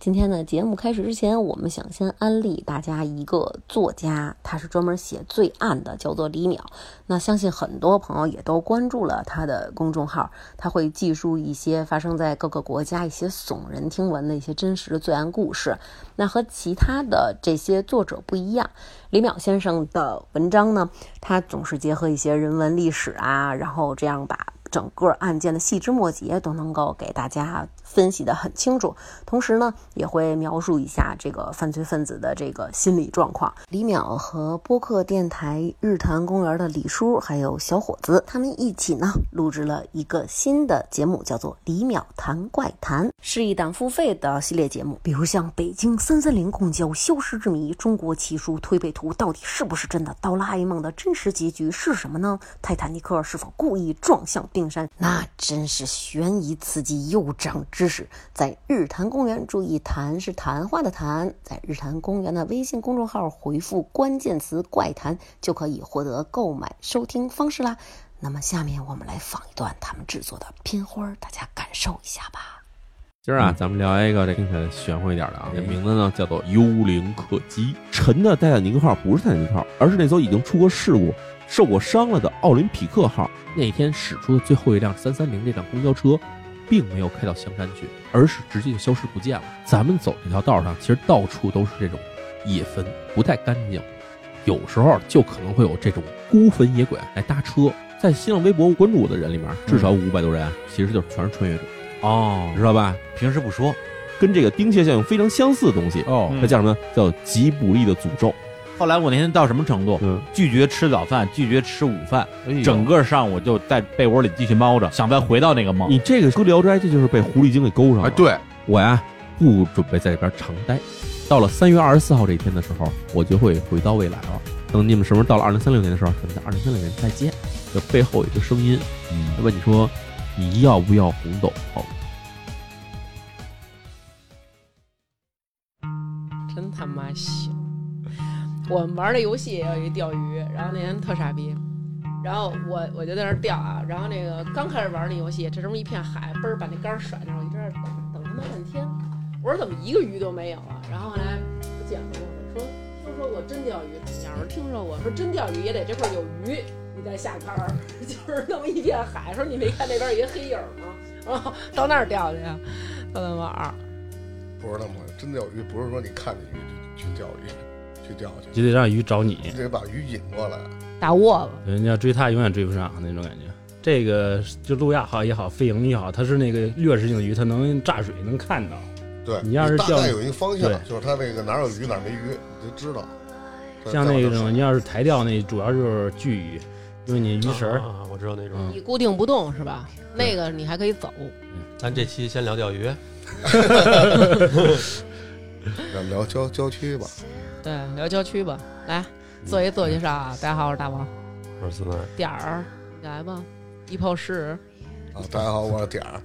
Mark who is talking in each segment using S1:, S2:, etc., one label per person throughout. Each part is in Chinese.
S1: 今天呢，节目开始之前，我们想先安利大家一个作家，他是专门写罪案的，叫做李淼。那相信很多朋友也都关注了他的公众号，他会记述一些发生在各个国家一些耸人听闻的一些真实的罪案故事。那和其他的这些作者不一样，李淼先生的文章呢，他总是结合一些人文历史啊，然后这样把。整个案件的细枝末节都能够给大家分析得很清楚，同时呢，也会描述一下这个犯罪分子的这个心理状况。李淼和播客电台日坛公园的李叔还有小伙子，他们一起呢录制了一个新的节目，叫做《李淼谈怪谈》，是一档付费的系列节目，比如像北京三三零公交消失之谜、中 国奇书推背图到底是不是真的、哆啦 A 梦的真实结局是什么呢？泰坦尼克是否故意撞向冰？山那真是悬疑刺激又长知识，在日坛公园注意“谈”是谈话的“谈”，在日坛公园的微信公众号回复关键词“怪谈”就可以获得购买收听方式啦。那么下面我们来放一段他们制作的片花，大家感受一下吧。
S2: 今儿啊，咱们聊一个这听起来玄乎一点的啊，这名字呢叫做“幽灵客机”。沉的泰坦尼克号不是泰坦尼克号，而是那艘已经出过事故、受过伤了的奥林匹克号。那天驶出的最后一辆三三零这辆公交车，并没有开到香山去，而是直接就消失不见了。咱们走这条道上，其实到处都是这种野坟，不太干净，有时候就可能会有这种孤坟野鬼来搭车。在新浪微博关注我的人里面，至少五百多人，啊其实就全是穿越者，
S3: 哦
S2: 你知道吧？
S3: 平时不说
S2: 跟这个丁蟹效应非常相似的东西，
S3: 哦
S2: 它叫什么？叫吉卜力的诅咒。
S4: 哦
S3: 后来我那天到什么程度？
S2: 嗯，
S3: 拒绝吃早饭，拒绝吃午饭，
S4: 哎
S3: 整
S2: 整个
S3: 个上午就在被窝里继续猫着，想再回到那个梦。
S2: 你这个说《聊斋》，这就是被狐狸精给勾上了。
S5: 哎，，对，
S2: 我呀不准备在这边常待。到了三月二十四号这一天的时候，我就会回到未来了。等你们什么时候到了二零三六年的时候，咱们在二零三六年再见。这背后有一个声音，嗯他问你说：“你要不要红哦斗篷？”
S6: 真他妈行！我玩的游戏也有一钓鱼，然后那人特傻逼，然后我我就在那儿钓啊，然后那个刚开始玩那游戏，这时候一片海，嘣儿把那竿甩那儿，我一直在那儿等等他妈半天，我说怎么一个鱼都没有啊？然后后来我姐夫跟我说听说过真钓鱼，鸟儿听说过，说真钓鱼也得这块儿有鱼，你再下竿儿， 就是那么一片海，说你没看那边有一个黑影儿吗？然后到那儿钓去，啊到那玩儿。
S5: 不知道吗？真钓鱼不是说你看见鱼就去钓鱼，去钓去，
S4: 也得让鱼找
S5: 你
S4: 你，
S5: 得把鱼引过来。
S6: 打窝子，
S4: 人家追它永远追不上那种感觉。这个就路亚好也好，费影也好，它是那个掠食性的鱼，它能炸水，能看到。
S5: 对，
S4: 你要是
S5: 大
S4: 钓
S5: 概有一个方向
S4: 对，
S5: 就是它那个哪有鱼哪没鱼，你就知道。对
S4: 像那
S5: 钓
S4: 种
S5: 着
S4: 你要是台钓，那主要就是巨鱼，因为你鱼食儿，
S7: 啊，我知道那种。
S4: 嗯
S6: 你，固定不动是吧？那个你还可以走。
S7: 咱这期先聊钓鱼，
S5: 咱聊郊郊区吧，
S6: 对，聊郊区吧。来，
S7: 嗯
S6: 做一自我介绍啊！大家好，我是大王。
S7: 我是奶。
S6: 点儿，你来吧。一泡屎，
S5: 啊，大家好，我是点儿，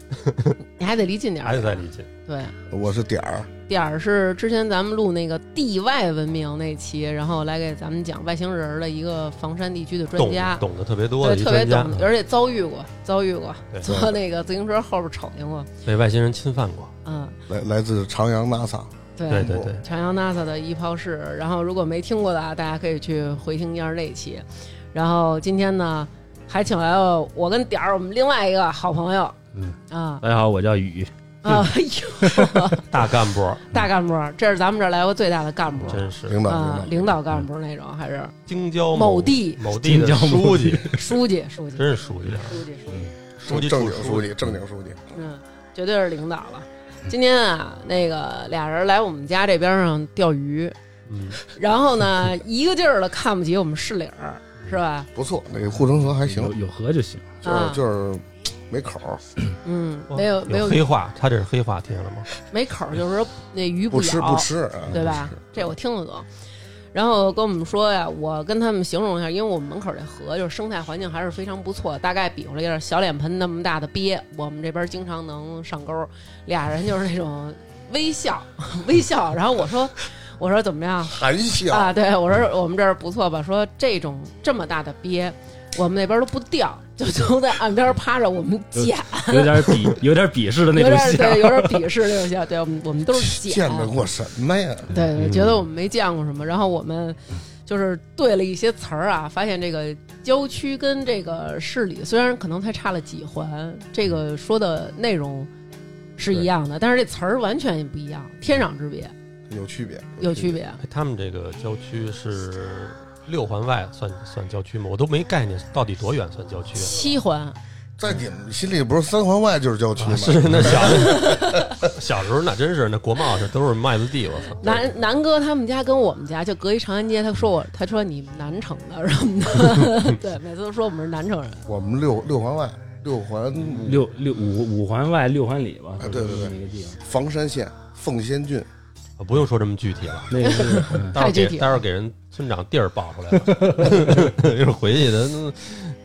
S6: 你还得离近点
S7: 还
S6: 儿
S7: 得。再理解。
S6: 哎对，
S5: 我是点儿，
S6: 点儿是之前咱们录那个地外文明那期，然后来给咱们讲外星人儿的一个房山地区的专
S7: 懂
S6: 家，
S7: 懂得特别多
S6: 对，
S7: 的一
S6: 特别
S7: 专家啊
S6: 懂，，而且遭遇过，遭遇过，
S7: 对
S6: 坐那个自行车后边瞅见过。
S7: 被外星人侵犯过。
S6: 嗯，
S5: 来来自长阳 NASA，
S6: 对
S7: 对对对，
S6: 长阳 NASA 的一泡室，然后如果没听过的啊，大家可以去回听一下那期。然后今天呢，还请来了我跟点儿我们另外一个好朋友，
S4: 嗯
S6: 啊
S4: 大家好，我叫雨，
S6: 啊，哎呦，
S7: 大干部，
S6: 大干部，这是咱们这儿来过最大的干部
S7: 真是
S5: 领导
S6: 啊，
S5: 领
S6: 领导干部那种，还是
S7: 京郊
S6: 某地
S7: 某地的
S4: 京郊某
S7: 书记，
S6: 书记，书记，
S7: 真是书记啊，
S6: 书记，书记，
S7: 书记
S5: 正
S7: 处
S5: 经书记，正
S7: 经。
S5: 经书记，
S6: 嗯，绝对是领导了。今天啊，那个俩人来我们家这边上钓鱼，
S7: 嗯，
S6: 然后呢， 一个劲儿的看不起我们市里儿，是吧？
S5: 不错，那护城河还行
S4: 有，有河就行。
S5: 就
S6: 啊
S5: 是就是没口儿，
S6: 嗯，
S7: 哇
S6: 没有没
S7: 黑话，他这是黑话贴上了吗？
S6: 没口儿，就是说那鱼
S5: 不吃
S6: 咬，
S5: 不吃，啊
S6: 对吧
S5: 不吃？
S6: 这我听得懂。然后跟我们说呀，我跟他们形容一下，因为我们门口这河就是生态环境还是非常不错，大概比划了一下，小脸盆那么大的鳖，我们这边经常能上钩，俩人就是那种微笑 微笑。然后我说我说怎么样啊
S5: 含笑
S6: 啊？对我说我们这儿不错吧？说这种这么大的鳖，我们那边都不钓，就都在岸边趴着，我们捡，
S4: 有点鄙，有点鄙视的那
S6: 有
S4: 种
S6: 点
S4: 笑
S6: 对，。有点鄙视那种笑。对，我们我们都是捡，
S5: 见得过什么呀？
S6: 对对，觉得我们没见过什么，然后我们就是对了一些词儿啊，发现这个郊区跟这个市里虽然可能才差了几环，这个说的内容是一样的，但是这词儿完全不一样，天壤之别，
S5: 有区别，
S6: 有区。别。
S7: 哎他们这个郊区是六环外算算郊区吗？我都没概念，到底多远算郊区、 啊？
S6: 七环，
S5: 在你们心里，不是三环外就是郊区吗？
S7: 啊是那小时候小 时候那真是那国贸这都是麦子地，我操！
S6: 南南哥他们家跟我们家就隔一长安街，他说我，他说你南城的什么的， 对，每次都说我们是南城人。
S5: 我们六六环外，六环五
S4: 六六五五环外六环里吧，
S5: 哎对对对
S4: 那个地方，
S5: 房山县奉先郡，
S7: 我啊不用说这么具体了，
S4: 那个是嗯
S6: 太
S7: 待会儿
S6: 具
S7: 给
S6: 体了
S7: 待会儿给人村长地儿报出来 了， 一会儿回去咱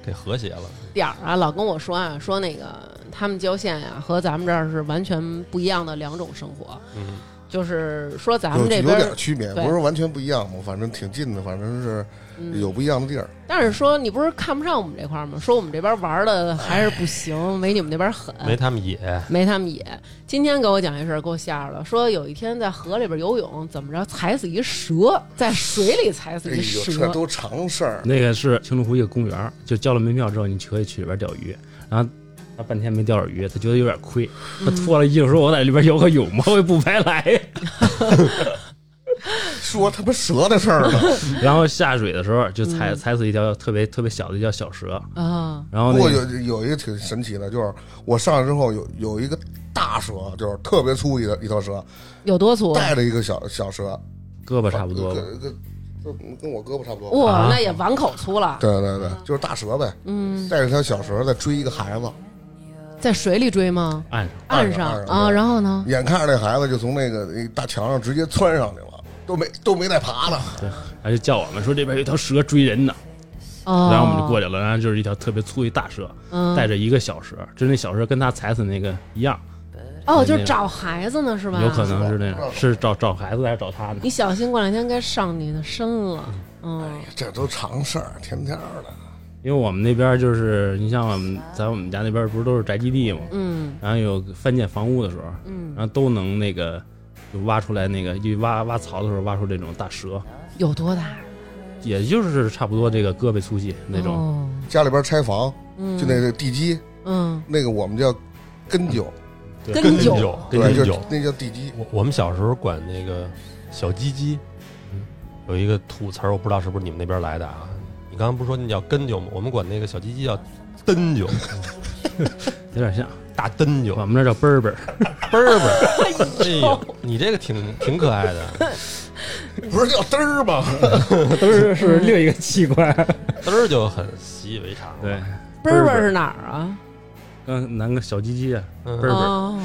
S7: 给和谐了。
S6: 点儿啊，老跟我说啊，说那个他们郊县呀、和咱们这儿是完全不一样的两种生活，
S7: 嗯，
S6: 就是说咱
S5: 有
S6: 们这
S5: 有
S6: 边
S5: 点
S6: 儿，
S5: 区别，不
S6: 对
S5: 是完全不一样嘛，反正挺近的，反正是
S6: 嗯，
S5: 有不一样的地儿。
S6: 但是说你不是看不上我们这块儿吗？说我们这边玩儿的还是
S5: 哎
S6: 不行，没你们那边狠，
S7: 没他们野，
S6: 没他们野。今天给我讲一事儿，给我吓着了，说有一天在河里边游泳，怎么着踩死一蛇，在水里踩死
S5: 哎
S6: 一
S5: 呦，
S6: 蛇，
S5: 这都常事儿。
S4: 那个是青龙湖一个公园儿，就交了门票之后，你可以去里边钓鱼。然后他半天没钓着鱼，他觉得有点亏，他
S6: 嗯
S4: 脱了衣服说：“我在里边游个泳吧，我也不白来。
S5: 说他妈蛇的事儿呢，”
S4: 然后下水的时候就踩
S6: 嗯
S4: 踩死一条特别特别小的一条小蛇，
S6: 啊，
S4: 然后
S5: 不
S4: 哦那
S5: 过
S4: 个
S5: 有有一个挺神奇的，就是我上来之后有有一个大蛇，就是特别粗一条一条蛇，
S6: 有多粗？啊
S5: 带着一个小小蛇，
S4: 胳膊差不多吧
S5: 跟跟跟跟我胳膊差不多
S6: 哇，
S5: 吧。
S4: 啊
S6: 那也碗口粗了。
S5: 对对对，就是大蛇呗，
S6: 嗯，
S5: 带着条小蛇在追一个孩子，
S6: 在水里追吗？
S4: 岸上。
S6: 岸
S5: 岸
S6: 上
S5: 上
S6: 啊，
S5: 岸上
S6: 然后呢？
S5: 眼看着那孩子就从那个那大墙上直接窜上去了，都没都没带爬的。
S4: 他就叫我们说这边有一条蛇追人呢，
S6: 哦，
S4: 然后我们就过去了，然后就是一条特别粗一大蛇，
S6: 嗯
S4: 带着一个小蛇，就那小蛇跟他踩死那个一样，
S6: 哦，就是找孩子呢，是吧？
S4: 有可能是那种是找找孩子还是找他呢？
S6: 你小心，过两天该上你的身了。嗯，
S5: 这都常事儿，天天儿的。
S4: 因为我们那边就是你像我们在我们家那边不是都是宅基地嘛，
S6: 嗯
S4: 然后有翻建房屋的时候，
S6: 嗯，
S4: 然后都能那个就挖出来那个一挖挖槽的时候挖出这种大蛇，
S6: 有多大？
S4: 也就是差不多这个胳膊粗细那种。
S6: 哦，
S5: 家里边拆房，
S6: 嗯，
S5: 就那个地基，
S6: 嗯，
S5: 那个我们叫根灸，
S4: 对
S6: 跟
S7: 酒
S6: 酒，
S7: 跟
S5: 对，
S7: 酒
S5: 就那叫地基。
S7: 我我们小时候管那个小鸡鸡，
S4: 嗯
S7: 有一个土词儿，我不知道是不是你们那边来的啊？你刚刚不是说那叫根灸吗？我们管那个小鸡鸡叫灯灸，
S4: 有点像，
S7: 大灯灸，
S4: 我们这叫奔儿奔儿。
S7: 倍儿倍儿。哎呦，你这个挺挺可爱的，
S5: 不是叫嘚儿吗？
S4: 都是是另一个器官。
S7: 嘚儿就很习以为常了。
S4: 对，
S6: 奔儿奔儿是哪儿啊？
S4: 刚男个小鸡鸡啊，
S7: 嗯
S4: 倍儿
S6: 哦，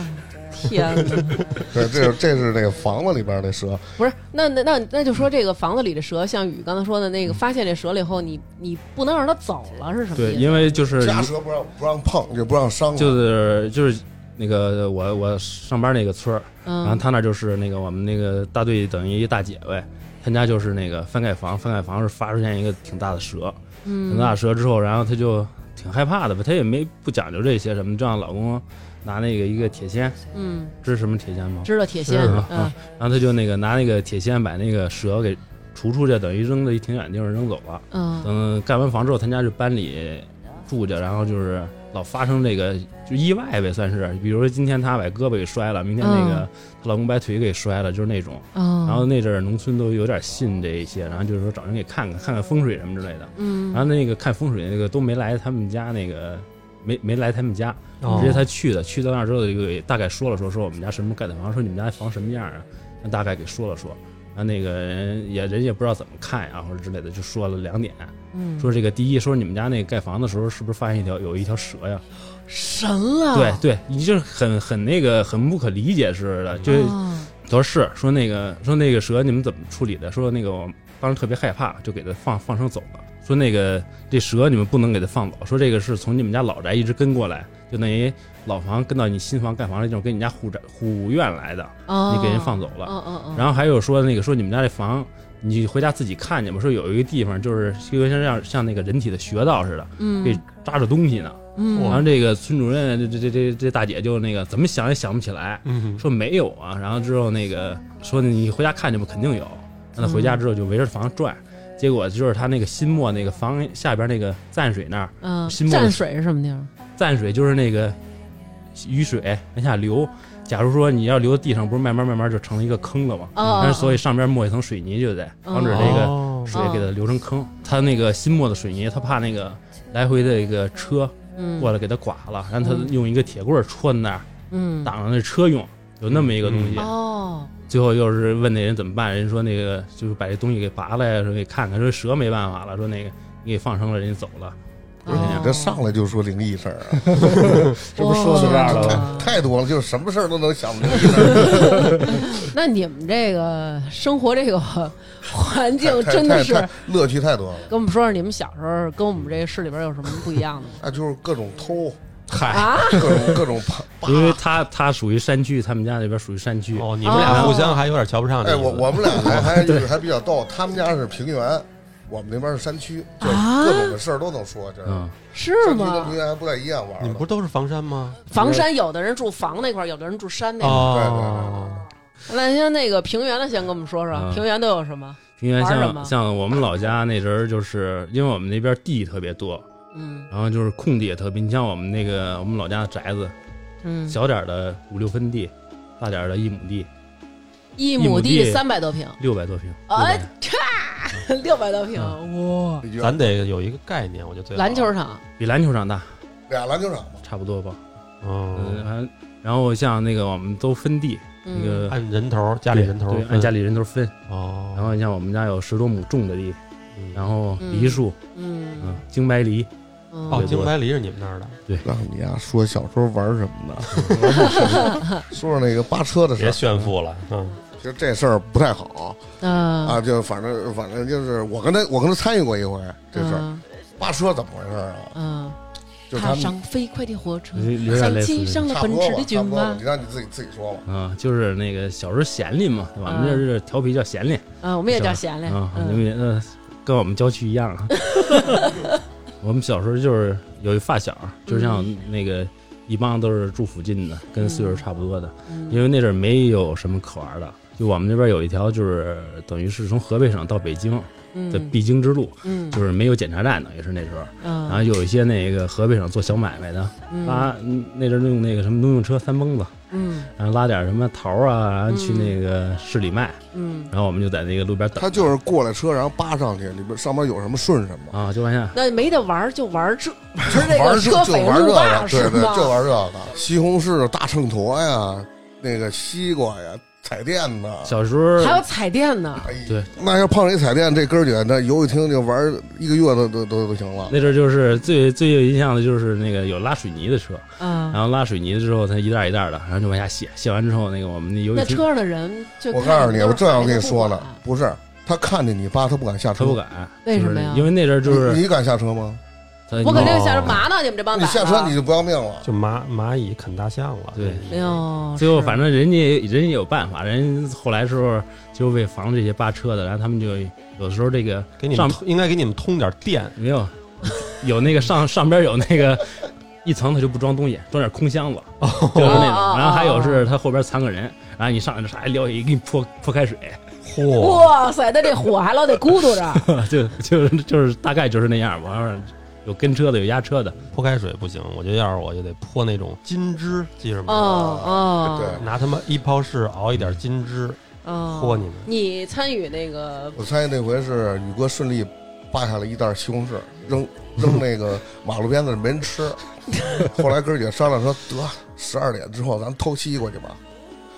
S6: 天 哪！
S5: 对，这是这是那个房子里边那蛇，
S6: 不是，那那那那就说这个房子里的蛇，像雨刚才说的那个，发现这蛇了以后，你你不能让它走了，是什么
S4: 嗯对，
S6: 意思？
S4: 因为就是
S5: 家蛇不让不让碰，就不让伤。
S4: 就是就是那个我我上班那个村儿，然后
S6: 嗯，
S4: 他那就是那个我们那个大队等于一大姐呗，他家就是那个翻盖房，翻盖房是发现一个挺大的蛇，
S6: 嗯
S4: 挺大的蛇之后，然后他就挺害怕的吧，他也没不讲究这些什么，就让老公拿那个一个铁锨，
S6: 嗯，
S4: 知道什么铁锨吗？
S6: 知道铁锨
S4: 是啊，
S6: 嗯
S4: 啊，然后他就那个拿那个铁锨把那个蛇给除出去，等于扔到一挺远的地方扔走了。
S6: 嗯
S4: 等盖完房之后，他家就搬里住去，然后就是老发生这个就意外呗，算是。比如说今天他把胳膊给摔了，明天那个
S6: 嗯
S4: 她老公把腿给摔了，就是那种。
S6: 嗯，
S4: 然后那阵儿农村都有点信这一些，然后就是说找人给看看看看风水什么之类的。
S6: 嗯
S4: 然后那个看风水那个都没来他们家那个。没没来他们家，
S7: 哦
S4: 直接他去的，去到那儿之后就给大概说了说，说我们家什么时候盖的房，说你们家房什么样啊，那大概给说了说，然后那个人也人也不知道怎么看呀、或者之类的，就说了两点，
S6: 嗯
S4: 说这个第一，说你们家那盖房的时候是不是发现一条有一条蛇呀？
S6: 神了，
S4: 对对，你就是很很那个很不可理解似的，就
S6: 啊
S4: 他说是说那个说那个蛇你们怎么处理的？说那个我当时特别害怕，就给它放放生走了。说那个这蛇你们不能给它放走，说这个是从你们家老宅一直跟过来，就等于老房跟到你新房盖房这种跟你家护宅护院来的，
S6: 哦
S4: 你给人放走了。
S6: 嗯嗯嗯，
S4: 然后还有说那个说你们家这房你回家自己看去吧。说有一个地方就是就像像像那个人体的穴道似的，
S6: 嗯
S4: 被扎着东西呢。然后
S6: 嗯
S4: 这个村主任这这这这这大姐就那个怎么想也想不起来，
S7: 嗯
S4: 说没有啊。然后之后那个说你回家看去吧，肯定有。让他回家之后就围着房转，结果就是他那个新末那个房下边那个赞水那儿，
S6: 嗯
S4: 新，墨
S6: 蘸
S4: 的
S6: 水是什么地儿？
S4: 赞水就是那个雨水往下流。假如说你要流到地上，不是慢慢慢慢就成了一个坑了吗？
S6: 哦，
S4: 嗯但是所
S6: 以
S4: 以上边抹一层水泥就得
S6: 嗯
S4: 防止这个
S7: 哦
S4: 水给它流成坑。它那个新抹的水泥，它怕那个来回的一个车
S6: 嗯
S4: 过来给它刮了，然后它
S6: 嗯
S4: 用一个铁棍儿戳那儿
S6: 嗯
S4: 挡着那车用，有那么一个东西。
S6: 哦，
S4: 最后又是问那人怎么办，人说那个就是把这东西给拔了呀，说给看看，说蛇没办法了，说那个你给放生了，人家走了。
S5: 不是你哎
S6: 哦
S5: 这上来就说灵异事儿啊，
S6: 这
S4: 不是说到这儿了
S6: 吗？
S5: 太多了，就是什么事儿都能想灵异事儿，
S6: 那你们这个生活这个环境
S5: 太
S6: 真的
S5: 太
S6: 是，
S5: 太乐趣太多了。
S6: 跟我们说说你们小时候跟我们这个市里边有什么不一样的吗
S5: 啊，就是各种偷，
S4: 嗨，
S6: 啊？
S5: 各种 各种扒扒。
S4: 因为他他属于山区，他们家那边属于山区，
S7: 哦，你们俩互相还有点瞧不上的
S5: 哎，
S7: 啊意思。
S5: 我我们俩还还还比较逗，他们家是平原，我们那边是山区，就是
S6: 啊
S5: 各种的事儿都能说，这
S4: 嗯，
S6: 是
S5: 山区跟
S6: 吗
S5: 平？原还不太一样玩儿呢。
S7: 啊你们不都是房山吗？
S6: 房山有的人住房那块儿，有的人住山那块儿。
S7: 哦，
S6: 那先那个平原的先跟我们说说，
S4: 嗯
S6: 平原都有什么？
S4: 平原
S6: 玩什么
S4: 像像我们老家那阵儿，就是因为我们那边地特别多，
S6: 嗯
S4: 然后就是空地也特别。你像我们那个我们老家的宅子，
S6: 嗯，
S4: 小点儿的五六分地，大点儿的一亩地，
S6: 一
S4: 一
S6: 亩
S4: 亩
S6: 地
S4: 地
S6: 三百多平，
S4: 六百多平。
S6: 哎
S4: 600，
S6: 嚓，六百多平，
S4: 嗯
S6: 哇！
S5: 你觉得
S7: 咱得有一个概念，我觉得最好
S6: 篮球，场，
S4: 比篮球场大，
S5: 俩篮球场吧，
S4: 差不多吧。嗯，
S7: 嗯，
S4: 然然后像那个我们都分地，那
S6: 嗯，
S4: 个
S7: 按人头，家里人头
S4: 对，
S7: 分，
S4: 按家里人头分。
S7: 哦，
S4: 然后你像我们家有十多亩种的地，
S7: 嗯
S4: 然后梨树，嗯
S6: 嗯，
S4: 京白梨，
S7: 哦，
S6: 嗯，
S7: 京白梨是你们那儿的，
S5: 让你啊说小时候玩什么呢？ 说说那个扒车的事
S7: 别
S5: 儿。
S7: 炫富了，嗯，
S5: 其实这事儿不太好
S6: 啊
S5: 啊，就反正反正就是我跟他我跟他参与过一回这事儿。
S6: 嗯
S5: 扒车怎么回事儿啊？
S6: 嗯，
S5: 就是他
S6: 踏
S5: 们
S6: 上飞快的火车，
S7: 嗯
S4: 有有点
S6: 上
S4: 类似
S6: 骑
S4: 于
S6: 上了
S5: 差不
S6: 奔
S5: 多
S6: 驰
S5: 吧
S6: 的
S5: 差不
S6: 骏
S5: 多吧
S6: 马
S5: 你。让你自己自己说吧。
S4: 啊，就是那个小时候闲林嘛，我
S6: 嗯
S4: 们这是调皮叫闲林
S6: 嗯，我们也叫闲嘞。
S4: 啊，因
S6: 嗯
S4: 为呃跟我们郊区一 样啊。我们小时候就是有一发小，就像
S6: 嗯
S4: 那个一帮都是住附近的，跟岁数差不多的，
S6: 嗯
S4: 因为那阵儿没有什么可玩的。就我们那边有一条，就是等于是从河北省到北京
S6: 嗯
S4: 的必经之路，
S6: 嗯
S4: 就是没有检查站，等于是那时候。然后
S6: 嗯
S4: 有一些那个河北省做小买卖的，拉嗯那阵儿用那个什么农用车三蹦子，
S6: 嗯
S4: 然后拉点什么桃儿啊，然后去那个市里卖，
S6: 嗯，
S4: 然后我们就在那个路边等
S5: 他就是过来车，然后扒上去，里边上面有什么顺什么，
S4: 啊，就完下。
S6: 那没得玩儿就玩儿这玩这
S5: 玩
S6: 个
S5: 儿这
S6: 车
S5: 就
S6: 匪
S5: 玩儿
S6: 路霸
S5: 这
S6: 是
S5: 个，对对，
S6: 吗？
S5: 就玩儿这个西红柿、大秤砣呀，那个西瓜呀，彩电呐。
S4: 小时候
S6: 还有踩电呢，
S5: 哎呀
S4: 对，
S5: 那要碰上一彩电，这哥儿几个那游戏厅就玩儿一个月都都都都行了。
S4: 那阵儿就是最最有印象的就是那个有拉水泥的车，
S6: 嗯
S4: 然，后拉水泥的之后，它一袋一袋的，然后就往下卸，卸完之后那个我们那游
S6: 那
S4: 戏
S6: 车上的人就
S5: 我
S6: 看
S5: 告诉你，
S6: 都是
S5: 我正要
S6: 孩子
S5: 跟你
S6: 不
S5: 说
S6: 管
S5: 呢，不是他看见你扒，他不敢下车，
S4: 他不。敢，
S6: 为
S4: 就
S6: 什
S4: 是
S6: 么呀
S4: 因为那阵儿就是
S5: 你敢下车吗？
S4: 他
S6: 我肯定
S7: 哦
S6: 想着嘛呢，你们这帮
S5: 你
S6: 崽
S5: 下
S6: 子
S5: 车你就不要命了。
S7: 就蚂蚂蚁啃大象了，
S4: 对
S6: 哎呦，
S4: 最后反
S6: 正
S4: 正人家人家有办法，人家后来时候就为防这些扒车的，然后他们就有时候这个
S7: 给你们
S4: 上
S7: 通应该给你们通点电，
S4: 没有，有那个上 上边有那个一层，它就不装东西，装点空箱子，就是那
S6: 哦哦哦
S4: 种。然后还有是它后边藏个人，然后你上来啥撩一给你泼泼开水，
S7: 嚯，
S6: 哇塞，那这火还老得咕嘟 着，
S4: 啊就 就是就是大概就是那样吧。完了有跟车的，有压车的，
S7: 泼开水不行，我觉得要是我就得泼那种金汁，记着
S6: 哦
S7: 吗？
S6: 哦
S7: 拿他妈一泡式熬一点金汁
S6: 哦，
S7: 泼你们，
S6: 你参与那个
S5: 我猜那回是宇哥顺利扒下了一袋西红柿， 扔扔那个马路边子没人吃。后来哥儿几个商量说，得十二点之后咱偷西瓜去吧。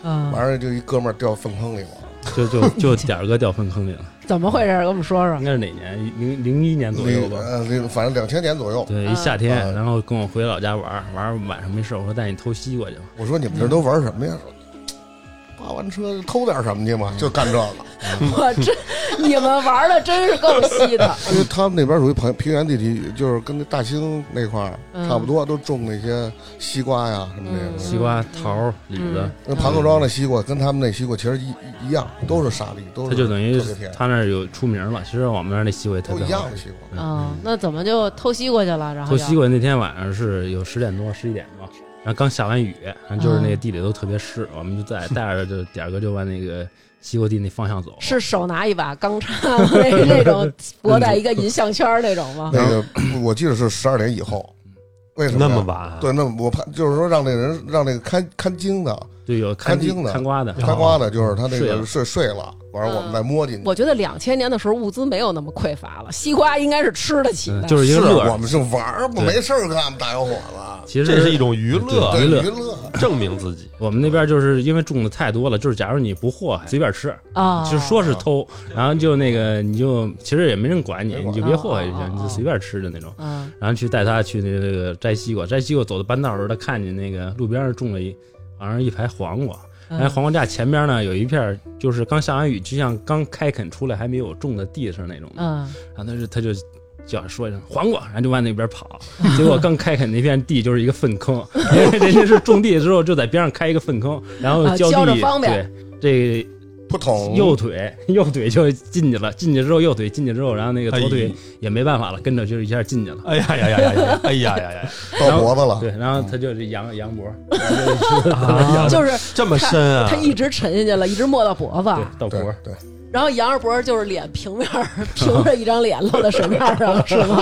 S6: 嗯
S5: 完事儿就一哥们儿掉粪坑里了，
S4: 就就就点儿哥掉粪坑里了，
S6: 怎么回事？跟我们说
S4: 应
S6: 说。
S4: 该是哪年？零零一年左右
S5: 零
S4: 吧。
S5: 呃零反正两千年左右。
S4: 对，一夏天，
S5: 嗯
S4: 然后跟我回老家玩儿，玩儿晚上没事，我说带你偷西瓜去吧。嗯
S5: 我说你们这都玩什么呀？扒完车偷点什么去嘛，就干这个。
S4: 嗯
S6: 我真，你们玩的真是够稀 的。
S5: 因为他们那边属于平平原地区，就是跟那大兴那块儿
S6: 嗯
S5: 差不多，都种那些西瓜呀什么
S6: 嗯
S5: 这
S4: 西
S5: 个。
S4: 瓜、桃儿、李子，
S5: 那盘口庄的西瓜跟他们那西瓜其实一一样，都是沙粒，都
S4: 它
S5: 是
S4: 就等于
S5: 特别甜，
S4: 他那儿有出名了。其实我们那儿那西瓜也特
S5: 都
S4: 别
S5: 一
S4: 好嗯
S5: 样的西瓜。
S6: 嗯，那怎么就偷西瓜去了？然后
S4: 偷
S6: 就
S4: 西瓜那天晚上是有十点多、十一点吧，然后刚下完雨，然后就是那个
S6: 嗯
S4: 地里都特别湿，我们就在带着就点儿哥就往那个西瓜地那方向走。
S6: 是手拿一把钢叉 那那种脖带一个银项圈儿那种
S4: 嗯
S6: 吗？
S5: 那个 我记得是十二点以后，为什么
S7: 那
S5: 呀
S7: 么？晚，
S5: 对，那么我怕就是说让那人让那个看看经的
S4: 就有看地
S5: 看经的
S4: 看瓜的，
S5: 开瓜的，就是他那
S4: 哦睡
S5: 个
S4: 了
S5: 睡睡了，完了我们再摸进去。
S6: 我觉得两千年的时候物资没有那么匮乏了，西瓜应该是吃得起的。
S4: 嗯就是一
S5: 是
S4: 个乐儿
S5: 我。们是玩儿，不
S4: 对
S5: 没事儿干，大小伙 子，
S4: 其实
S7: 这是一种娱乐，
S5: 对
S4: 娱乐
S5: 娱乐。
S7: 证明自己。
S4: 我们那边就是因为种的太多了，就是假如你不祸害，随便吃，
S6: 啊，
S4: 其实说
S7: 哦
S4: 是偷，然后就那个你就其实也没人管你，
S5: 没管
S4: 你就别祸害就
S6: 哦哦
S4: 行，你
S6: 哦
S4: 就随便吃的那种。
S6: 嗯，
S4: 然后去带他去那个那个摘西瓜，摘西瓜走到半道的时候，他看见那个路边上种了一好像是一排黄瓜，
S6: 嗯，
S4: 哎，黄瓜架前边呢有一片儿就是刚下完雨，就像刚开垦出来还没有种的地上那种的。
S6: 嗯，
S4: 然后他就他就叫说一声黄瓜，然后就往那边跑。结果刚开垦那片地就是一个粪坑， 因为人家是种地之后就在边上开一个粪坑，然后
S6: 啊
S4: 浇
S6: 浇着
S4: 地。
S6: 方便
S4: 对，这
S5: 不同
S4: 右腿右腿就进去了，进去之后右腿进去之后，然后那个
S7: 哎
S4: 左腿也没办法了，跟着就一下进去了。
S7: 哎呀呀呀呀呀！哎呀呀呀！
S5: 到脖子了，
S4: 对，然后他就是扬扬脖，
S7: 哎呀，
S6: 啊就是
S7: 这么深啊
S6: 他！一直沉下去了，一直没到脖
S4: 对
S6: 子，，
S4: 到脖
S5: 对。对，
S6: 然后杨二伯就是脸平面儿平着一张脸露在水面上，是 吗？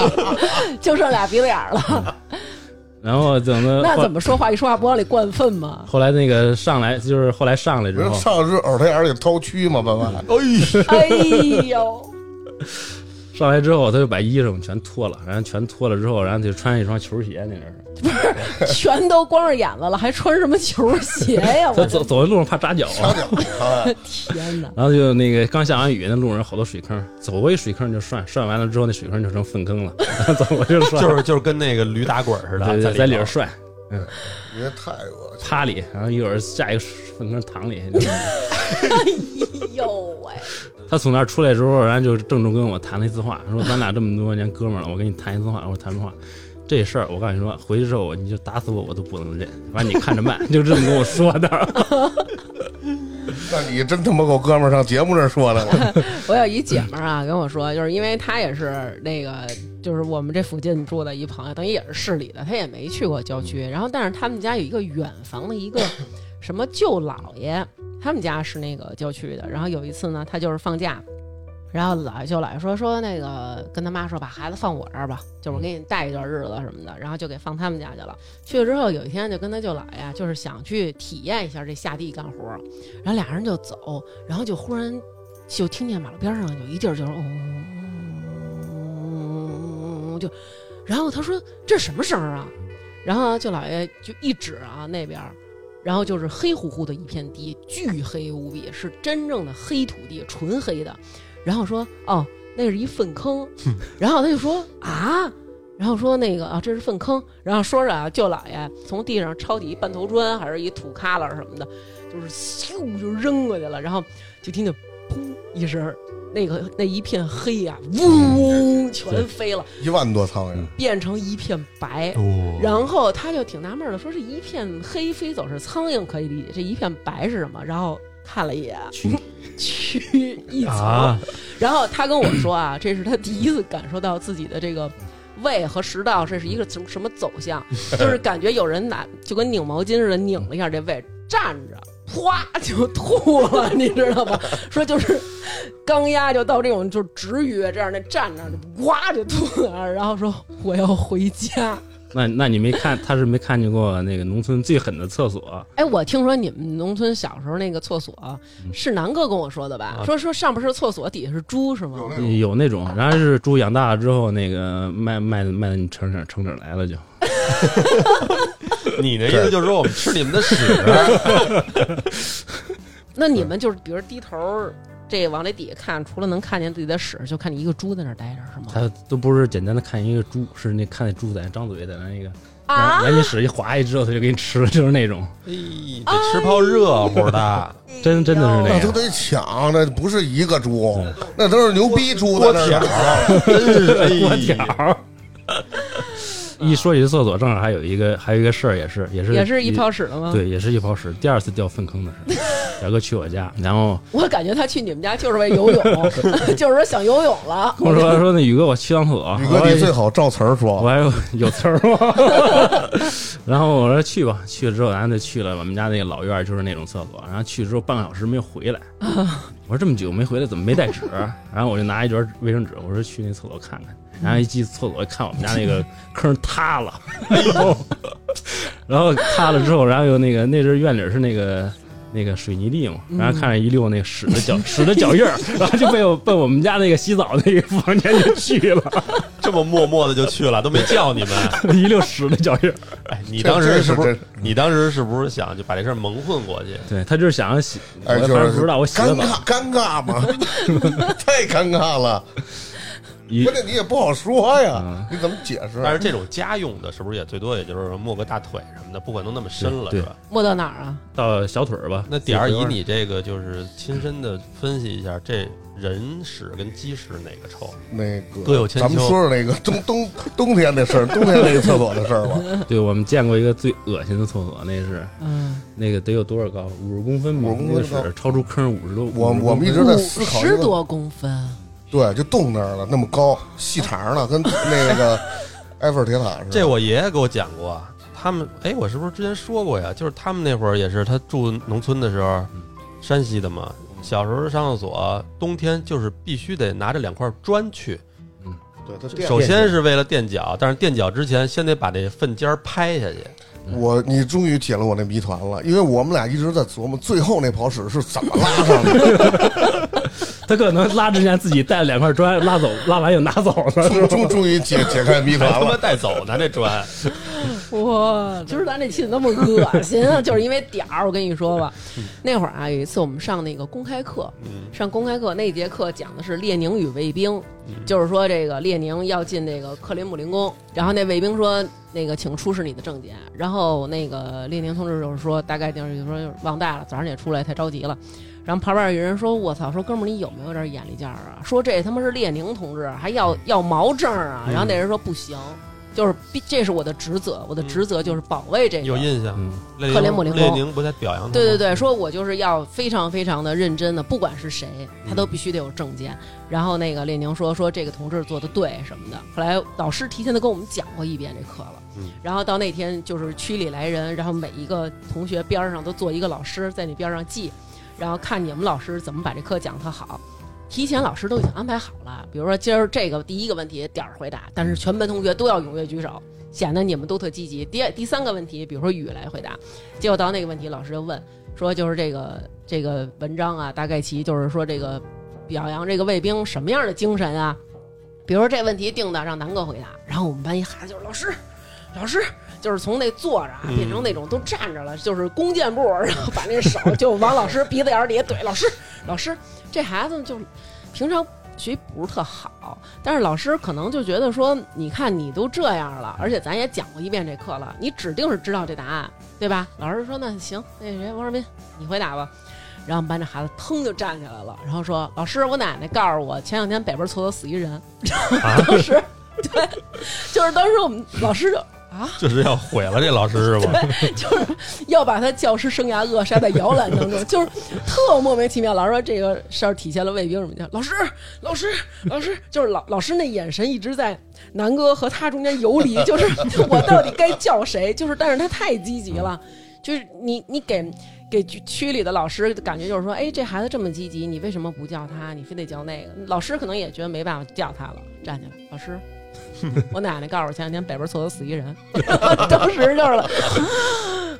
S6: 就剩俩鼻子眼儿了，
S4: 然后怎么
S6: 那
S4: 后
S6: 怎么说话？一说话不往里灌粪吗？
S4: 后来那个上来就是后来上来
S5: 你
S4: 之
S5: 说
S4: 后，嗯
S5: 上是耳朵眼儿里掏蛆嘛，爸爸。
S7: 哎，
S6: 哎呦，
S4: 上来之后，他就把衣裳全脱了，然后全脱了之后，然后就穿一双球鞋，那是
S6: 全都光着眼子了，还穿什么球鞋呀？
S4: 他
S6: 我
S4: 走走在路上怕扎脚，
S5: 瞧
S4: 啊
S5: 瞧，哎
S6: 的天哪！
S4: 然后就那个刚下完雨，那路上有好多水坑，走过一水坑就涮，涮完了之后那水坑就成粪坑了， 然后走过就涮，
S7: 就是就是跟那个驴打滚似
S4: 对
S7: 的，
S4: 对
S7: 在
S4: 在里
S7: 头
S4: 边涮
S5: 你这太恶心了。
S4: 趴里，然后一会儿下一个粪坑躺 里。
S6: 哎呦喂，
S4: 他从那儿出来之后，然后就郑重跟我谈了一次话，说咱俩这么多年哥们儿了，我跟你谈一次话，我说谈什么话？这事儿我告诉你说，回去之后我你就打死我我都不能认，完你看着办， 就这么跟我说的。
S5: 那你真他妈够哥们儿上节目这说的 了。
S6: 我有一姐们儿啊，跟我说，就是因为她也是那个，就是我们这附近住的一朋友，等于也是市里的，她也没去过郊区。然后，但是他们家有一个远房的一个什么舅姥爷，他们家是那个郊区的。然后有一次呢，他就是放假，然后姥爷舅姥爷说说那个跟他妈说把孩子放我这儿吧，就是我给你带一段日子什么的，然后就给放他们家去了。去了之后，有一天就跟他舅姥爷就是想去体验一下这下地干活儿，然后俩人就走，然后就忽然就听见马路边上有一地儿就是嗡、就，然后他说这是什么声儿啊？然后舅姥爷就一指啊那边儿，然后就是黑乎乎的一片地，巨黑无比，是真正的黑土地，纯黑的。然后说哦，那是一粪坑。然后他就说啊。然后说那个啊，这是粪坑。然后说着啊，舅姥爷从地上抄起一半头砖，还是一土旮旯什么的，就是咻就扔过去了。然后就听见砰一声儿，那个那一片黑呀、
S7: 嗯
S6: 嗡全飞了，
S5: 一万多苍蝇，
S6: 变成一片白。
S7: 哦
S6: 然后他就挺纳闷儿的，说这一片黑飞走是苍蝇可以理解，这一片白是什么？然后看了一眼，蛆一层。
S7: 啊，
S6: 然后他跟我说啊，这是他第一次感受到自己的这个胃和食道，这是一个什么什么走向，就是感觉有人拿就跟拧毛巾似的拧了一下这胃，站着。哗就吐了， 你知道吗？说就是刚压就到这种就是直约这样的站那儿就哗就吐了，啊然后说我要回家。
S4: 那那你没看，他是没看见过那个农村最狠的厕所，
S6: 哎，我听说你们农村小时候那个厕所啊是南哥跟我说的吧？
S7: 啊
S6: 说说上边是厕所，底下是猪是吗？
S4: 有那种，然后是猪养大了之后，那个卖卖卖你成成成整来了就，
S6: 哦
S7: 你的意思就是说我们吃你们 的屎？
S6: 那你们就是比如低头儿这往那底下看，除了能看见自己的屎，就看见一个猪在那儿待着是吗？
S4: 他都不是简单的看一个猪，是那看那猪在那张嘴在那那个然
S6: 啊
S4: 后！然后你使一划一之后，它就给你吃了，就是那种
S7: 哎，得吃泡热乎
S6: 啊
S7: 的，
S6: 哎
S4: 真真的是那
S5: 那都
S4: 样。
S5: 得抢，那不是一个猪，
S4: 嗯
S5: 那都是牛逼猪在
S7: 锅
S5: 那
S7: 条
S5: 儿。
S7: 儿，真是哎
S4: 锅条儿。一说起厕所，正好还有一个还有一个事儿，也是也是
S6: 也是一泡屎了吗？，
S4: 对，也是一泡屎。第二次掉粪坑的 事儿，小哥去我家，然后
S6: 我感觉他去你们家就是为游泳， 就是说想游泳了。
S4: 跟我 说说那宇哥，我去趟厕 所。
S5: 宇
S4: 我
S5: 哥，
S4: 说
S5: 你最好照词儿
S4: 我
S5: 说。
S4: 还有有词儿吗？ 然后我说去吧，去了之后，然后就去了我们家那个老院儿，就是那种厕所。然后去之后半个小时没有回来，我说这么久没回来，怎么没带纸？然后我就拿一卷卫生纸，我说去那厕所看看。然后一进厕所，看我们家那个坑塌了， 然后然后塌了之后，然后又那个那阵儿院里儿是那个。那个水泥地嘛，然后看着一溜那个屎的脚 屎的脚印儿，然后就被我被我们家那个洗澡那个房间就去了，
S7: 这么默默的就去了，都没叫 你们。
S4: 一溜屎的脚印儿。
S7: 哎，你
S5: 这
S7: 当时
S5: 这
S7: 是
S5: 是
S7: 不是嗯
S5: 真？
S7: 你当时是不是想就把这事儿蒙混过去？
S4: 对他就是想洗，我
S5: 哎，
S4: 也
S5: 就
S4: 反正
S5: 是
S4: 不知道我洗
S5: 尴
S4: 了吧，
S5: 尬尴尬嘛， 太尴尬了。
S4: 一
S5: 关键你也不好说呀
S4: 嗯，
S5: 你怎么解释？
S7: 但是这种家用的，是不是也最多也就是摸个大腿什么的，不可能那么深了，
S4: 对
S7: 是
S4: 对
S7: 吧？
S6: 摸到哪儿啊？
S4: 到小腿儿吧。
S7: 那点儿以你这个就是亲身的分析一下，这人屎跟鸡屎哪个臭？
S5: 那
S7: 各
S5: 个
S7: 有千秋
S5: 咱们说说那个冬冬冬天的事 儿，冬天那个厕所的事儿吧。
S4: 对我们见过一个最恶心的厕所，那是
S6: 嗯，那
S4: 那个得有多少高？五十公分吧，
S5: 50公分
S4: 那个
S5: 高
S4: 水超出坑五十多。
S5: 我
S4: 50
S5: 我们一直在思考一
S6: 十
S5: 个，
S6: 多公分，
S5: 对，就冻那儿了，那么高，细长了，跟那个 埃菲尔铁塔似的。
S7: 这我爷爷给我讲过，他们哎，我是不是之前说过呀？就是他们那会儿也是，他住农村的时候，山西的嘛，小时候上厕所，冬天就是必须得拿着两块砖去。
S5: 对它垫
S7: 首先是为了垫脚，但是垫脚之前先得把这粪尖儿拍下去。
S5: 我你终于解了我那谜团了，因为我们俩一直在琢磨最后那跑屎是怎么拉上 的，
S4: 他可能拉之前自己带了两块砖，拉走，拉完又拿走了。
S5: 终终终于解解开谜团
S7: 还 他妈
S5: 了。
S7: 带走呢，这砖，
S6: 哇！今儿咱这期怎么那么恶心啊？就是因为点儿，我跟你说吧，那会儿啊，有一次我们上那个公开课，
S7: 嗯，
S6: 上公开课那节课讲的是列宁与卫兵，
S7: 嗯
S6: 就是说这个列宁要进这个克林姆林宫，然后那卫兵说那个请出示你的证件，然后那个列宁同志就是说大概就是说忘带了，早上也出来太着急了。然后旁边有人说：“我操！说哥们儿，你有没有点眼力劲儿啊？说这他妈是列宁同志，还要
S7: 嗯
S6: 要毛证啊！”然后那人说：“不行，就是必这是我的职责，我的职责就是保卫这个。”
S7: 有印象。
S4: 嗯，
S7: 列
S6: 克林姆林宫
S7: 列宁不在表扬他吗嗯
S6: 对对对，说我就是要非常非常的认真的，不管是谁，他都必须得有证件。
S7: 嗯
S6: 然后那个列宁说说这个同志做的对什么的。后来老师提前的跟我们讲过一遍这课了。
S7: 嗯
S6: 然后到那天就是区里来人，然后每一个同学边儿上都坐一个老师在你边儿上记，然后看你们老师怎么把这课讲特好。提前老师都已经安排好了，比如说今儿这个第一个问题点儿回答，但是全班同学都要踊跃举手，显得你们都特积极。第二第三个问题，比如说雨来回答，结果到那个问题，老师就问说，就是这个这个文章啊，大概其就是说这个表扬这个卫兵什么样的精神啊？比如说这问题定的让南哥回答，然后我们班一孩子就是老师，老师。就是从那坐着啊，
S7: 嗯
S6: 变成那种都站着了，就是弓箭步，然后把那手就往老师鼻子眼儿底下怼。老师，老师，这孩子就平常学习不是特好，但是老师可能就觉得说，你看你都这样了，而且咱也讲过一遍这课了，你指定是知道这答案，对吧？老师说那行，那谁王世斌，你回答吧。然后我们班这孩子腾就站起来了，然后说：“老师，我奶奶告诉我，前两天北边厕所死一人。
S7: 啊
S6: 当时，对，就是当时我们老师就啊
S7: 就是要毁了这老师是吧？
S6: 就是要把他教师生涯扼杀在摇篮当中，就是特莫名其妙。老师说这个事儿体现了卫兵什么的，老师，老师，老师，就是老老师那眼神一直在南哥和他中间游离，就是我到底该叫谁？就是，但是他太积极了，
S5: 嗯
S6: 就是你你给。给区区里的老师感觉就是说，哎，这孩子这么积极，你为什么不叫他？你非得叫那个？老师可能也觉得没办法叫他了，站起来，老师，我奶奶告诉我前两天北边厕所死一人， 当时就是了，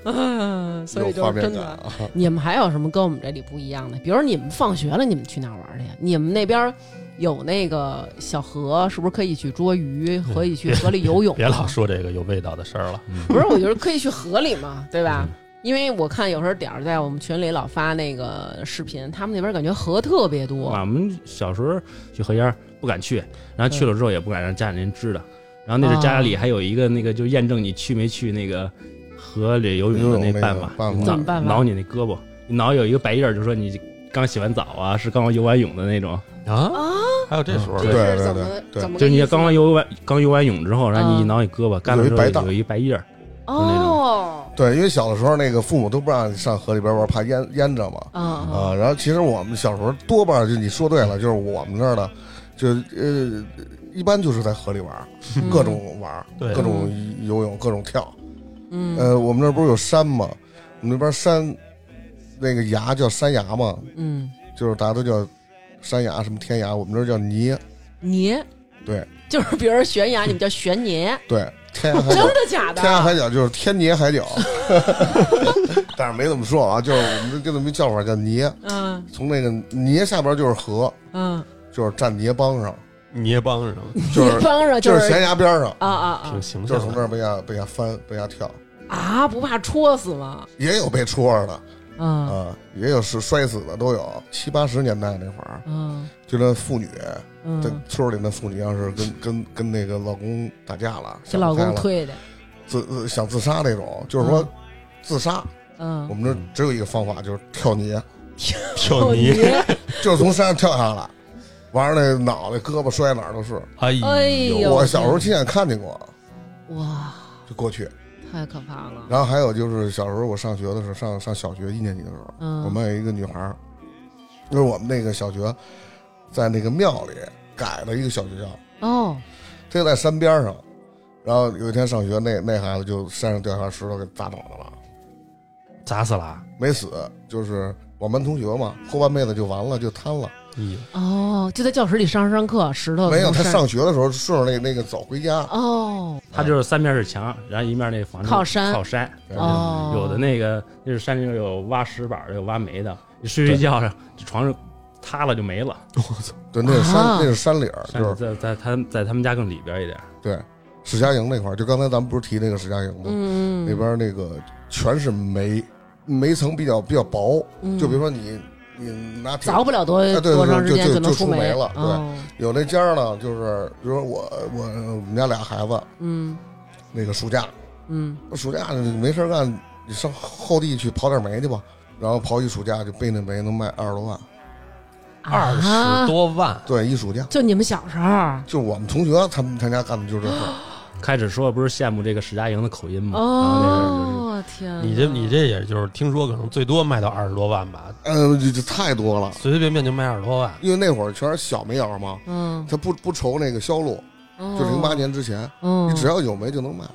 S6: 啊，所以
S5: 有
S6: 就
S5: 画
S6: 是
S5: 面
S6: 真
S5: 感
S6: 的。
S5: 啊！
S6: 你们还有什么跟我们这里不一样的？比如你们放学了，你们去哪儿玩去？你们那边有那个小河，是不是可以去捉鱼，可以去河里游泳？啊
S7: 别老，说这个有味道的事儿了。
S6: 不是，我觉得可以去河里嘛，对吧？
S7: 嗯
S6: 因为我看有时候点儿在我们群里老发那个视频，他们那边感觉河特别多。嗯
S4: 我们小时候去河沿儿不敢去，然后去了之后也不敢让家里人知道。然后那
S6: 啊
S1: 哦
S4: 是家里还有一个那个，就是验证你去没去那个河里游泳的
S5: 游泳那个
S4: 办法，
S5: 办法
S4: 你
S1: 怎么办
S4: 挠
S1: 法
S4: 挠你那胳膊，你挠有一个白印儿，就说你刚洗完澡啊，是刚游完泳的那种，
S7: 啊，
S6: 啊，
S7: 还有这说
S5: 对
S7: 法，
S6: 这是
S5: 对
S6: 怎
S5: 对
S6: 么
S5: 对
S6: 怎么个
S4: 就是你
S6: 意思
S4: 刚刚游完刚游完泳之后，然后你一
S1: 嗯
S4: 挠你胳膊，干了之
S5: 有一白
S4: 后
S5: 道
S4: 有一白印儿，
S6: 哦，
S5: 对，因为小的时候那个父母都不让你上河里边玩，怕淹淹着嘛。
S6: 啊
S5: 啊，然后其实我们小时候多半就你说对了，就是我们那儿的，就呃，一般就是在河里玩，
S6: 嗯
S5: 各种玩，
S7: 对
S5: 各种游泳，各种跳。
S1: 嗯
S5: 呃，我们那儿不是有山吗？我们那边山那个崖叫山崖嘛，
S1: 嗯，
S5: 就是大家都叫山崖，什么天涯，我们这儿叫泥。
S6: 泥
S5: 对
S6: 就是比如说悬崖，你们叫悬泥，
S5: 对，天涯海
S6: 真
S5: 角，
S6: 的假的
S5: 天？涯海角就是天泥海角， 但是没怎么说啊，就是我们就这么一叫法叫泥，
S6: 嗯
S5: 从那个泥下边就是河，
S6: 嗯，
S5: 就是站泥帮上，
S7: 捏帮上，
S5: 就
S6: 泥
S5: 是
S6: 帮着
S5: 就是
S6: 是
S5: 悬崖边上，
S6: 啊啊
S7: 挺形
S5: 就
S7: 象
S5: 是从这
S7: 的。
S5: 儿被压被压翻被压跳，
S6: 啊啊，不怕戳死吗？
S5: 也有被戳着的
S6: 嗯
S5: 啊，也有是摔死的都有，七八十年代那会儿，
S6: 嗯
S5: 就那妇女在
S6: 嗯，
S5: 村儿里那妇女要是跟跟跟那个老公打架了，
S6: 给
S5: 想
S6: 老
S5: 不开
S6: 公
S5: 了，
S6: 推的，
S5: 自自想自杀那种，就是说
S6: 嗯
S5: 自杀，我
S6: 嗯，
S5: 们这儿只有一个方法，就是跳泥。
S7: 跳
S6: 啊
S7: 泥，
S5: 就是从山上跳下来，完了那脑袋、胳膊摔哪儿都是。
S7: 哎
S6: 哎呦
S5: 我小时候亲眼看见过，
S6: 哇，
S5: 就过去。
S6: 太可怕了。
S5: 然后还有就是小时候我上学的时候，上上小学一年级的时候，
S6: 嗯，
S5: 我们有一个女孩儿，就是我们那个小学，在那个庙里改了一个小学校，
S6: 哦，
S5: 这在山边上。然后有一天上学，那那孩子就山上掉下石头给砸脑袋了，
S7: 砸死了！
S5: 没死，就是我们班同学嘛，后半辈子就完了，就瘫了。
S7: 哎呦
S6: 哦，就在教室里上上课，石头
S5: 没有，
S6: 从
S5: 他
S6: 山
S5: 上学的时候顺着那那个走回家，
S6: 哦
S4: 它就是三面是墙，然后一面那房子
S6: 靠山
S4: 靠山，
S6: 哦，
S4: 有的那个那是山里有挖石板的，有挖煤的，你睡睡觉上床上塌了就没了，
S5: 对，那是山，
S6: 啊
S5: 那是山里儿，就
S4: 但是
S5: 是
S4: 在在他在他们家更里边一点，
S5: 对，史家营那块儿，就刚才咱们不是提那个史家营吗？
S6: 嗯
S5: 那边那个全是煤，煤层比较比较薄，就比如说你你拿铁
S6: 嗯凿不了多
S5: 啊对对
S6: 多长时间
S5: 就就
S6: 能
S5: 就
S6: 出
S5: 出煤了对
S6: 哦，
S5: 有那家呢，就是比如说我我我们家俩孩子，
S6: 嗯
S5: 那个暑假
S6: 嗯
S5: 暑假没事儿干，你上后地去刨点煤去吧，然后刨一暑假就背那煤能卖二十多万，
S7: 二十
S6: 啊
S7: 多万，
S5: 对，一暑假。
S6: 就你们小时候
S5: 就我们同学他们他家干的就是这事儿，
S4: 开始说不是羡慕这个石家营的口音吗？
S7: 嗯
S4: 啊
S7: 啊
S6: 哦，天哪，
S7: 你这你这也就是听说可能最多卖到二十多万吧，
S5: 嗯、这这太多了，
S7: 随随便便就卖二十多万。
S5: 因为那会儿全是小煤窑嘛，
S6: 嗯，
S5: 他不不愁那个销路，
S6: 哦
S5: 就零八，年之前，
S6: 嗯，
S5: 你只要有煤就能卖。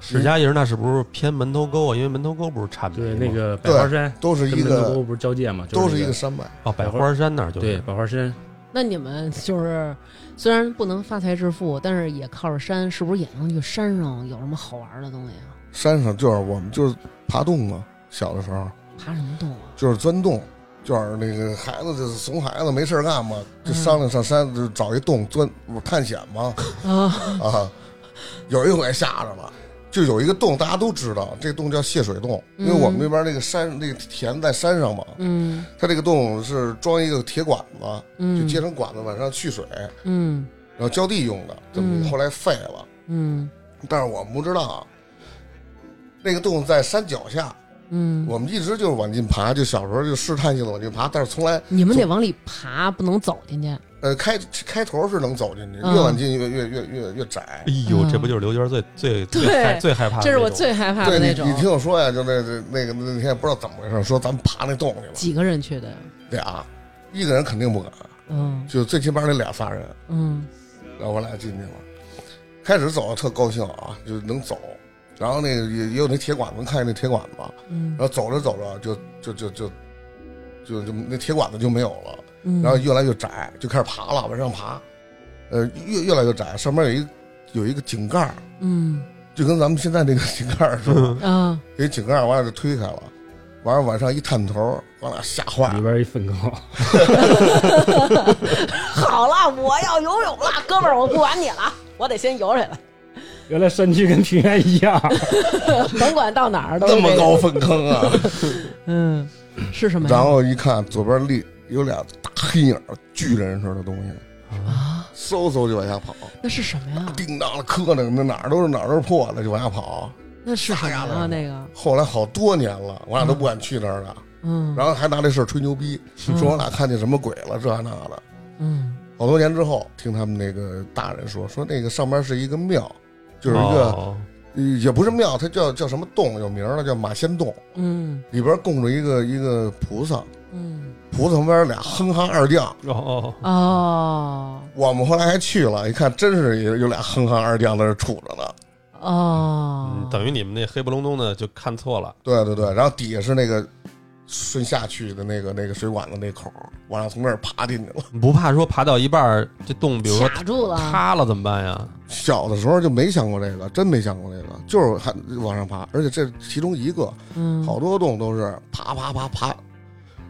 S7: 史家营那是不是偏门头沟啊？因为门头沟不是产
S4: 对那
S7: 煤吗？
S4: 个百花山
S5: 都是
S4: 跟
S5: 一
S4: 门头沟
S5: 个
S4: 不是交界嘛，
S5: 都是
S4: 是
S5: 一
S4: 那
S5: 个山脉，
S7: 哦，百花山那儿就是
S4: 对百花山
S6: 那你们就是虽然不能发财致富，但是也靠着山，是不是也能去山上有什么好玩的东西啊？
S5: 山上就是我们就是爬洞嘛，小的时候
S6: 爬什么洞啊？
S5: 就是钻洞，就是那个孩子就是怂孩子没事儿干嘛，就
S6: 嗯
S5: 商量上山就找一洞钻探险嘛
S6: 啊，
S5: 啊，有一回吓着了。就有一个洞，大家都知道，这洞叫泄水洞，因为
S6: 嗯
S5: 我们那边那个山，那个田在山上嘛，
S6: 嗯
S5: 它这个洞是装一个铁管子，就
S6: 嗯，
S5: 接成管子往上蓄水，
S6: 嗯
S5: 然后浇地用的，这么一
S6: 嗯
S5: 个后来废了，
S6: 嗯
S5: 但是我们不知道啊，那个洞在山脚下，
S6: 嗯，
S5: 我们一直就是往进爬，就小时候就试探性的往进爬，但是从来
S6: 你们得往里爬，不能走进去。
S5: 呃开开头是能走进去，
S6: 嗯
S5: 越往进越越越越越窄。
S7: 哎呦，这
S6: 嗯
S7: 不就是刘娟最最最
S6: 对
S7: 害最害怕的
S6: 这是
S7: 那
S6: 我
S7: 种
S6: 最害怕
S5: 对
S6: 的那
S5: 你，
S6: 种
S5: 你。听我说呀，就那那那个那天也不知道怎么回事，说咱们爬那洞去了，
S6: 几个人去的呀？
S5: 俩，一个人肯定不敢，
S6: 嗯
S5: 就最起码得俩仨人，
S6: 嗯
S5: 然后我俩进去了。开始走特高兴啊，就能走，然后那个也也有那铁管子，看见那铁管子，
S6: 嗯
S5: 然后走着走着就就就就就就那铁管子就没有了。
S6: 嗯，
S5: 然后越来越窄，就开始爬了，往上爬，呃，越越来越窄，上面有一有一个井盖儿，
S6: 嗯
S5: 就跟咱们现在这个井盖儿似的，
S6: 啊
S5: 有一井盖儿完了就推开了，完了往上一探头，我俩吓坏
S6: 嗯
S4: 里
S5: 了，
S4: 边一粪坑，
S6: 好了，我要游泳了，哥们儿，我不管你了，我得先游起来，
S4: 原来山区跟平原一样。
S6: 甭管到哪儿都是
S5: 那么
S6: 这个
S5: 高。粪坑 啊！
S6: 嗯，是什么呀？
S5: 然后一看左边立有俩大黑影儿，巨人似的东西，
S6: 啊，
S5: 嗖嗖就往下跑，
S6: 那是什么呀？
S5: 叮当了磕那个，那哪儿都是哪儿都是破的，就往下跑。
S6: 那是什么
S5: 啥呀
S6: 呀？那个，
S5: 后来好多年了，我俩都不敢去那儿了，
S6: 嗯，
S5: 然后还拿这事儿吹牛逼，
S6: 嗯
S5: 说我俩看见什么鬼了，这那的。
S6: 嗯
S5: 好多年之后，听他们那个大人说，说那个上边是一个庙，就是一个、呃
S7: 哦
S5: 也不是庙，它叫叫什么洞，有名儿了，叫马仙洞，
S6: 嗯
S5: 里边供着一个一个菩萨，
S6: 嗯，
S5: 菩萨旁边俩哼哈
S6: 哎
S5: 二将。
S7: 哦哦，
S6: 哦
S5: 我们后来还去了，一看真是有有俩哼哈二将在那儿杵着呢。
S6: 哦
S7: 嗯，等于你们那黑不隆咚的就看错了，
S5: 对对对，然后底下是那个顺下去的那个那个水管子那口儿，往上从那儿爬进去了。
S7: 你 不怕说爬到一半儿这洞，比如说
S6: 卡住了，
S7: 塌了怎么办呀？
S5: 小的时候就没想过这个，真没想过这个，就是还往上爬，而且这其中一个，
S6: 嗯，
S5: 好多洞都是爬爬爬爬，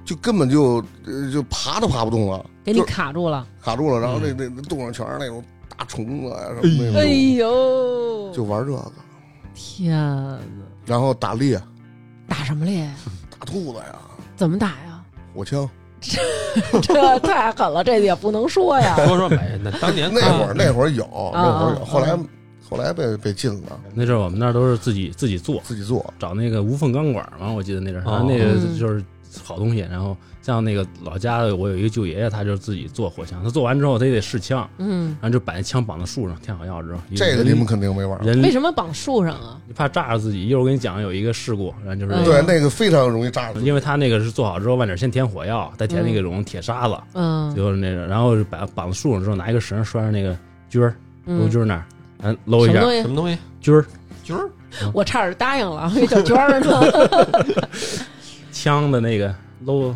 S5: 就根本就呃就爬都爬不动了，
S6: 给你
S5: 就
S6: 卡住了，
S5: 卡住了，然后那那那洞上全是那种大虫子呀啊什么那种，
S6: 哎呦，
S5: 就玩这个，
S6: 天哪，
S5: 然后打猎、
S6: 打什么猎？
S5: 打兔子呀、
S6: 怎么打呀？
S5: 火枪，
S6: 这太狠了，这也不能说呀。
S7: 说说美，那当年
S5: 那会儿那会儿有，那会儿有，
S6: 啊
S5: 后来
S6: 啊
S5: 后来被被禁了，
S4: 那阵儿我们那儿都是自己自己做，
S5: 自己做。
S4: 找那个无缝钢管嘛，我记得那阵儿，
S7: 哦
S4: 然后那个
S6: 嗯
S4: 就是好东西。然后像那个老家的，我有一个舅爷爷，他就是自己做火枪，他做完之后他也得试枪，
S6: 嗯，
S4: 然后就把那枪绑在树上，添好药之后，
S5: 这个你们肯定没玩儿。
S4: 嗯人
S6: 为什么绑树上啊？
S4: 怕炸着自己。一会儿我跟你讲有一个事故，然后就是、
S6: 嗯
S5: 对，那个非常容易炸死。
S4: 因为他那个是做好之后外面先填火药，再填那个种铁沙子，
S6: 嗯
S4: 就是那个，然后是把绑在树上之后拿一个绳拴上那个撅儿，楼
S6: 嗯，
S4: 撅儿那儿，嗯，搂一
S6: 什么
S4: 下
S6: 东
S7: 什
S6: 西？
S7: 么东西？
S4: 撅儿
S7: 军儿
S6: 我差点答应了， 还叫娟儿呢。
S4: 枪的那个搂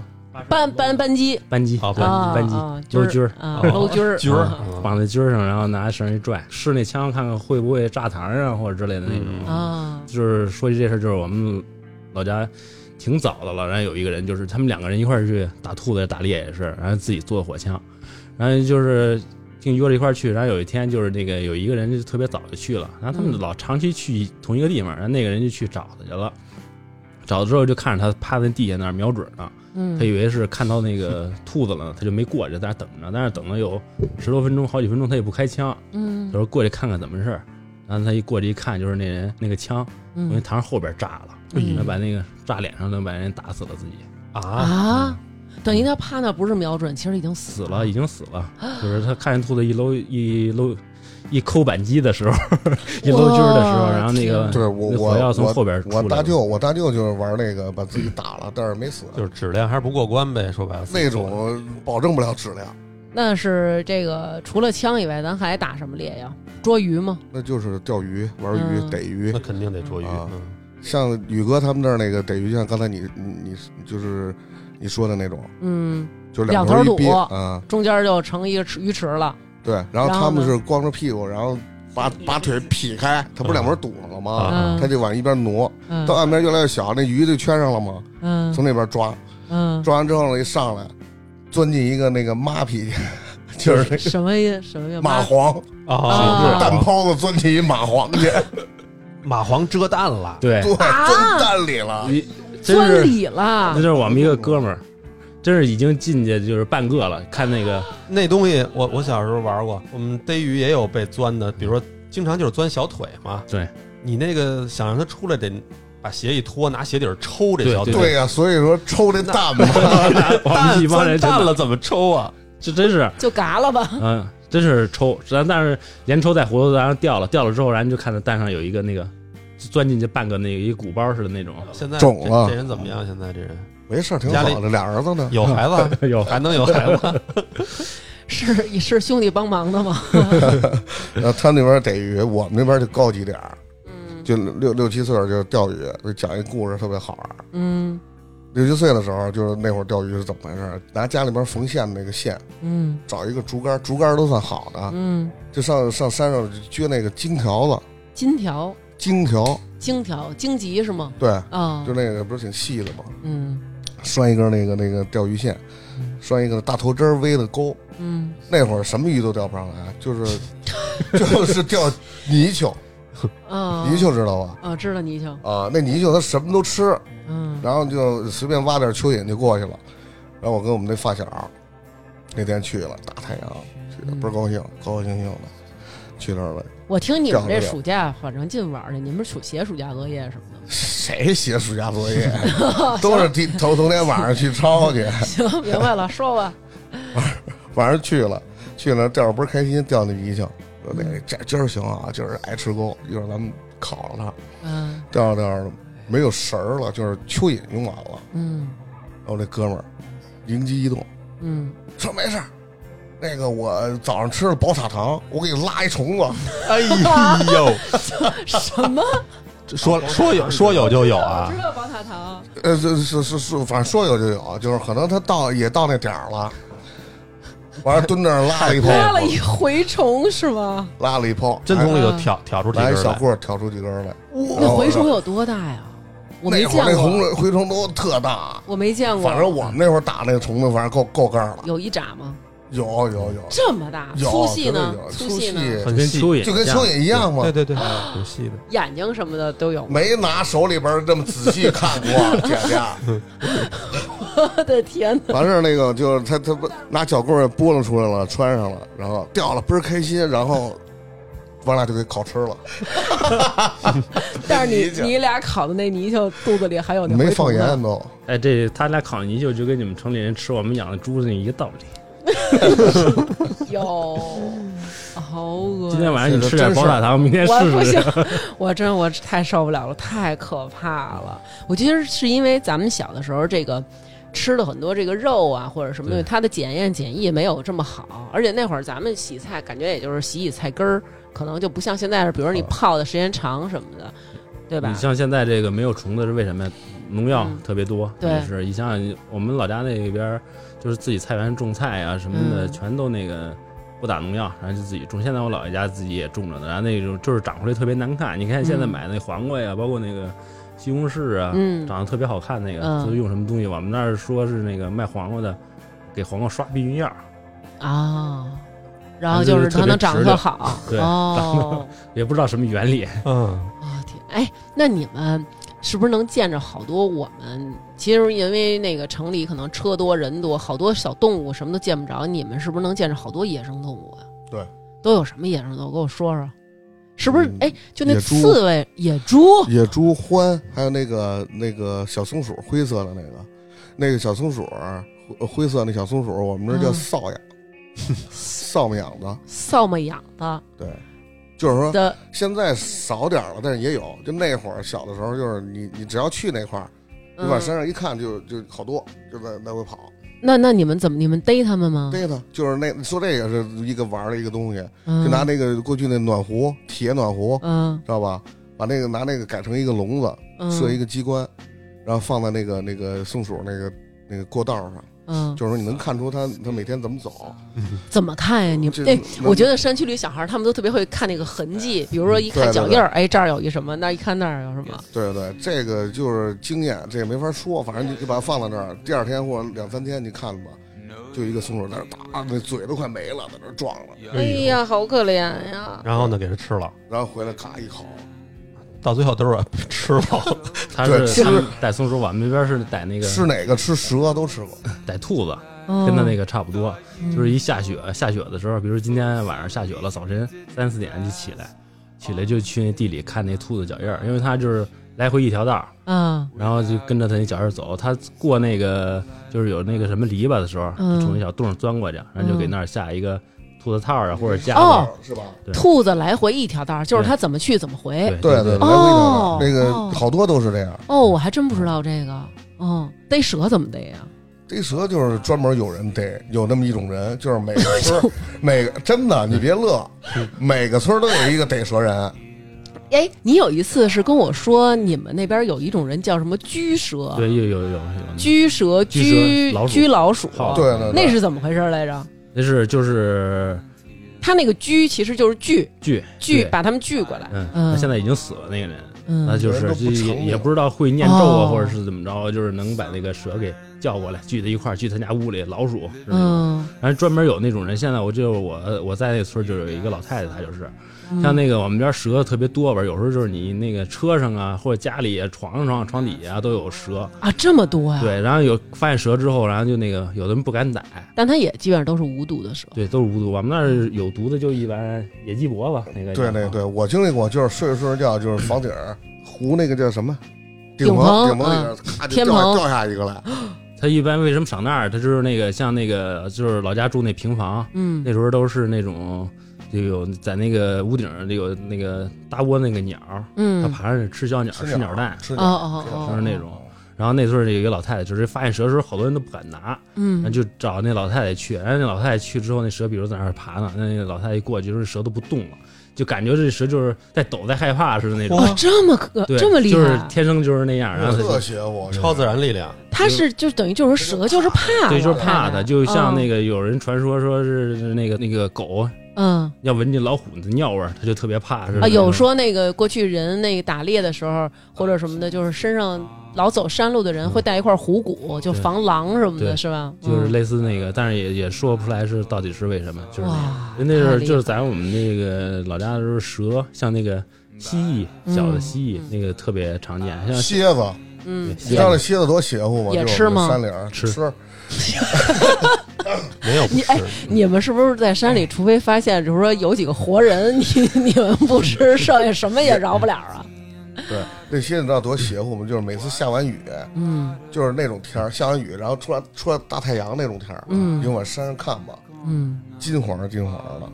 S6: 扳扳扳机
S4: 扳机
S7: 啊扳
S6: 啊
S4: 扳机
S6: 啊，
S4: 搂撅
S6: 儿
S4: 儿
S6: 啊，
S7: 哦
S6: 搂军儿，
S7: 军儿
S6: 啊
S4: 绑在筋上，然后拿绳一拽，试那枪看看会不会炸膛啊或者之类的那种。
S7: 嗯
S6: 啊，
S4: 就是说起这事儿，就是我们老家挺早的了，然后有一个人就是他们两个人一块儿去打兔子、打猎也是，然后自己做火枪，然后就是。挺约着一块儿去，然后有一天就是那个有一个人就特别早就去了，然后他们
S6: 嗯
S4: 老长期去同一个地方，然后那个人就去找他去了，找了之后就看着他趴在地下那儿瞄准呢，
S6: 嗯
S4: 他以为是看到那个兔子了，他就没过去，在那儿等着，但是等了有十多分钟、好几分钟，他也不开枪，他
S6: 嗯
S4: 说过去看看怎么回事儿。然后他一过去一看，就是那人那个枪，因为
S6: 嗯
S4: 膛后边炸了，
S6: 嗯
S4: 那把那个炸脸上，能把人打死了，自己
S7: 啊，
S6: 啊，等于他趴那不是瞄准，其实已经死
S4: 死了，已经死了。
S6: 啊
S4: 就是他看见兔子一搂一搂一抠扳机的时候， 一搂筋儿的时候，
S6: 哇
S4: 然后那个
S5: 对我
S4: 嗯那
S5: 我
S4: 火药从后边出来
S5: 我
S4: 了。
S5: 大舅，我大舅就是玩那个，把自己打了，但是没死，
S7: 就是质量还是不过关呗，说白了
S5: 那种保证不了质量，
S6: 那是这个除了枪以外，咱还打什么猎呀？捉鱼吗？那
S5: 那就是钓鱼、玩鱼、
S6: 嗯
S5: 逮鱼
S7: 那。肯定得捉鱼。
S5: 啊
S7: 嗯
S5: 像宇哥他们那儿那个逮鱼，像刚才你你你就是你说的那种，
S6: 嗯，
S5: 就是
S6: 两
S5: 头
S6: 头
S5: 一
S6: 堵
S5: 憋啊，
S6: 中间就成一个池鱼池了。
S5: 对。然后他
S6: 然后
S5: 们
S6: 呢
S5: 是光着屁股，啊然后把把腿劈开，他不是两边堵上了吗？
S6: 嗯
S5: 啊他就往一边挪，
S6: 嗯
S5: 到岸边越来越小，那鱼就圈上了嘛，
S6: 嗯
S5: 从那边抓，
S6: 嗯，
S5: 抓完之后呢，一上来钻进一个那个马匹， 就是那
S6: 什么意什么意
S5: 个蚂蟥。
S6: 啊
S5: 蛋泡子钻进一蚂蟥 去，
S7: 蚂蟥蛰蛋了，
S4: 对，
S5: 对，钻蛋里了。
S4: 一真
S6: 钻
S4: 是
S6: 里了
S4: 那就？是我们一个哥们儿，真是已经进去就是半个了，看那 个
S7: 那东西我我小时候玩过，我们逮鱼也有被钻的，比如说经常就是钻小腿嘛。
S4: 对，
S7: 你那个想让它出来得把鞋一脱，拿鞋底儿抽这小腿。
S5: 对呀、所以说抽这蛋嘛，
S4: 我们一帮人真
S7: 钻蛋
S4: 的，
S7: 了怎么抽啊？
S4: 这真是
S6: 就嘎了吧？
S4: 嗯，真是抽，但但是连抽带胡子，然后掉了，掉了之后，然后就看到蛋上有一个那个钻进去半个那个一鼓包似的那种，
S7: 现在
S5: 肿
S7: 这
S5: 了
S7: 这人怎么样？现在这人
S5: 没事儿，挺
S7: 家里
S5: 好的。俩儿子呢，
S7: 有孩子，
S4: 有
S7: 还能 有孩子？
S6: 是是兄弟帮忙的吗？
S5: 然后他那边逮鱼，我们那边就高级点儿，
S6: 嗯
S5: 就六六七岁儿就钓鱼，就讲一故事特别好玩啊儿。
S6: 嗯
S5: 六七岁的时候，就是那会儿钓鱼是怎么回事儿？拿家里边缝线的那个线，
S6: 嗯
S5: 找一个竹竿，竹竿都算好的，
S6: 嗯，
S5: 就上上山上撅那个金条子，
S6: 金条、
S5: 金条，
S6: 荆条、荆棘是吗？
S5: 对，
S6: 啊
S5: 就，那个不是挺细的吗？
S6: 嗯
S5: 拴一根那个那个钓鱼线，拴一个大头针儿围的钩，
S6: 嗯，
S5: 那会儿什么鱼都钓不上来，啊就是 就是钓泥鳅，
S6: 啊，
S5: 泥鳅知道吧？
S6: 啊，知道泥鳅，
S5: 啊，那泥鳅它什么都吃，
S6: 嗯，
S5: 然后就随便挖点蚯蚓就过去了。然后我跟我们那发小那天去了，大太阳，去的，倍儿
S6: 嗯
S5: 高兴，高高兴兴的去那儿了。
S6: 我听你们这暑假反正净玩儿去，你们暑写暑假作业什么 的。
S5: 谁写暑假作业？啊都是提头头天晚上去抄去，
S6: 行，明白了，说吧。
S5: 晚上去了，去了钓着倍儿开心，钓那鱼去。说那个这今儿行啊，今儿爱吃钩，一会儿咱们烤了它。
S6: 嗯
S5: 钓着钓着没有食儿了，就是蚯蚓用完了。
S6: 嗯
S5: 然后这哥们儿灵机一动，
S6: 嗯，
S5: 说没事儿，那个我早上吃了宝塔糖，我给你拉一虫子。
S7: 哎呦，
S6: 什么？
S7: 说说有说有就有啊
S6: 知，道宝塔糖？
S5: 呃，是是是是，反正说有就有，就是可能他到也到那点儿了，完了蹲那儿拉了一泡，
S6: 拉了一蛔虫是吗？
S5: 拉了一泡，哎
S7: 真从里
S4: 嗯
S7: 头挑挑出几根
S5: 来小
S7: 来。
S5: 棍儿挑出几根儿来。
S6: 那蛔虫有多大呀？我没
S5: 那会儿
S6: 见
S5: 那红
S6: 过，
S5: 蛔虫都特大，
S6: 我没见过。
S5: 反正我们那会儿打那虫子，反正够够干了。
S6: 有一扎吗？
S5: 有有有
S6: 这么大，
S5: 有，
S6: 粗细
S5: 绝对
S6: 呢
S5: 有？
S6: 粗
S5: 粗
S6: 细呢？
S5: 细
S7: 很
S4: 跟
S7: 细
S4: 蚯蚓
S5: 就跟蚯蚓一样嘛
S7: 对。对对，很细啊的。
S6: 眼睛什么的都有吗。
S5: 没拿手里边儿这么仔细看过，姐姐。
S6: 我的天哪！
S5: 完事儿那个就是他他不拿脚棍儿拨弄出来了，穿上了，然后掉了倍儿开心，然后完俩就给烤吃了，
S6: 但是
S5: 泥
S6: 你
S5: 鳅
S6: 你俩烤的那泥鳅肚子里还有那
S5: 没
S6: 蛔虫
S5: 放
S6: 呢
S5: 盐都。
S4: 哎，这他俩烤泥鳅就跟你们城里人吃我们养的猪的那一个道理。
S6: 哟，好恶
S4: 今
S6: 心
S4: 天！晚上你吃点宝塔糖，明天
S6: 我不
S4: 试
S6: 行
S4: 试。，
S6: 我真我太受不了了，太可怕了。我觉得是因为咱们小的时候这个。吃了很多这个肉啊，或者什么东西，
S4: 对
S6: 它的检验检疫没有这么好，而且那会儿咱们洗菜，感觉也就是洗洗菜根儿，可能就不像现在是，比如你泡的时间长什么的，对吧
S4: 你？像现在这个没有虫子是为什么呀？农药
S6: 嗯
S4: 特别多，
S6: 对
S4: 就是你像我们老家那边儿，就是自己菜园种菜啊什么的，
S6: 嗯
S4: 全都那个不打农药，然后就自己种。现在我姥爷家自己也种着呢，然后那种就是长出来特别难看。你看现在
S6: 嗯
S4: 买那黄瓜呀，包括那个西红柿啊，
S6: 嗯
S4: 长得特别好看那个，
S6: 嗯
S4: 就是用什么东西？我们那儿说是那个卖黄瓜的，给黄瓜刷避孕药，
S6: 啊，然后就是它能长得特好，
S4: 对
S6: 哦，
S4: 也不知道什么原 理。
S7: 嗯，
S6: 啊、天！哎，那你们是不是能见着好多我们？其实因为那个城里可能车多人多，好多小动物什么都见不着。你们是不是能见着好多野生动物啊？
S5: 对，
S6: 都有什么野生动物？给我说说，是不是
S5: 嗯？
S6: 哎、就那
S5: 野猪
S6: 刺猬、野猪，
S5: 野猪、獾，还有那个那个小松鼠，灰色的那个，那个小松鼠，灰呃灰色那小松鼠，我们这叫
S6: 嗯
S5: 扫养，扫帚养的。
S6: 扫帚养的
S5: 对，就是说
S6: 的，
S5: 现在少点儿了，但是也有。就那会儿小的时候，就是你你只要去那块儿，你
S6: 嗯
S5: 往山上一看就，就好多，就在来回跑。
S6: 那那你们怎么？你们逮它们吗？
S5: 对的，就是那说这也是一个玩儿的一个东西，
S6: 嗯，
S5: 就拿那个过去那暖壶，铁暖壶，
S6: 嗯
S5: 知道吧？把那个拿那个改成一个笼子，
S6: 嗯
S5: 设一个机关，然后放在那个那个松鼠那个那个过道上，
S6: 嗯，
S5: 就是说你能看出它它每天怎么走。
S6: 怎么看呀？你
S5: 嗯这
S6: 们哎，
S5: 能
S6: 我觉得山区里小孩儿他们都特别会看那个痕迹，比如说一看
S5: 哎对对
S6: 脚印儿，哎，这儿有一什么，那一看那儿有什么。
S5: 对对，这个就是经验，这也没法说，反正你就把它放在那儿，第二天或者两三天你看吧，就一个松鼠在那儿打，那嘴都快没了，在那儿撞了，
S6: 哎呀，好可怜呀！
S7: 然后呢，给它吃了，
S5: 然后回来咔一口，
S7: 到最后都是 吃了。
S4: 他
S5: 对
S4: 是
S5: 其实
S4: 他们逮松鼠，我们那边是逮那个
S5: 吃哪个吃蛇都吃过，
S4: 逮兔子，
S6: 嗯
S4: 跟他那个差不多，
S6: 嗯
S4: 就是一下雪，下雪的时候，比如今天晚上下雪了，早晨三四点就起来，起来就去那地里看那兔子脚印儿，因为它就是来回一条道儿，
S6: 啊，
S4: 然后就跟着它那脚印儿走。它过那个就是有那个什么篱笆的时候，
S6: 嗯
S4: 就从那小洞儿钻过去，然后就给那儿下一个兔子套儿啊或者架子。
S6: 哦
S5: 是吧？
S4: 对
S6: 兔子来回一条道儿，就是它怎么去怎么回。
S4: 对
S5: 哎对对，来回一
S4: 对，
S5: 条
S6: 哦
S5: 道那个
S6: 哦
S5: 好多都是这样。
S6: 哦，我还真不知道这个。哦，逮蛇怎么逮呀？
S5: 逮蛇就是专门有人逮，有那么一种人，就是每个村 儿每个真的，你别乐，
S6: 嗯
S5: 每个村儿都有一个逮蛇人。
S6: 哎，你有一次是跟我说，你们那边有一种人叫什么居蛇，
S4: 对有有有有，
S6: 居蛇、
S4: 居
S6: 居
S4: 蛇老鼠
S6: 居老鼠，
S4: 好
S5: 对对对，
S6: 那是怎么回事来着？
S4: 那是就是
S6: 它那个居其实就是聚
S4: 锯
S6: 聚，
S4: 对
S6: 把他们聚过来。
S4: 嗯，
S6: 嗯
S4: 他现在已经死了那个人。
S6: 嗯
S4: 那就是
S5: 人都不
S4: 也
S5: 成
S4: 也
S5: 了
S4: 不知道会念咒啊，
S6: 哦
S4: 或者是怎么着，就是能把那个蛇给叫过来聚在一块儿去他家屋里老鼠，是那种
S1: 嗯
S4: 然后专门有那种人。现在我记得我我在那村就有一个老太太，她就是
S1: 嗯
S4: 像那个我们这儿蛇特别多吧，有时候就是你那个车上啊，或者家里啊、床上、床床底下、都有蛇。
S6: 啊，这么多啊！，
S4: 对，然后有发现蛇之后，然后就那个有的人不敢逮，
S6: 但它也基本上都是无毒的蛇。
S4: 对，都是无毒。我们那儿有毒的就一般野鸡脖子那个。
S5: 对对对，我经历过，就是睡着睡着觉，就是房顶儿糊那个叫什么
S6: 顶
S5: 棚，
S6: 棚嗯
S5: 顶里边咔就
S6: 天
S5: 掉下
S6: 棚
S5: 掉下一个来，
S4: 他一般为什么上那儿？他就是那个像那个就是老家住那平房，
S6: 嗯
S4: 那时候都是那种就有在那个屋顶儿就有那个搭窝那个鸟儿，他
S6: 嗯，
S4: 爬上去吃小鸟儿，
S5: 吃
S4: 吃鸟蛋，
S5: 吃
S6: 哦
S5: 鸟，
S6: 哦哦，
S4: 就是那种。然后那时候有一个老太太，就是发现蛇的时候，好多人都不敢拿，然后
S6: 嗯，
S4: 就找那老太太去。然后那老太太去之后，那蛇比如在那儿爬呢，那个老太太一过去，就是蛇都不动了，就感觉这蛇就是在抖、在害怕似的那种。
S6: 哇，哦这么可
S4: 哦对，
S6: 这么厉
S4: 就是
S6: 害，啊
S4: 天生就是那样。然
S6: 哦
S4: 后她
S5: 特
S4: 就
S5: 邪乎，
S7: 超自然力量，
S6: 它是就等于就是蛇就是怕，
S4: 对，就是
S6: 我
S4: 怕
S6: 看
S4: 它，
S6: 着
S4: 就像那个有人传说说是那个那个狗
S6: 嗯
S4: 要闻见老虎的尿味儿，它就特别怕似的
S6: 嗯
S4: 那
S6: 啊，
S4: 种。
S6: 有说那个过去人那个打猎的时候或者什么的，就是身上老走山路的人会带一块虎骨，就
S4: 嗯对
S6: 防狼什么的，
S4: 对
S6: 是吧？
S4: 就是
S6: 嗯
S4: 类似那个，但是也也说不出来是到底是为什么，就是那样。
S6: 哇，
S4: 那时候
S6: 太厉
S4: 就是
S6: 害
S4: 在我们那个老家的时候，蛇像那个蜥蜴，小的蜥蜴
S6: 嗯
S4: 那个特别常见，像
S5: 蝎子，
S6: 嗯，
S5: 你知道那蝎子多邪乎吗？
S6: 也
S5: 就是
S6: 吃吗
S5: 山里儿
S4: 吃
S5: 吃，
S7: 没有不
S6: 你哎
S7: 吃。
S6: 你们是不是在
S4: 哎
S6: 山里，除非发现，比如说有几个活人，你你们不吃，剩下什么也饶不了啊？
S5: 对，那蝎子你知道多邪乎吗？就是每次下完雨，
S6: 嗯
S5: 就是那种天儿，下完雨然后出来出来大太阳那种天儿，
S6: 嗯
S5: 你就往山上看吧，
S6: 嗯，
S5: 金黄儿金黄儿的，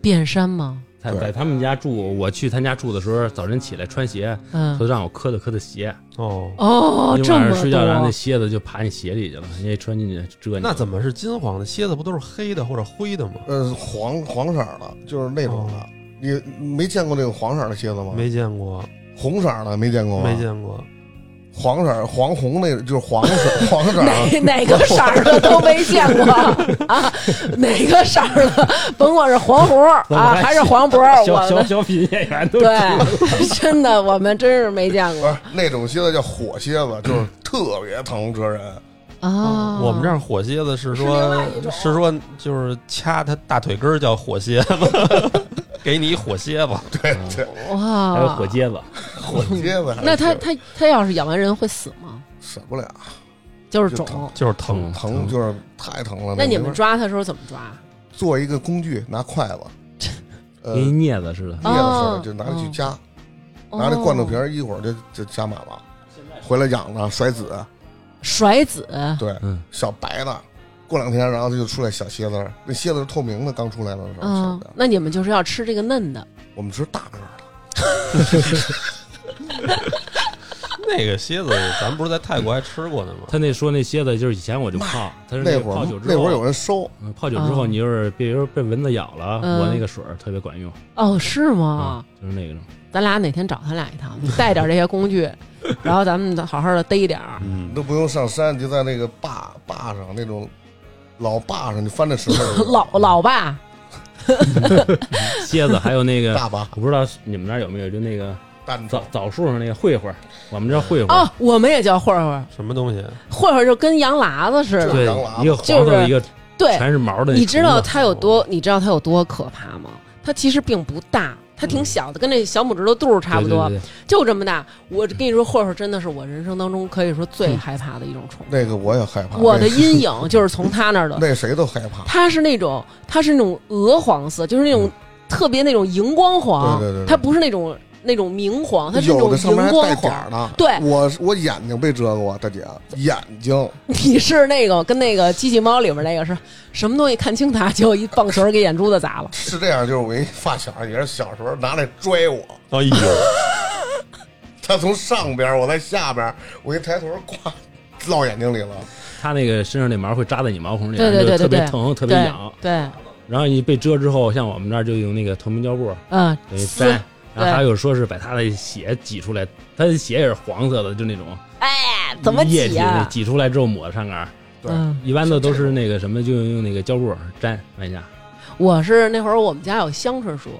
S6: 变山吗？
S4: 在
S5: 对
S4: 在他们家住，我去他家住的时候，早晨起来穿鞋，他
S6: 嗯
S4: 就让我磕的磕的鞋，
S7: 哦，
S6: 哦，
S4: 你
S6: 这
S4: 晚
S6: 么
S4: 上睡觉，然后那
S6: 多
S4: 蝎子就爬你鞋里去了，你也穿进去蛰你。
S7: 那怎么是金黄的？蝎子不都是黑的或者灰的吗？
S6: 嗯
S5: 呃，黄黄色儿的，就是那种的
S7: 哦。
S5: 你没见过那个黄色儿的蝎子吗？
S7: 没见过，
S5: 红色儿的没见过吗？
S7: 没见过。
S5: 黄色儿黄红那个就是 黄色黄色儿
S4: 啊
S5: 的
S6: 哪哪个色儿的都没见过 啊？哪个色儿的，甭管是黄活儿
S4: 我
S6: 啊，
S4: 还
S6: 还是黄渤，
S4: 小
S6: 我
S4: 小
S6: 们
S4: 小品演员都
S6: 对，真的我们真是没见
S5: 不
S6: 过
S5: 是那种蝎子叫火蝎子，就是特别疼蜇人。
S4: 嗯
S6: 啊
S7: 我们这儿火蝎子是说，是说就是掐他大腿根儿叫火蝎子， 给你一火蝎子。
S6: 哇，哦
S4: 还
S6: 啊
S4: 有火疖子，
S5: 火蝎子还是蝎子，
S6: 那他他他要是咬完人会死吗？
S5: 死不了，
S6: 就是
S5: 就疼
S6: 肿。
S7: 就是疼
S4: 嗯，
S5: 疼就是太疼了。
S6: 那你
S5: 没
S6: 们
S5: 法
S6: 抓他时候怎么抓？
S5: 做一个工具，拿筷子， 呃，
S4: 跟一
S5: 捏
S4: 镊子似的。
S5: 的时候
S6: 哦
S5: 就拿着去夹，
S6: 哦
S5: 拿着罐头瓶儿一会儿就就夹满了，回来养着甩籽，
S6: 甩子，
S5: 对，
S4: 嗯
S5: 小白的。过两天，然后它就出来小蝎子儿，那蝎子是透明的，刚出来的时候。小
S6: 嗯
S5: 的，
S6: 那你们就是要吃这个嫩的，
S5: 我们吃大个儿的，
S7: 那个蝎子，咱不是在泰国还吃过呢吗？
S4: 他那说那蝎子就是以前我就泡，他是
S5: 那
S4: 个
S5: 会
S4: 泡
S5: 儿
S4: 酒之
S5: 那
S4: 后，
S5: 会儿有人收，
S4: 嗯泡酒之后
S6: 哦
S4: 你就是比如被蚊子咬了，
S6: 嗯
S4: 我那个水儿特别管用
S6: 哦，是吗？
S4: 啊，嗯就是那种。
S6: 咱俩哪天找他俩一趟，带点这些工具，然后咱们好好的逮点儿。
S7: 嗯
S5: 你，都不用上山，就在那个坝坝上那种老坝上，你翻着石头就有
S6: 老老爸，
S4: 蝎子，还有那个
S5: 大坝
S4: 我不知道你们那儿有没有，就那个
S5: 蛋
S4: 枣
S5: 枣，
S4: 枣树上那个慧慧儿，我们这慧慧儿，
S6: 哦，我们也叫混混，
S7: 什么东西？啊
S6: 混混就跟羊喇子似的。
S4: 对
S5: 长啊喇叭，
S4: 一个黄色
S6: 就是
S4: 的，一个
S6: 对，
S4: 全是毛的那竹子。
S6: 你知道它有多，你知道它有多可怕吗？它其实并不大，它挺小的，跟那小拇指头肚儿差不多，
S4: 对对对
S6: 就这么大。我跟你说，混混真的是我人生当中可以说最害怕的一种虫。
S5: 那个我也害怕，
S6: 我的啊
S5: 那
S6: 阴影就是从他那儿的。
S5: 那谁都害怕，
S6: 它是那种，它是那种鹅黄色，就是那种特别那种荧光黄，
S5: 嗯对对对对
S6: 它不是那种那种明黄，它是那
S5: 有
S6: 种
S5: 的上面还
S6: 荧
S5: 带
S6: 光
S5: 点
S6: 黄。
S5: 儿呢。
S6: 对
S5: 我我眼睛被蛰过，大姐，眼睛
S6: 你是那个跟那个机器猫里面那个是什么东西？看清它，结果一棒球给眼珠子砸了。
S5: 是这样，就是我一发小也是小时候拿来拽我，
S7: 哎呦，
S5: 他从上边儿，我在下边儿，我一抬头，咵，落眼睛里了。
S4: 它那个身上那毛会扎在你毛孔里，
S6: 对对对
S4: 就
S6: 对
S4: 特别
S6: 对
S4: 疼，特别
S6: 对
S4: 痒。
S6: 对，
S4: 然后你被蛰之后，像我们这儿就用那个透明胶布
S6: 嗯，
S4: 给
S6: 撕
S4: 塞，
S6: 对
S4: 然后还有说是把它的血挤出来，它的血也是黄色的，就那种
S6: 哎，怎么
S4: 液体
S6: 挤
S4: 那
S6: 啊？
S4: 挤出来之后抹上杆儿，
S5: 对
S6: 嗯，
S4: 一般的都是那个什么，就用那个胶布粘往下。
S6: 我是那会儿我们家有香椿树，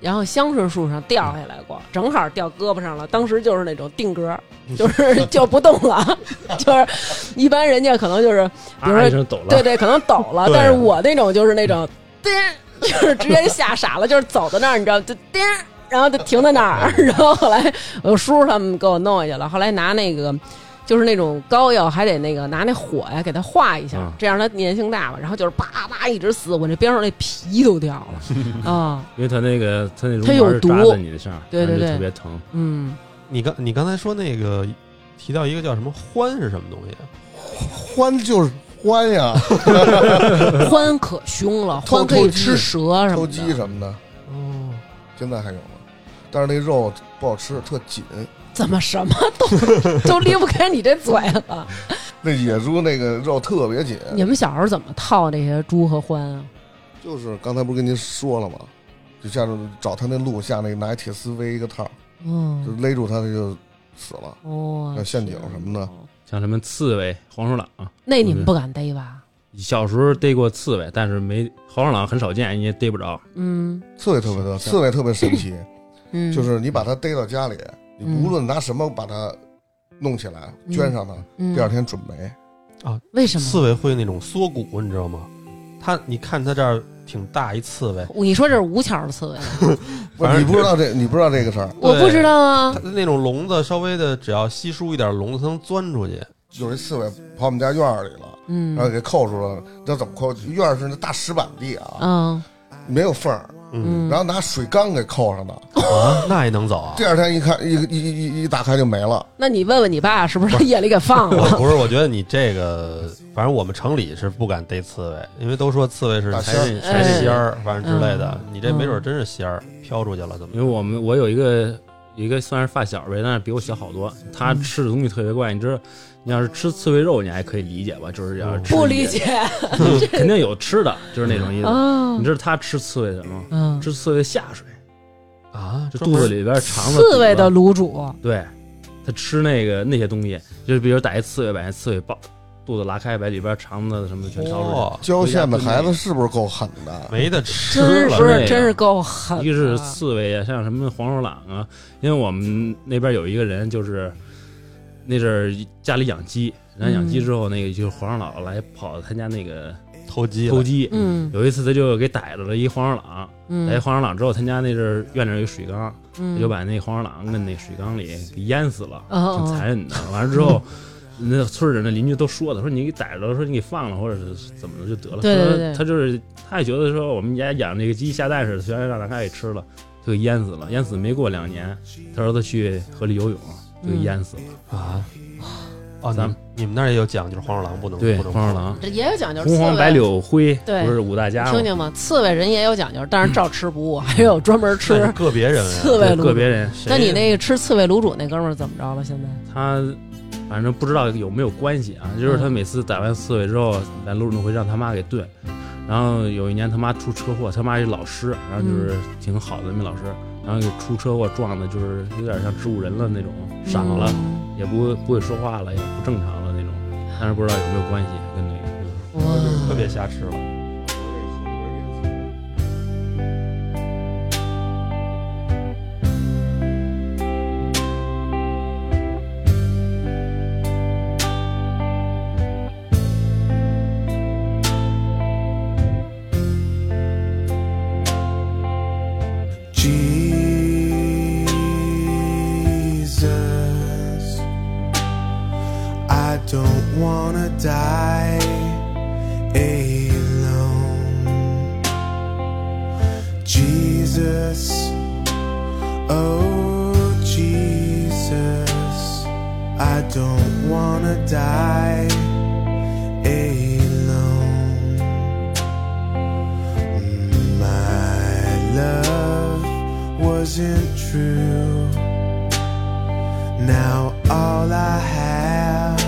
S6: 然后香椿树上掉下来过，正好掉胳膊上了。当时就是那种定格，就是 就不动了，就是一般人家可能就是，比如
S4: 啊
S6: 说
S4: 一声抖
S6: 对
S4: 了，
S6: 对，可能抖了，
S4: 对
S6: 但是我那种就是那种颠，就是直接就吓傻了，就是走到那儿，你知道，就颠，然后就停在那儿， 然后后来我叔叔他们给我弄下去了，后来拿那个。就是那种膏药，还得那个拿那火呀给它化一下，
S4: 嗯
S6: 这样它粘性大嘛。然后就是叭叭一直撕，我那边上那皮都掉 了啊，
S4: 因为它那个它那绒
S6: 它有
S4: 毛是扎
S6: 毒
S4: 在你的上，
S6: 对对
S4: 然后就
S6: 对
S4: 特别疼。
S6: 嗯，
S7: 你刚你刚才说那个提到一个叫什么欢是什么东西？啊
S5: 欢 就是欢呀，
S6: 獾可凶了，
S5: 偷
S6: 獾可以
S5: 偷鸡
S6: 吃蛇什
S5: 偷
S6: 么
S5: 鸡
S6: 的，
S5: 什么的，
S7: 哦，
S5: 现在还有呢。但是那肉不好吃，特紧。
S6: 怎么什么都 都离不开你这嘴 了？
S5: 那野猪那个肉特别紧，
S6: 你们小时候怎么套这些猪和獾啊？
S5: 就是刚才不是跟您说了吗？就下着找他那路下那个拿一铁丝围一个套，就
S6: 嗯，
S5: 勒住他他就死了。
S6: 哦，
S5: 像陷阱什么
S6: 天
S5: 的嗯
S6: 哪。
S4: 像什么刺猬、黄鼠狼，啊
S6: 那你们不敢逮吧？
S4: 小时候逮过刺逮，但是没黄鼠狼很少见，你也逮不着。
S6: 嗯
S5: 刺猬特别多，刺猬特别神奇，
S6: 嗯，
S5: 就是你把它逮到家里，你
S6: 嗯
S5: 无论拿什么把它弄起来
S6: 嗯
S5: 圈上它，
S6: 嗯
S5: 第二天准没。
S6: 为什
S7: 刺
S6: 么？
S7: 猬会那种缩骨，你知道吗？它你看它这儿挺大一刺猬，
S6: 你说这是无巧的刺猬，啊
S5: 不是，
S7: 反正
S5: 你不知道这，你不知道这个事儿。
S6: 我不知道啊
S7: 它。的那种笼子稍微的只要稀疏一点，笼子它能钻出去。
S5: 有一刺猬跑我们家院儿里了，
S6: 嗯
S5: 然后给扣住了。你知道怎么扣？院儿是那大石板地啊，
S6: 嗯
S5: 没有缝儿，
S7: 嗯，
S6: 嗯，
S5: 然后拿水缸给扣上的。
S7: 啊，那也能走啊
S5: 第？二天一看，一一一一一打开就没了。
S6: 那你问问你爸是不是夜里给放
S7: 我
S6: 了？
S7: 不是，我觉得你这个，反正我们城里是不敢逮刺猬，因为都说刺猬是
S5: 大
S7: 才
S4: 哎
S5: 仙儿
S7: 是才是仙
S6: 哎
S7: 儿，反正之类的
S6: 嗯。
S7: 你这没准真是仙儿飘出去了，怎
S4: 因
S7: 么
S4: 为我们我有一个一个算是发小呗，但是比我小好多。
S6: 嗯
S4: 他吃的东西特别怪，你知道，你要是吃刺猬肉，你还可以理解吧？就是要是吃
S6: 哦不
S4: 一
S6: 理
S4: 些，
S6: 解
S4: 肯定有吃的，就是那种意思。
S6: 啊
S4: 嗯你。知道他吃刺猬什么吗？
S6: 嗯，
S4: 吃刺猬下水，
S7: 啊？
S4: 就
S7: 专
S4: 肚
S7: 门
S4: 子里边肠子。
S6: 刺猬的，卤煮，
S4: 对，他吃那个那些东西，就是比如逮一刺猬，把那刺猬抱，肚子拉开，把里边肠子什么的全掏出来。
S7: 哦，
S5: 郊县的孩子是不是够狠的？
S7: 没得吃
S6: 真
S7: 了。
S6: 是不
S4: 那
S6: 是
S4: 个
S6: 真是够狠的。
S4: 一个是刺猬啊，像什么黄鼠狼啊，因为我们那边有一个人就是那阵儿家里养鸡，然后养鸡之后那个就是黄鼠狼来跑他家那个
S7: 偷鸡了
S4: 偷鸡，
S6: 嗯
S4: 有一次他就给逮着了一黄鼠狼，逮一
S6: 嗯
S4: 黄鼠狼之后，他家那阵儿院里哎有一水缸，他
S6: 嗯，
S4: 就把那黄鼠狼跟那水缸里给淹死了，
S6: 哦
S4: 挺残忍的。完了之后。那村里人的邻居都说的，说你给逮着了，说你给放了，或者是怎么着就得了。
S6: 对对
S4: 说
S6: 对
S4: 他就是他也觉得说我们家养这个鸡下蛋似的，虽然让大家给吃了，就给淹死了。淹死没过两年，他说他去河里游泳，就给淹死了。
S7: 啊！哦，
S4: 咱
S7: 你你们那儿也有讲究，黄鼠狼不能
S4: 对，
S7: 不能
S4: 黄鼠狼，
S6: 这也有讲究，
S4: 红黄白
S6: 柳。
S4: 柳灰，
S6: 对
S4: 不是五大家吗
S6: 听？见吗？刺猬人也有讲究，
S4: 嗯
S6: 但是照吃不误，还有专门
S7: 那
S6: 吃
S7: 是个别人啊
S6: 刺猬卤
S4: 对个
S6: 煮。
S4: 别人，
S7: 谁嗯
S6: 那你那个吃刺猬卤煮那哥们儿怎么着了？现在？
S4: 他反正不知道有没有关系啊，就是他每次逮完刺猬之后，拦路上会让他妈给炖。然后有一年他妈出车祸，他妈是老师，然后就是挺好的那老师，然后给出车祸撞的，就是有点像植物人了那种，傻了，
S6: 嗯
S4: 也不不会说话了，也不正常了那种，但是不知道有没有关系跟那个。
S6: 哇，
S7: 特别瞎吃了。
S8: Jesus, I don't wanna die alone. Jesus, oh Jesus, I don't wanna die alone. My love wasn't true. Now all I have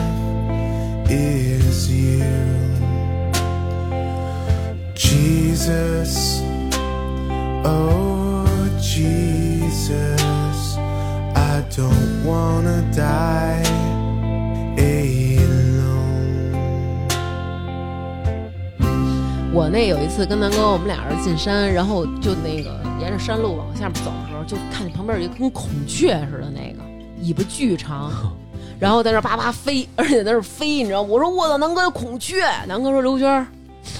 S8: is you, Jesus. Oh, Jesus, I don't wanna die alone.
S6: 我我那有一次跟南哥，我们俩人进山，然后就那个沿着山路往下面走的时候，就看见旁边有一个跟孔雀似的那个尾巴巨长， 然后在那儿叭叭飞，而且在那儿飞，你知道吗？我说我操，南哥有孔雀，南哥说刘娟儿，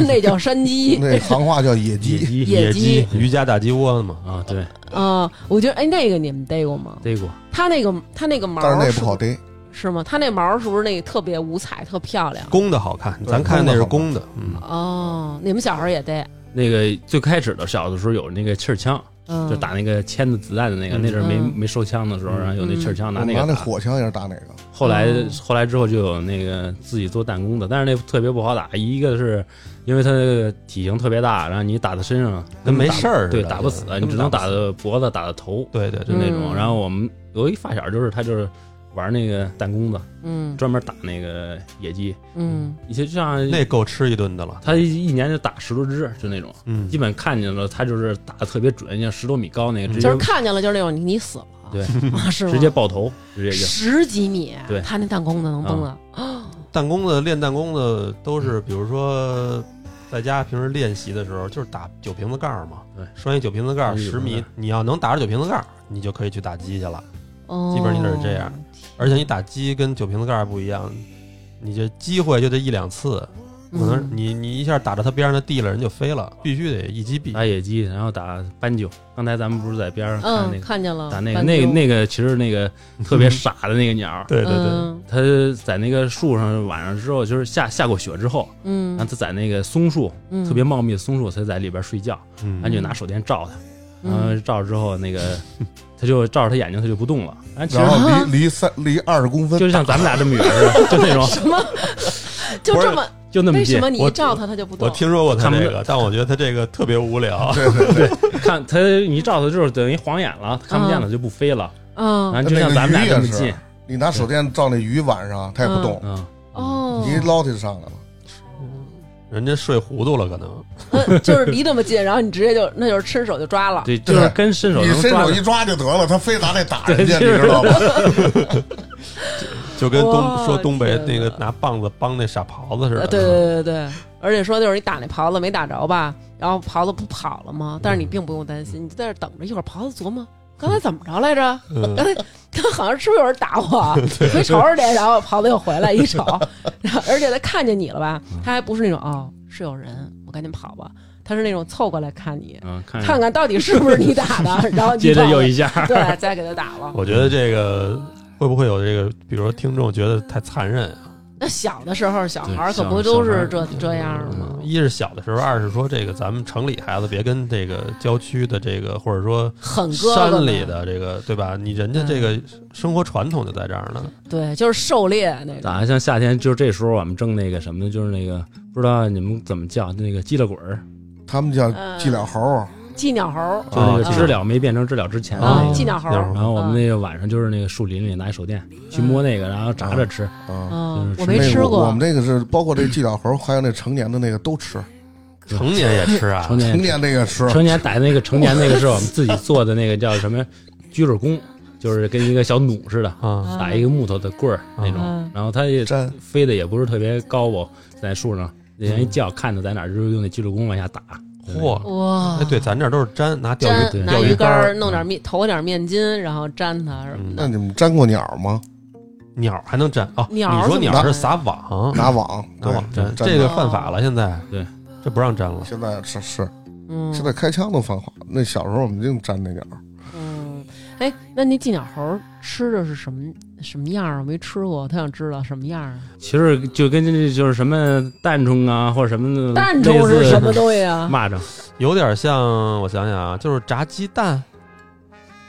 S6: 那叫山 鸡
S5: 那行话叫野鸡，
S4: 鸡
S6: 野鸡
S7: 瑜伽大鸡窝嘛，
S4: 啊，对，
S6: 啊、我觉得哎，那个你们逮过吗？
S4: 逮过，
S6: 它那个它那个毛
S5: 但是那
S6: 是
S5: 不好逮。
S6: 是吗？它那毛是不是那个特别五彩，特漂亮？
S7: 公的好看，
S5: 对
S7: 咱看那是公的，嗯，
S6: 哦，你们小时候也逮？
S4: 那个最开始的小的时候有那个气儿枪，
S6: 嗯，
S4: 就打那个铅子子弹的那个，
S7: 嗯
S4: 那阵儿没
S6: 嗯
S4: 没收枪的时候，然后有那气儿枪拿
S5: 我嗯
S4: 那
S5: 拿
S4: 个
S5: 那
S4: 打。
S5: 火枪也是打哪个？
S4: 后来
S6: 哦
S4: 后来之后就有那个自己做弹弓的，但是那特别不好打，一个是因为它那个体型特别大，然后你打到身上
S7: 跟没
S4: 打不
S7: 事儿似
S4: 对，
S7: 的
S4: 打不死
S7: 根，本
S4: 你只能
S7: 打
S4: 打
S7: 不死
S4: 到脖子，打到头，
S7: 对对
S4: 就
S7: 对，
S4: 那种。
S6: 嗯
S4: 然后我们有一发小，就是他就是玩那个弹弓的，
S6: 嗯
S4: 专门打那个野鸡，
S6: 嗯
S4: 你就像
S7: 那够吃一顿的了，
S4: 他一年就打十多只，就那种。
S7: 嗯
S4: 基，本看见了，他就是打的特别准，像十多米高那个，直
S6: 就是
S4: 接
S6: 看见了就是那种你你死了，
S4: 对，
S6: 是吗？
S4: 直接爆头，直接就
S6: 十几米，
S4: 对嗯
S6: 他那弹弓子能啊崩了，
S7: 弹弓子练弹弓子都是，比如说在家平时练习的时候，就是打酒瓶子盖儿嘛
S4: 对，
S7: 拴一酒瓶子盖儿
S4: 拴一
S7: 十
S4: 酒瓶子
S7: 米
S4: 盖，
S7: 你要能打着酒瓶子盖儿，你就可以去打鸡去了。
S6: 哦，
S7: 基本上就是这样而且你打鸡跟酒瓶子盖儿不一样，你这机会就这一两次，
S6: 嗯，
S7: 可能你你一下打到他边上的地了，人就飞了，必须得一击毙。
S4: 打野鸡，然后打斑鸠。刚才咱们不是在边上看那
S6: 嗯
S4: 个、
S6: 看见了，
S4: 打那个
S6: 半
S4: 那
S6: 丢
S4: 那个，其实那个特别傻的那个鸟儿，
S7: 对对对，
S6: 嗯
S4: 它在那个树上晚上之后，就是下下过雪之后，然后
S6: 嗯，
S4: 它在那个松树
S6: 嗯
S4: 啊特别茂密的松树，它在里边睡觉，
S7: 嗯
S4: 然后就拿手电照它，然后
S6: 嗯
S4: 照着之后那个它就照着它眼睛，它就不动了。然后其
S5: 然
S4: 实
S5: 后离离三离二十公分，
S4: 就像咱们俩这么远似的，就那 种
S6: 什么就这么
S4: 就那么
S6: 为
S4: 近
S6: 什么。你
S7: 我
S6: 一照他他就不动？
S7: 我听说过他
S4: 看不
S7: 这
S4: 到
S7: 个，但我觉得他这个特别无 聊。
S5: 对对 对，
S4: 看它，你照它就是等于晃眼了，它看不见了就不飞了。
S6: 嗯
S4: 然后就像咱们俩这么近，
S5: 你拿手电照那鱼晚上，它也不动，
S4: 嗯，
S6: 哦，
S5: 你一捞它就上来了。
S7: 人家睡糊涂了，可能
S6: 呃就是离这么近，然后你直接就那就是伸手就抓了，
S4: 对，就是跟伸手
S5: 啊你
S4: 能
S5: 伸嗯
S4: 抓
S5: 手
S4: 的
S5: 一抓就得了，它非拿那打人家，
S4: 对
S5: 你知道吗？
S7: 就跟
S6: 哇
S7: 东说东北那
S6: 天
S7: 个
S6: 哪
S7: 拿棒子帮那傻狍子似
S6: 呃
S7: 的。
S6: 对对对对，而且说就是你打那狍子没打着吧，然后狍子不跑了吗？但是你
S4: 嗯
S6: 并不用担心，你就在这儿等着，一会儿狍子琢磨。刚才怎么着来着？
S7: 嗯
S6: 刚才他 好像是不是有人打我？回瞅瞅去，然后狍子又回来一瞅，然后而且他看见你了吧？他还不是那种哦是有人，我赶紧跑吧。他是那种凑过来看你，
S4: 嗯，看
S6: 看看到底是不是你打的，然后你
S4: 接着
S6: 跑
S4: 又
S6: 了
S4: 一下，
S6: 对，再给他打了。
S7: 我觉得这个会不会有这个，比如说听众觉得太残忍啊？
S6: 那小的时候，小孩儿可
S4: 对
S6: 不都
S4: 小小孩
S6: 是
S4: 儿
S6: 这这样的吗
S7: 嗯？一是小的时候，二是说这个咱们城里孩子别跟这个郊区的这个，或者说
S6: 很哥嗯哥
S7: 山
S6: 们
S7: 里
S6: 嗯
S7: 的这个，对吧？你人家这个生活传统就在这儿呢。
S6: 对，就是狩猎那种。
S4: 打像夏天，就是这时候我们正那个什么呢，就是那个不知道你们怎么叫那个鸡了滚儿，
S5: 他们叫寄了猴儿，
S6: 寄鸟猴儿，
S4: 就是那
S7: 啊
S4: 个
S6: 这
S4: 知了没变成知了之前的
S7: 哦
S6: 啊
S4: 那，
S6: 寄
S4: 个。
S6: 鸟猴
S7: 鸟
S6: 儿
S7: 猴。
S4: 然后我们那个晚上就是那个树林里拿一手电去摸那个，然后炸着吃。
S5: 啊，
S6: 嗯，
S4: 就是
S6: 我没
S5: 那
S6: 吃
S5: 个我
S6: 过
S5: 们。这个是包括这寄了猴儿，还有那成年的那个都吃，
S7: 成年也吃啊
S4: 成，
S5: 成
S4: 年
S5: 年那个吃，
S4: 成年逮那个成年那个是我们自己做的那个叫什么居水弓，就是跟一个小弩似的，
S7: 啊，
S4: 打一个木头的棍儿那种。
S6: 嗯，
S4: 然后它也
S5: 粘
S4: 飞的也不是特别高吧，在树上，人一叫看着在哪儿，就是用那技术弓往下打。
S7: 嚯！
S6: 哇
S7: 哎，，对，咱这儿都是粘，拿钓鱼
S6: 粘拿
S7: 钓
S6: 鱼竿
S7: 竿嗯
S6: 儿弄点面，投点面巾，然后粘它什么
S5: 那
S6: 的。
S5: 你们粘过鸟吗？
S7: 鸟还能粘哦。你
S6: 鸟儿怎
S7: 说
S6: 么
S7: 鸟
S6: 粘哦
S7: 是
S6: 呀
S7: 撒网，
S5: 拿网，
S7: 嗯拿网
S5: 对
S7: 粘，
S5: 粘
S7: 这个
S5: 的
S7: 犯法了，现在
S4: 对，
S7: 这不让粘了。
S5: 现在是是
S6: 嗯，
S5: 现在开枪都犯法。那小时候我们净粘那鸟儿，
S6: 嗯，哎，那那寄鸟猴儿吃的是什么什么样儿？我没吃过，他想知道什么样儿。啊
S4: 其实就跟这就是什么弹虫啊，或者什么的
S6: 蛋虫
S4: 类
S6: 是
S4: 似
S6: 什么东西啊？
S4: 蚂蚱，
S7: 有点像，我想想啊，就是炸鸡蛋，
S4: 嗯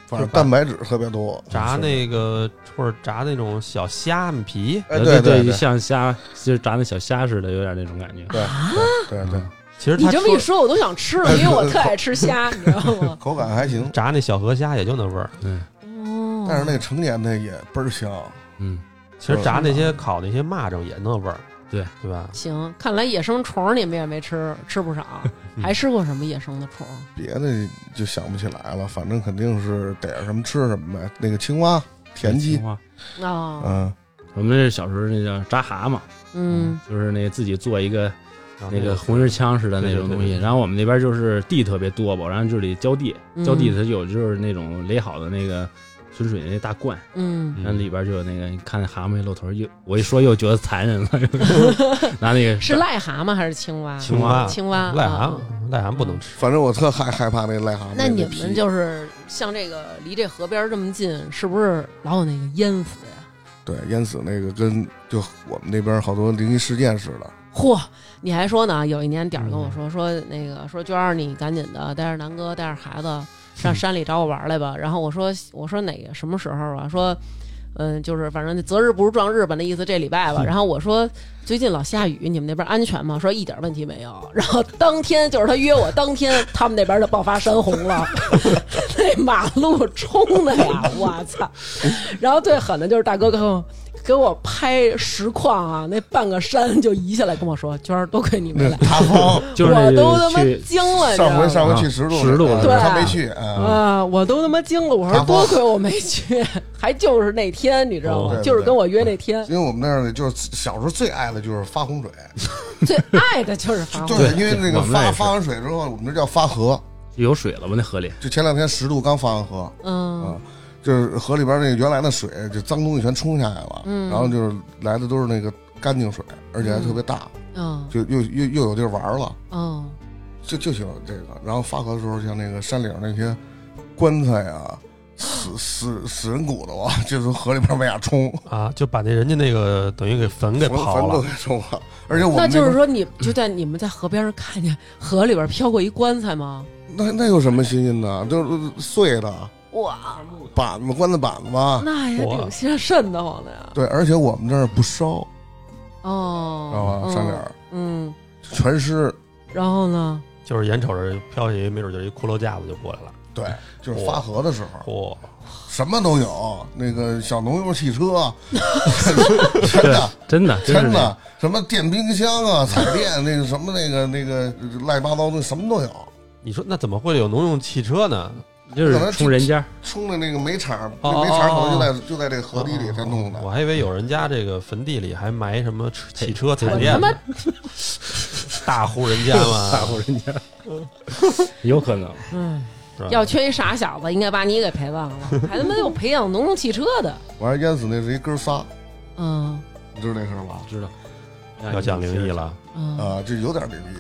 S5: 反正蛋白质特别多，
S7: 炸
S5: 是
S7: 那个或者炸那种小虾米皮，
S5: 哎
S4: 有
S5: 对
S4: 的
S5: 对
S4: 就
S5: 对
S4: 像虾，就是炸那小虾似的，有点那种感觉。嗯
S5: 对对，
S7: 其实
S6: 你
S7: 它
S6: 这么一说，我都想吃 了，因为我特爱吃虾，你知道吗？
S5: 口感还行，
S7: 炸那小河虾也就那味儿。
S6: 哦，
S5: 但是那成年的也倍儿香。
S4: 嗯，
S7: 其实炸那些烤那些蚂蚱也那味儿，
S4: 对
S7: 对吧？
S6: 行，看来野生虫儿你们也没吃，吃不少，还吃过什么野生的虫儿？
S5: 别的就想不起来了，反正肯定是逮着什么吃什么呗。那个青蛙、田鸡
S4: 青，蛙。
S6: 啊，
S5: 嗯，
S4: 我们那小时候那叫炸蛤蟆，
S6: 嗯，
S4: 就是那自己做一个
S7: 然后
S4: 那个红缨枪似的那种东
S7: 对对
S4: 西。
S7: 对对
S4: 然后我们那边就是地特别多吧，然后这里浇地，
S1: 嗯
S4: 浇地它有就是那种垒好的那个纯水那大罐，
S1: 嗯，
S4: 然后里边就有那个，你看那蛤蟆露头，又我一说又觉得残忍了， 拿那个
S6: 是癞蛤蟆还是嗯青蛙？
S4: 青
S7: 蛙
S6: 青蛙，
S7: 癞
S6: 啊
S7: 蛤蟆，癞蛤蟆不能吃，
S5: 反正我特害害怕那癞蛤蟆
S6: 那你
S5: 皮
S6: 们就是像这个离这河边儿这么近，是不是老有那个淹死呀？
S5: 对淹死那个跟就我们那边好多灵异事件似的，
S6: 嚯！你还说呢？有一年点儿跟我说说那个说娟儿，你赶紧的带着南哥带着孩子
S4: 嗯
S6: 上山里找我玩儿来吧。然后我说我说哪个什么时候啊？说嗯，就是反正择日不如撞日吧，那意思这礼拜吧。然后我说最近老下雨，你们那边安全吗？说一点问题没有。然后当天就是他约我，当天他们那边就爆发山洪 了， 那马路冲的呀，我操！然后最狠的就是大哥跟我给我拍实况啊，那半个山就移下来跟我说：“娟儿，多亏你没
S5: 那
S6: 来，
S5: 塌 方。
S4: 就是
S6: 我
S4: 那
S6: 都他
S4: 个
S6: 妈
S4: 去
S6: 惊了，你知道
S5: 上
S6: 吗
S5: 回上回去十路，
S4: 石路
S5: 啊
S4: 对嗯
S5: 他没去啊。
S6: 啊，我都他妈惊了，我说
S5: 塌方
S6: 多亏我没去， 还就是那天，你知道
S5: 哦
S6: 吗？
S5: 对
S6: 就是
S5: 对
S6: 跟我约那天，
S5: 因为我们那儿呢，就是小时候最爱的就是发洪水，
S6: 最爱的就是发
S5: 就
S6: 红。
S5: 是因为那个
S4: 我们那
S5: 发
S4: 也是
S5: 发完水之后，我们这叫发河。
S4: 有水了吧？那河里
S5: 就前两天十渡刚发完河，啊
S6: 嗯，
S5: 就是河里边那个原来的水，就脏东西全冲下来了，
S6: 嗯
S5: 然后就是来的都是那个干净水，而且还特别大，
S6: 嗯，
S5: 就又又又有地儿玩了，
S6: 嗯，
S5: 就就喜欢这个。然后发河的时候，像那个山岭那些棺材啊、死死死人骨头啊，就从河里边往下冲，
S7: 啊，就把那人家那个等于给坟给
S5: 全
S7: 刨
S5: 全都
S7: 了
S5: 给冲了。而且我们
S6: 那就是
S5: 边
S6: 说你就在你们在河边上看见河里边飘过一棺材吗？
S5: 那那有什么新鲜的？就是碎的
S6: 哇，
S5: 板子、棺材板子嘛。
S6: 那也
S7: 哇
S6: 挺瘆瘆得慌的呀。
S5: 对，而且我们这儿不烧，知道
S6: 哦
S5: 吧？，
S6: 嗯
S5: 山岭
S6: 嗯，
S5: 全湿，
S6: 然后呢？
S7: 就是眼瞅着飘起，没准就是一骷髅架子就过来了，
S5: 对，就是发河的时候。
S7: 嚯、
S5: 什么都有，那个小农用汽车，真的
S4: 真的真是
S5: 真
S4: 这样
S5: 的，什么电冰箱啊、 彩电，那个什么那个那个乱七八糟的什么都有，
S7: 你说那怎么会有农用汽车呢？
S4: 就
S5: 可能
S4: 是冲人家，
S5: 冲的那个煤厂，
S7: 哦
S5: 那煤厂可能就
S7: 哦
S5: 在就在这个河堤里才弄的
S7: 我。还以为有人家这个坟地里还埋什么汽汽车、彩
S6: 我
S7: 电
S6: 他
S7: 呢
S6: 妈，
S7: 大户人家
S4: 吓
S7: 嘛，
S4: 唬人家，有可能。
S7: 是吧
S6: 要缺一傻小子，应该把你给培养了， 还他妈有培养农用汽车的。
S5: 我还淹死那是一哥仨，
S6: 嗯
S5: 你知道那事儿吧？
S4: 知道哎
S7: 要讲灵异了，
S6: 嗯
S5: 啊，这有点灵异。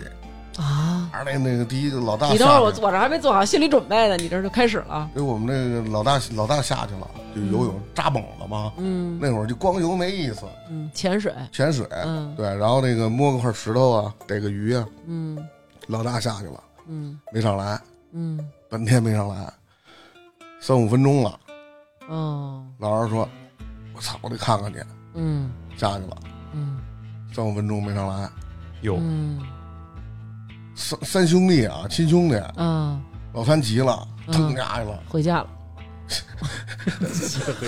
S6: 啊！
S5: 而那那个第一个老大
S6: 你等会
S5: 下
S6: 儿我
S5: 去，
S6: 我这还没做好心理准备呢，你这就开始了。
S5: 给我们那个老大老大下去了，就游泳扎猛了嘛。
S6: 嗯
S5: 那会儿就光游没意思，
S6: 嗯，潜水，
S5: 潜水，
S6: 嗯
S5: 对，然后那个摸个块石头啊，逮个鱼啊，
S6: 嗯
S5: 老大下去了。
S6: 嗯
S5: 没上来，
S6: 嗯，
S5: 半天没上来，三五分钟了。
S6: 哦，
S5: 老二说：“我操，我得看看去。
S6: 嗯”
S5: 下去了，
S6: 嗯
S4: 哦
S5: 三五分钟没上来。
S7: 哟，
S6: 嗯
S5: 三三兄弟啊，亲兄弟，
S6: 啊，
S5: 老三急了，
S6: 嗯
S5: 腾家去了，
S6: 回家了。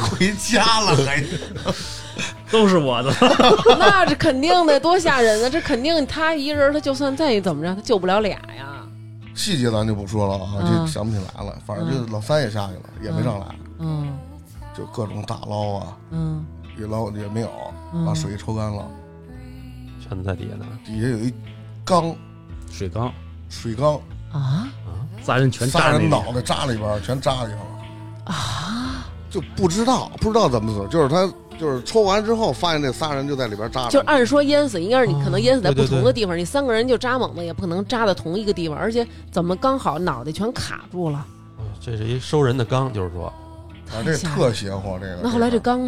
S5: 回家了还。
S4: 都是我的。
S6: 那这肯定的，多吓人啊！这肯定他一人，他就算再怎么着，他救不了俩呀。
S5: 细节咱就不说了啊，
S6: 嗯
S5: 就想不起来了。反正就老三也下去了，也没上来，
S6: 嗯
S5: 就各种大捞啊，
S6: 嗯
S5: 也捞也没有，
S6: 嗯
S5: 把水抽干了。
S7: 全在底下呢，
S5: 底下有一缸
S4: 水缸，
S5: 水缸，
S6: 啊
S4: 仨人全
S5: 仨
S4: 扎
S5: 人
S4: 那
S5: 脑
S4: 里，
S5: 袋扎里边儿，全扎里头了。
S6: 啊！
S5: 就不知道不知道怎么死，就是他就是抽完之后发现这仨人就在里边扎着，
S6: 就是按说淹死，应该是你
S4: 哦
S6: 可能淹死在
S7: 对
S6: 不
S7: 对
S6: 同的地方，你三个人就扎猛子，也不可能扎在同一个地方，而且怎么刚好脑袋全卡住了？
S7: 嗯这是一收人的缸，就是说，
S5: 啊，这特邪乎这个。
S6: 那后来这
S5: 个
S6: 刚，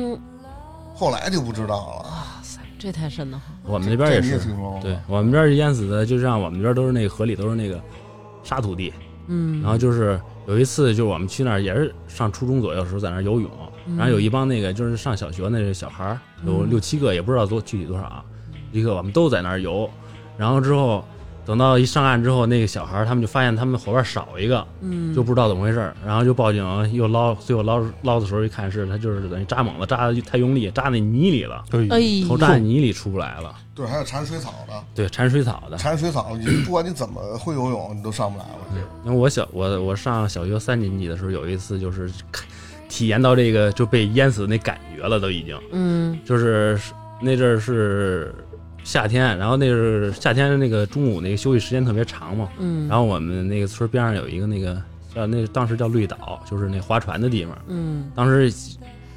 S5: 后来就不知道了，啊
S6: 哇塞，这太深了哈！
S4: 我们那边也
S5: 这你也
S4: 是，
S5: 听说过吗
S4: 对我们这儿淹死的，就像我们这边都是那个河里都是那个沙土地，
S6: 嗯，
S4: 然后就是有一次，就是我们去那儿也是上初中左右的时候，在那儿游泳，
S6: 嗯
S4: 然后有一帮那个就是上小学那小孩儿，有
S6: 嗯
S4: 六七个，也不知道多具体多少啊，一个我们都在那儿游，然后之后等到一上岸之后，那个小孩儿他们就发现他们伙伴少一个，
S6: 嗯
S4: 就不知道怎么回事儿，然后就报警，又捞，最后捞捞的时候一看是他就是等于扎猛了，扎的太用力，扎那泥里了，
S6: 哎
S4: 头扎在泥里出不来了，
S5: 对，还有缠水草的，
S4: 对，缠水草的。
S5: 缠水草，你不管你怎么会游泳，你都上不来了。
S4: 因为我小我我上小学三年级的时候，有一次就是看体验到这个就被淹死的那感觉了，都已经
S6: 嗯
S4: 就是那阵儿是夏天，然后那是夏天那个中午那个休息时间特别长嘛，
S6: 嗯，
S4: 然后我们那个村边上有一个那个叫那当时叫绿岛，就是那划船的地方。
S6: 嗯，
S4: 当时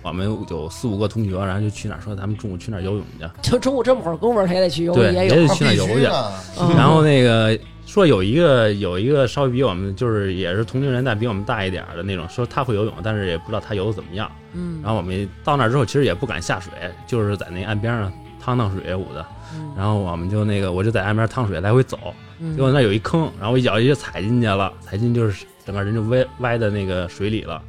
S4: 我们有四五个同学，然后就去哪儿说咱们中午去哪儿游泳 去，
S9: 就中午这么会儿功夫儿，他也得去游
S4: 对，
S9: 也
S4: 也
S9: 有。
S4: 得
S5: 啊
S4: 去那儿游
S5: 必须
S4: 去。
S5: 的
S9: 嗯
S4: 然后那个说有一个有一个稍微比我们就是也是同龄人，但比我们大一点儿的那种，说他会游泳，但是也不知道他游的怎么样。
S6: 嗯，
S4: 然后我们到那儿之后，其实也不敢下水，就是在那岸边上趟趟水舞的。
S6: 嗯
S4: 然后我们就那个，我就在岸边趟水来回走，
S6: 嗯
S4: 结果那儿有一坑，然后我一脚就踩进去了，踩进就是整个人就歪歪在那个水里了，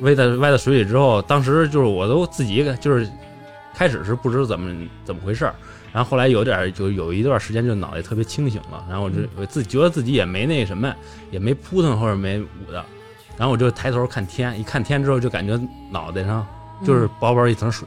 S4: 歪在歪在水里之后，当时就是我都自己就是开始是不知怎么怎么回事儿，然后后来有点儿就有一段时间就脑袋特别清醒了，然后我就我自己觉得自己也没那什么，也没扑腾或者没舞的，然后我就抬头看天，一看天之后就感觉脑袋上
S6: 嗯
S4: 就是薄薄一层水，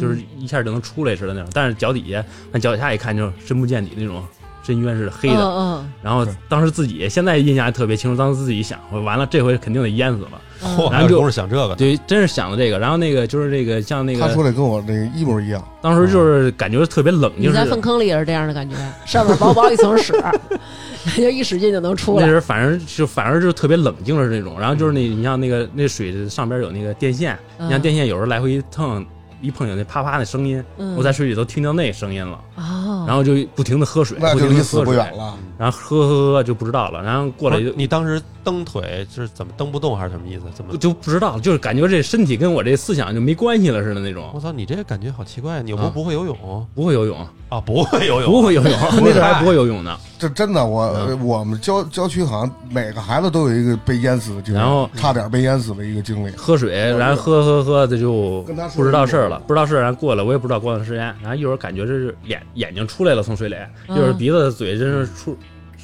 S4: 就是一下就能出来似的那种，但是脚底下那脚底下一看就是深不见底那种深渊是黑的。
S6: 嗯
S4: 然后当时自己现在印象还特别清楚，当时自己想，我完了这回肯定得淹死了。
S7: 嚯，
S4: 然后
S7: 还有
S4: 就
S7: 同事想这个，
S4: 对，真是想的这个。然后那个就是这个，像那
S5: 他说
S4: 个，
S5: 的跟我那个一模一样，
S4: 当时就是感觉特别冷
S6: 嗯你
S4: 静似
S6: 在粪
S4: 的。
S6: 坑里也是这样的感觉，上面薄薄一层屎， 就一使劲就能出
S4: 那
S6: 来。
S4: 时候反正就反正就是特别冷静的那种。然后就是那，你像那个那水上边有那个电线，
S6: 嗯
S4: 你像电线有时候来回一蹭，一碰有那啪啪的声音，
S6: 嗯，
S4: 我在水里都听到那声音了。
S6: 哦，
S4: 然后就不停的喝水，
S5: 那
S4: 不
S5: 就
S4: 停
S5: 离
S4: 的嗯
S5: 死
S4: 喝
S5: 不
S4: 水，
S5: 远了。
S4: 然后喝喝喝就不知道了。然后过来
S7: 不
S4: 就是
S7: 你当时蹬腿是怎么蹬不动还是什么意思？怎么？
S4: 就不知道，就是感觉这身体跟我这思想就没关系了似的那
S7: 我
S4: 种。
S7: 操，你这个感觉好奇怪，你又
S4: 啊
S7: 不不会游泳
S4: 不会游泳，
S7: 啊？不会游泳，
S4: 不会游泳，那时候还不会游泳呢。
S5: 这真的，我、
S4: 嗯
S5: 我们郊郊区好像每个孩子都有一个被淹死的经历，
S4: 然后
S5: 差点被淹死的一个经历。
S4: 喝水，然后喝喝喝的就
S5: 跟他说
S4: 不知道事
S5: 一
S4: 儿
S5: 模一
S4: 了
S5: 样，
S4: 不知道事儿，然后过来我也不知道过段时间，然后一会儿感觉这是眼眼睛出来了从水里，一会儿鼻子嘴真是出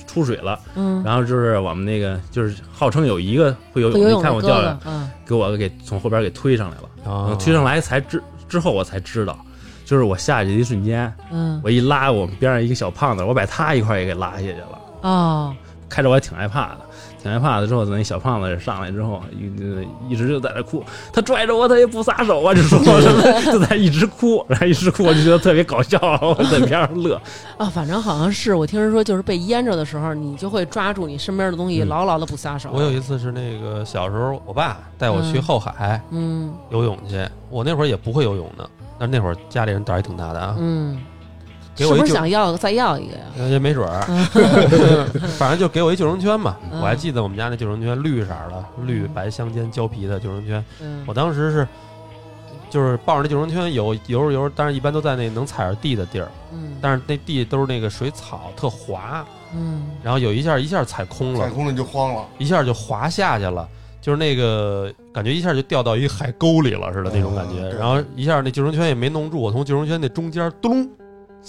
S4: 出水了，
S6: 嗯，
S4: 然后就是我们那个就是号称有一个会游
S6: 会游
S4: 泳，
S6: 泳
S4: 你看
S6: 的
S4: 我
S6: 哥哦
S4: 掉下来
S6: 哥，，嗯，
S4: 给我给从后边给推上来了，
S7: 啊
S4: 嗯，推上来才知之后我才知道，就是我下去的一瞬间，
S6: 嗯，
S4: 我一拉我们边上一个小胖子，我把他一块儿也给拉下去了。
S6: 哦，
S4: 开着我还挺害怕的，挺害怕的。之后那小胖子上来之后，一一直就在那哭，他拽着我，他也不撒手啊，就说 我什么，就在一直哭，然后一直哭，我就觉得特别搞笑， 我在边上乐。
S6: 啊，反正好像是我听人说，就是被淹着的时候，你就会抓住你身边的东西，
S4: 嗯
S6: 牢牢的不撒手。
S7: 我有一次是那个小时候，我爸带我去
S6: 嗯
S7: 后海
S6: 嗯
S7: 游泳去，我那会儿也不会游泳呢，但是那会儿家里人胆儿也挺大的啊，
S6: 嗯，
S7: 给
S6: 是
S7: 我一
S6: 不是
S7: 救，
S6: 想要再要一个呀？
S7: 呃也没准儿， 反正就给我一救生圈嘛。
S6: 嗯
S7: 我还记得我们家那救生圈绿色儿的，绿白相间胶皮的救生圈，
S6: 嗯
S7: 我当时是。就是抱着那救生圈游游着游着，但是一般都在那能踩着地的地儿，
S6: 嗯
S7: 但是那地都是那个水草特滑，
S6: 嗯
S7: 然后有一下一下踩空
S4: 嗯
S7: 了
S5: 太，空了你就慌了，
S7: 一下就滑下去了，就是那个感觉一下就掉到一海沟里了似的那种感觉，
S5: 嗯对
S7: 然后一下那救生圈也没弄住，我从救生圈那中间咚，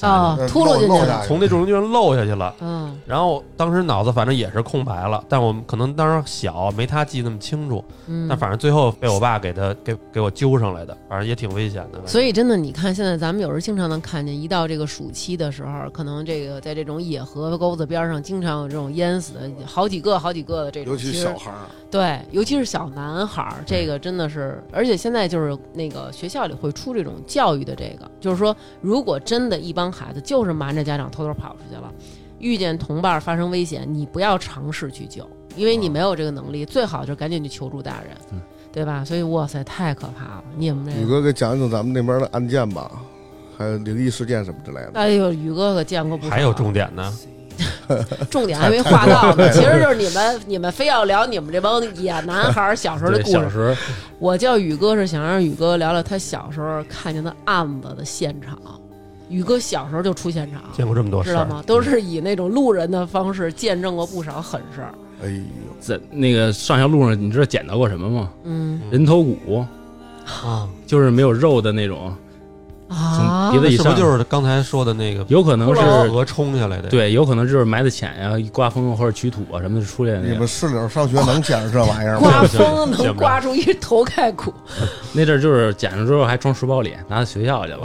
S6: 哦
S5: 呃，
S6: 秃噜进去
S5: 漏
S6: 了，
S5: 下去
S7: 从那救生圈漏下去了。
S6: 嗯
S7: 然后当时脑子反正也是空白了，但我们可能当时小，没他记那么清楚。
S6: 嗯，
S7: 但反正最后被我爸给他给给我揪上来的，反正也挺危险的。
S6: 所
S7: 以
S6: 以真的，你看现在咱们有时候经常能看见，一到这个暑期的时候，可能这个在这种野河沟子边上，经常有这种淹死的好几个、好几个的这种。
S5: 尤其
S6: 其实
S5: 小孩儿，
S6: 对，尤其是小男孩儿，这个真的是，而且现在就是那个学校里会出这种教育的这个，就是说，如果真的一帮孩子就是瞒着家长偷偷跑出去了，遇见同伴儿发生危险，你不要尝试去救，因为你
S5: 啊
S6: 没有这个能力，最好就是赶紧去求助大人，
S5: 嗯
S6: 对吧？所以，哇塞，太可怕了！你们
S5: 宇
S6: 这个，
S5: 哥给讲讲咱们那边的案件吧，还有灵异事件什么之类的。
S6: 哎呦，宇哥可见过不少，
S7: 还有重点呢，
S6: 重点还没划到呢，其实就是你们你们非要聊你们这帮野男孩儿小时候的
S4: 对，
S6: 故事
S4: 小，时候
S6: 我叫宇哥是想让宇哥聊聊他小时候看见的案子的现场。宇哥小时候就出现场，
S7: 见过这么多
S6: 知
S7: 事
S6: 道
S7: 儿
S6: 吗？都是以那种路人的方式见证过不少狠事儿。
S5: 哎呦，
S4: 在那个上学路上，你知道捡到过什么吗？
S6: 嗯
S4: 人头骨，
S7: 啊。
S4: 就是没有肉的那种，
S6: 啊
S4: 从鼻，子
S7: 那
S4: 以
S7: 是不
S4: 上，
S7: 是就是刚才说的那个
S4: 有可能是。
S7: 鹅冲下来的？，
S4: 对，有可能就是埋的浅呀、一刮风或者取土啊什么的出来的那
S5: 你
S4: 个
S5: 们。市里头上学能捡着这玩意儿吗？
S6: 刮
S7: 见过
S6: 风
S7: 见
S6: 能
S7: 过
S6: 刮出一头盖骨。
S4: 那阵儿就是捡着之后还装书包里，拿到学校去了。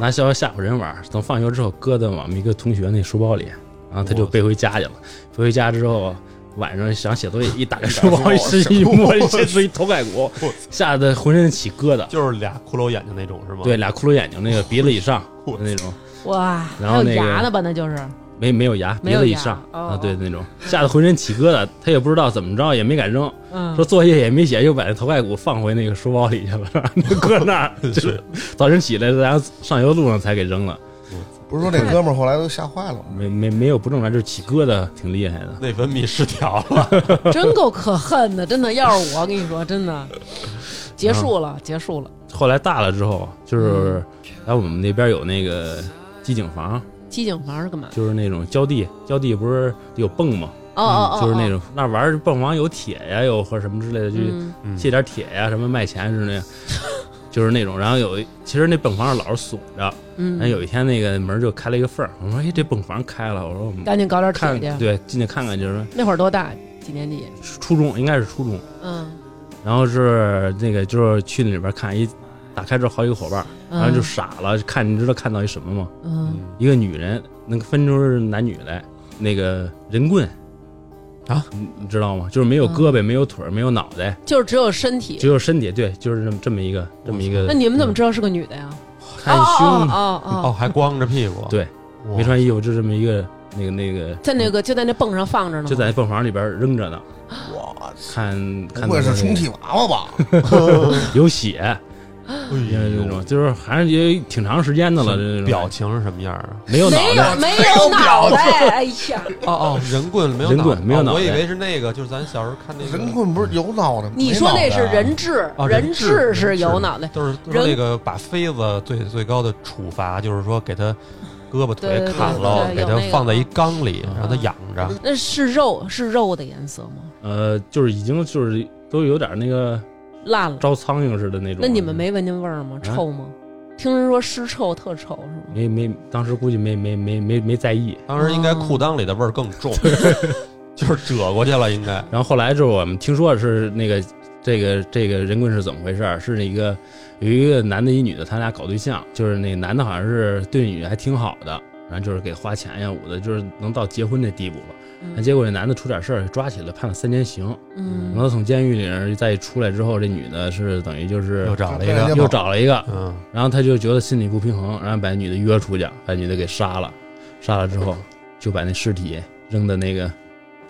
S4: 拿学校吓哦唬人玩儿，等放学之后搁在我们一个同学那书包里，然后他就背回家去了。背回家之后，晚上想写作业，一打开书包，一伸一摸，伸出一头盖骨，吓得浑身起疙瘩。
S7: 就是俩骷髅眼睛那种是吗？
S4: 对，俩骷髅眼睛，那个鼻子以上那种，
S6: 哇，
S4: 然
S6: 还
S4: 后
S6: 有
S4: 那个
S6: 牙呢吧？那就是
S4: 没没有牙，
S6: 没
S4: 鼻
S6: 有
S4: 子以
S6: 牙
S4: 上
S6: 哦
S4: 啊，对
S6: 哦
S4: 那种吓得浑身起疙瘩，他也不知道怎么着，也没敢扔，
S6: 嗯
S4: 说，作业也没写，又把那头盖骨放回那个书包里去了， 搁那 儿，就是早晨起来，然后上学路上才给扔了，
S5: 不是说那哥们儿后来都吓坏了吗？
S4: 没没没有不正常，就是起疙瘩，挺厉害的。
S7: 内分泌失调了，
S6: 真够可恨的，真的。要是我跟你说，真的，结束了，结束了。
S4: 后来大了之后，
S6: 嗯
S4: 就是来我们那边有那个机井房，
S6: 机井房是干嘛？
S4: 就是那种浇地，浇地不是有泵吗？
S6: 哦哦哦，
S4: 就是那
S6: 哦，
S4: 种那玩意儿泵房有铁呀，有或者什么之类的，就
S6: 嗯
S4: 借点铁呀，什么卖钱之类的， 就是那种。然后有一，其实那泵房老是锁着，然后
S6: 嗯，
S4: 哎有一天那个门就开了一个缝儿，我说哎，这泵房开了，我说我们
S6: 赶紧搞点
S4: 看
S6: 铁去。
S4: 对进去看看，就是
S6: 那会儿多大？几年级？
S4: 初中应该是初中，
S6: 嗯，
S4: 然后是那个就是去那里边看一。打开之后，好几个伙伴，然后就傻了。看，你知道看到一什么吗？
S6: 嗯
S4: 一个女人能分出是男女来，那个人棍
S7: 啊，
S4: 你你知道吗？就是没有
S6: 嗯
S4: 胳膊，没有腿儿，没有脑袋，
S6: 嗯，就是只有身体
S4: 只。有身体。对，就是这么这么一个这么一个。
S6: 那你们怎么知道是个女的呀？
S4: 嗯看胸
S6: 哦哦
S4: 呢？
S6: 哦
S7: 哦，
S6: 哦，
S7: 还光着屁股，
S4: 对
S7: 哇，
S4: 没穿衣服，就这么一个那个那个，
S6: 在那个就在那泵上放着呢吗，
S4: 就在泵房里边扔着呢。
S5: 我
S4: 看看
S5: 不会
S4: 到
S5: 是
S4: 那
S5: 充
S4: 个
S5: 气娃娃吧？
S4: 有血，因为那
S7: 哎
S4: 种就是还是也挺长时间的了，这
S7: 呦，
S4: 种
S7: 表情是什么样啊？
S4: 没有脑
S6: 没
S4: 袋
S6: 有，没有脑袋，哎呀，
S7: 哦哦，人棍没有
S4: 人
S7: 脑
S4: 棍
S7: 袋
S4: 没有
S7: 哦
S4: 脑
S7: 我以
S4: 袋
S7: 为是那个，就是咱小时候看那个
S5: 人棍不是有脑袋吗？
S6: 你说那
S5: 没脑
S6: 是
S5: 袋啊
S6: 人质
S7: 啊，人
S6: 人
S7: 质
S6: 质是
S7: 人质
S6: 有脑袋，
S7: 都是都是
S6: 人
S7: 那个把妃子最最高的处罚就是说给他胳膊
S6: 对对
S7: 腿
S6: 对
S7: 砍了，
S6: 对
S7: 给
S6: 有
S7: 他
S6: 那个
S7: 放在一缸里
S4: 嗯
S7: 让他养着。
S6: 那是肉是肉的颜色吗？
S4: 呃，就是已经就是都有点那个
S6: 烂了。
S4: 招苍蝇似的那种。
S6: 那你们没闻见味儿吗？
S4: 啊
S6: 臭吗？听人说尸臭特臭是吗？
S4: 没没，当时估计没没没没没在意。
S7: 当时应该
S6: 哦
S7: 裤裆里的味儿更 重，就是折过去了，应该
S4: 然后后来就是我们听说是那个这个这个人棍是怎么回事儿？是一个有一个男的，一女的，他俩搞对象，就是那男的好像是对女的还挺好的，然后就是给花钱呀，我的就是能到结婚那地步了。那结果这男的出点事儿，抓起来判了三年刑，然
S6: 嗯嗯，
S4: 后从监狱里再出来之后，这女的是等于就是
S7: 又找了一
S5: 跟人
S7: 个
S5: 家，
S4: 又找了一个，
S7: 嗯，
S4: 然后他就觉得心里不平衡，然后把女的约出去，把女的给杀了，杀了之后就把那尸体扔到那个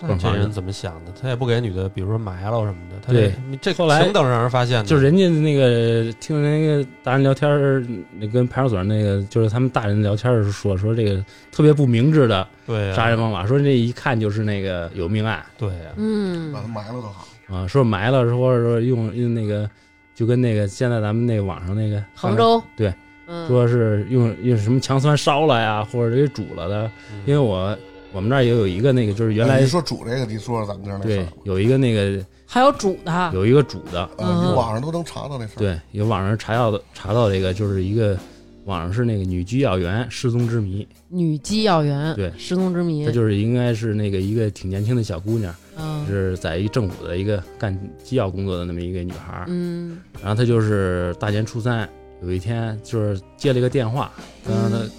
S7: 那这
S4: 嗯
S7: 人怎么想的？他也不给女的，比如说埋了什么的，他
S4: 对
S7: 这你这
S4: 后来
S7: 平等让人发现的，
S4: 就是人家那个听人那个大人聊天儿，那跟派出所那个就是他们大人聊天儿的时候说说这个特别不明智的
S7: 对啊
S4: 杀人方法，说这一看就是那个有命案
S7: 对啊
S5: 把他
S6: 嗯，
S5: 埋了多好。
S4: 啊，说埋了，说说用用那个就跟那个现在咱们那个网上那个
S6: 杭州
S4: 对，
S6: 嗯，
S4: 说是用用什么强酸烧了呀，或者给煮了的，因为我我们那儿也有一个那个就是原来
S5: 哎啊你说煮这个，你说说咱们这儿那事
S4: 对
S5: 儿，
S4: 有一个那个
S6: 还有煮的，
S4: 有一个煮的，
S5: 呃，
S6: 嗯
S5: 你网上都能查到那事儿。
S4: 对，有网上查到的查到这个就是一个网上是那个女机要员失踪之谜。
S6: 女机要员，
S4: 对
S6: 失踪之谜
S4: 她，就是应该是那个一个挺年轻的小姑娘，
S6: 嗯
S4: 是在一政府的一个干机要工作的那么一个女孩儿。
S6: 嗯
S4: 然后她就是大年初三有一天就是接了一个电话，跟她、
S6: 嗯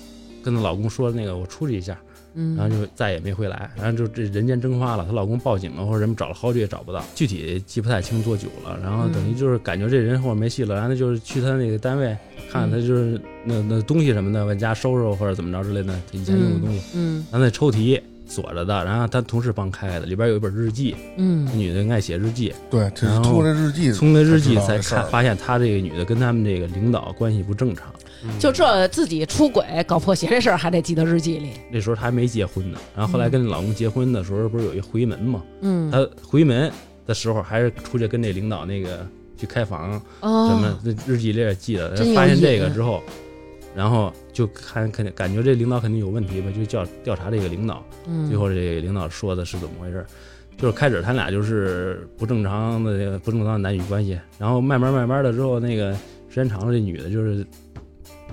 S4: 跟她老公说那个我出去一下，然后
S6: 嗯，
S4: 就再也没回来，然后就这人间蒸发了。她老公报警了或者什么找了好久也找不到，具体记不太清多久了。然后
S5: 嗯
S4: 等于就是感觉这人后面没戏了，然后她就是去她那个单位看
S5: 嗯
S4: 看她就是那那东西什么的，往家收拾或者怎么着之类的，以前用的东西。
S6: 嗯
S4: 然后那抽屉锁着的，然后他同事帮开的，里边有一本日记，那
S6: 嗯
S4: 女的应该写日记，
S5: 对，这
S4: 然
S5: 是
S4: 后
S5: 通过这日记，
S4: 从那日记才
S5: 才知道这事
S4: 看
S5: 儿
S4: 发现他这个女的跟他们这个领导关系不正常，
S7: 嗯
S6: 就这自己出轨搞破鞋这事儿还得记到日记里，
S4: 那时候她还没结婚呢，然后后来
S5: 嗯
S4: 跟老公结婚的时候不是有一回门嘛，
S6: 嗯，
S4: 她回门的时候还是出去跟那领导那个去开房，什么
S6: 哦，
S4: 那日记里也记了，
S6: 真有
S4: 发现这
S6: 瘾
S4: 个之后，然后就看肯定感觉这领导肯定有问题吧，就叫调查这个领导，
S6: 嗯
S4: 最后这领导说的是怎么回事儿？就是开始他俩就是不正常的不正常的男女关系，然后慢慢慢慢的之后，那个时间长了，这女的就是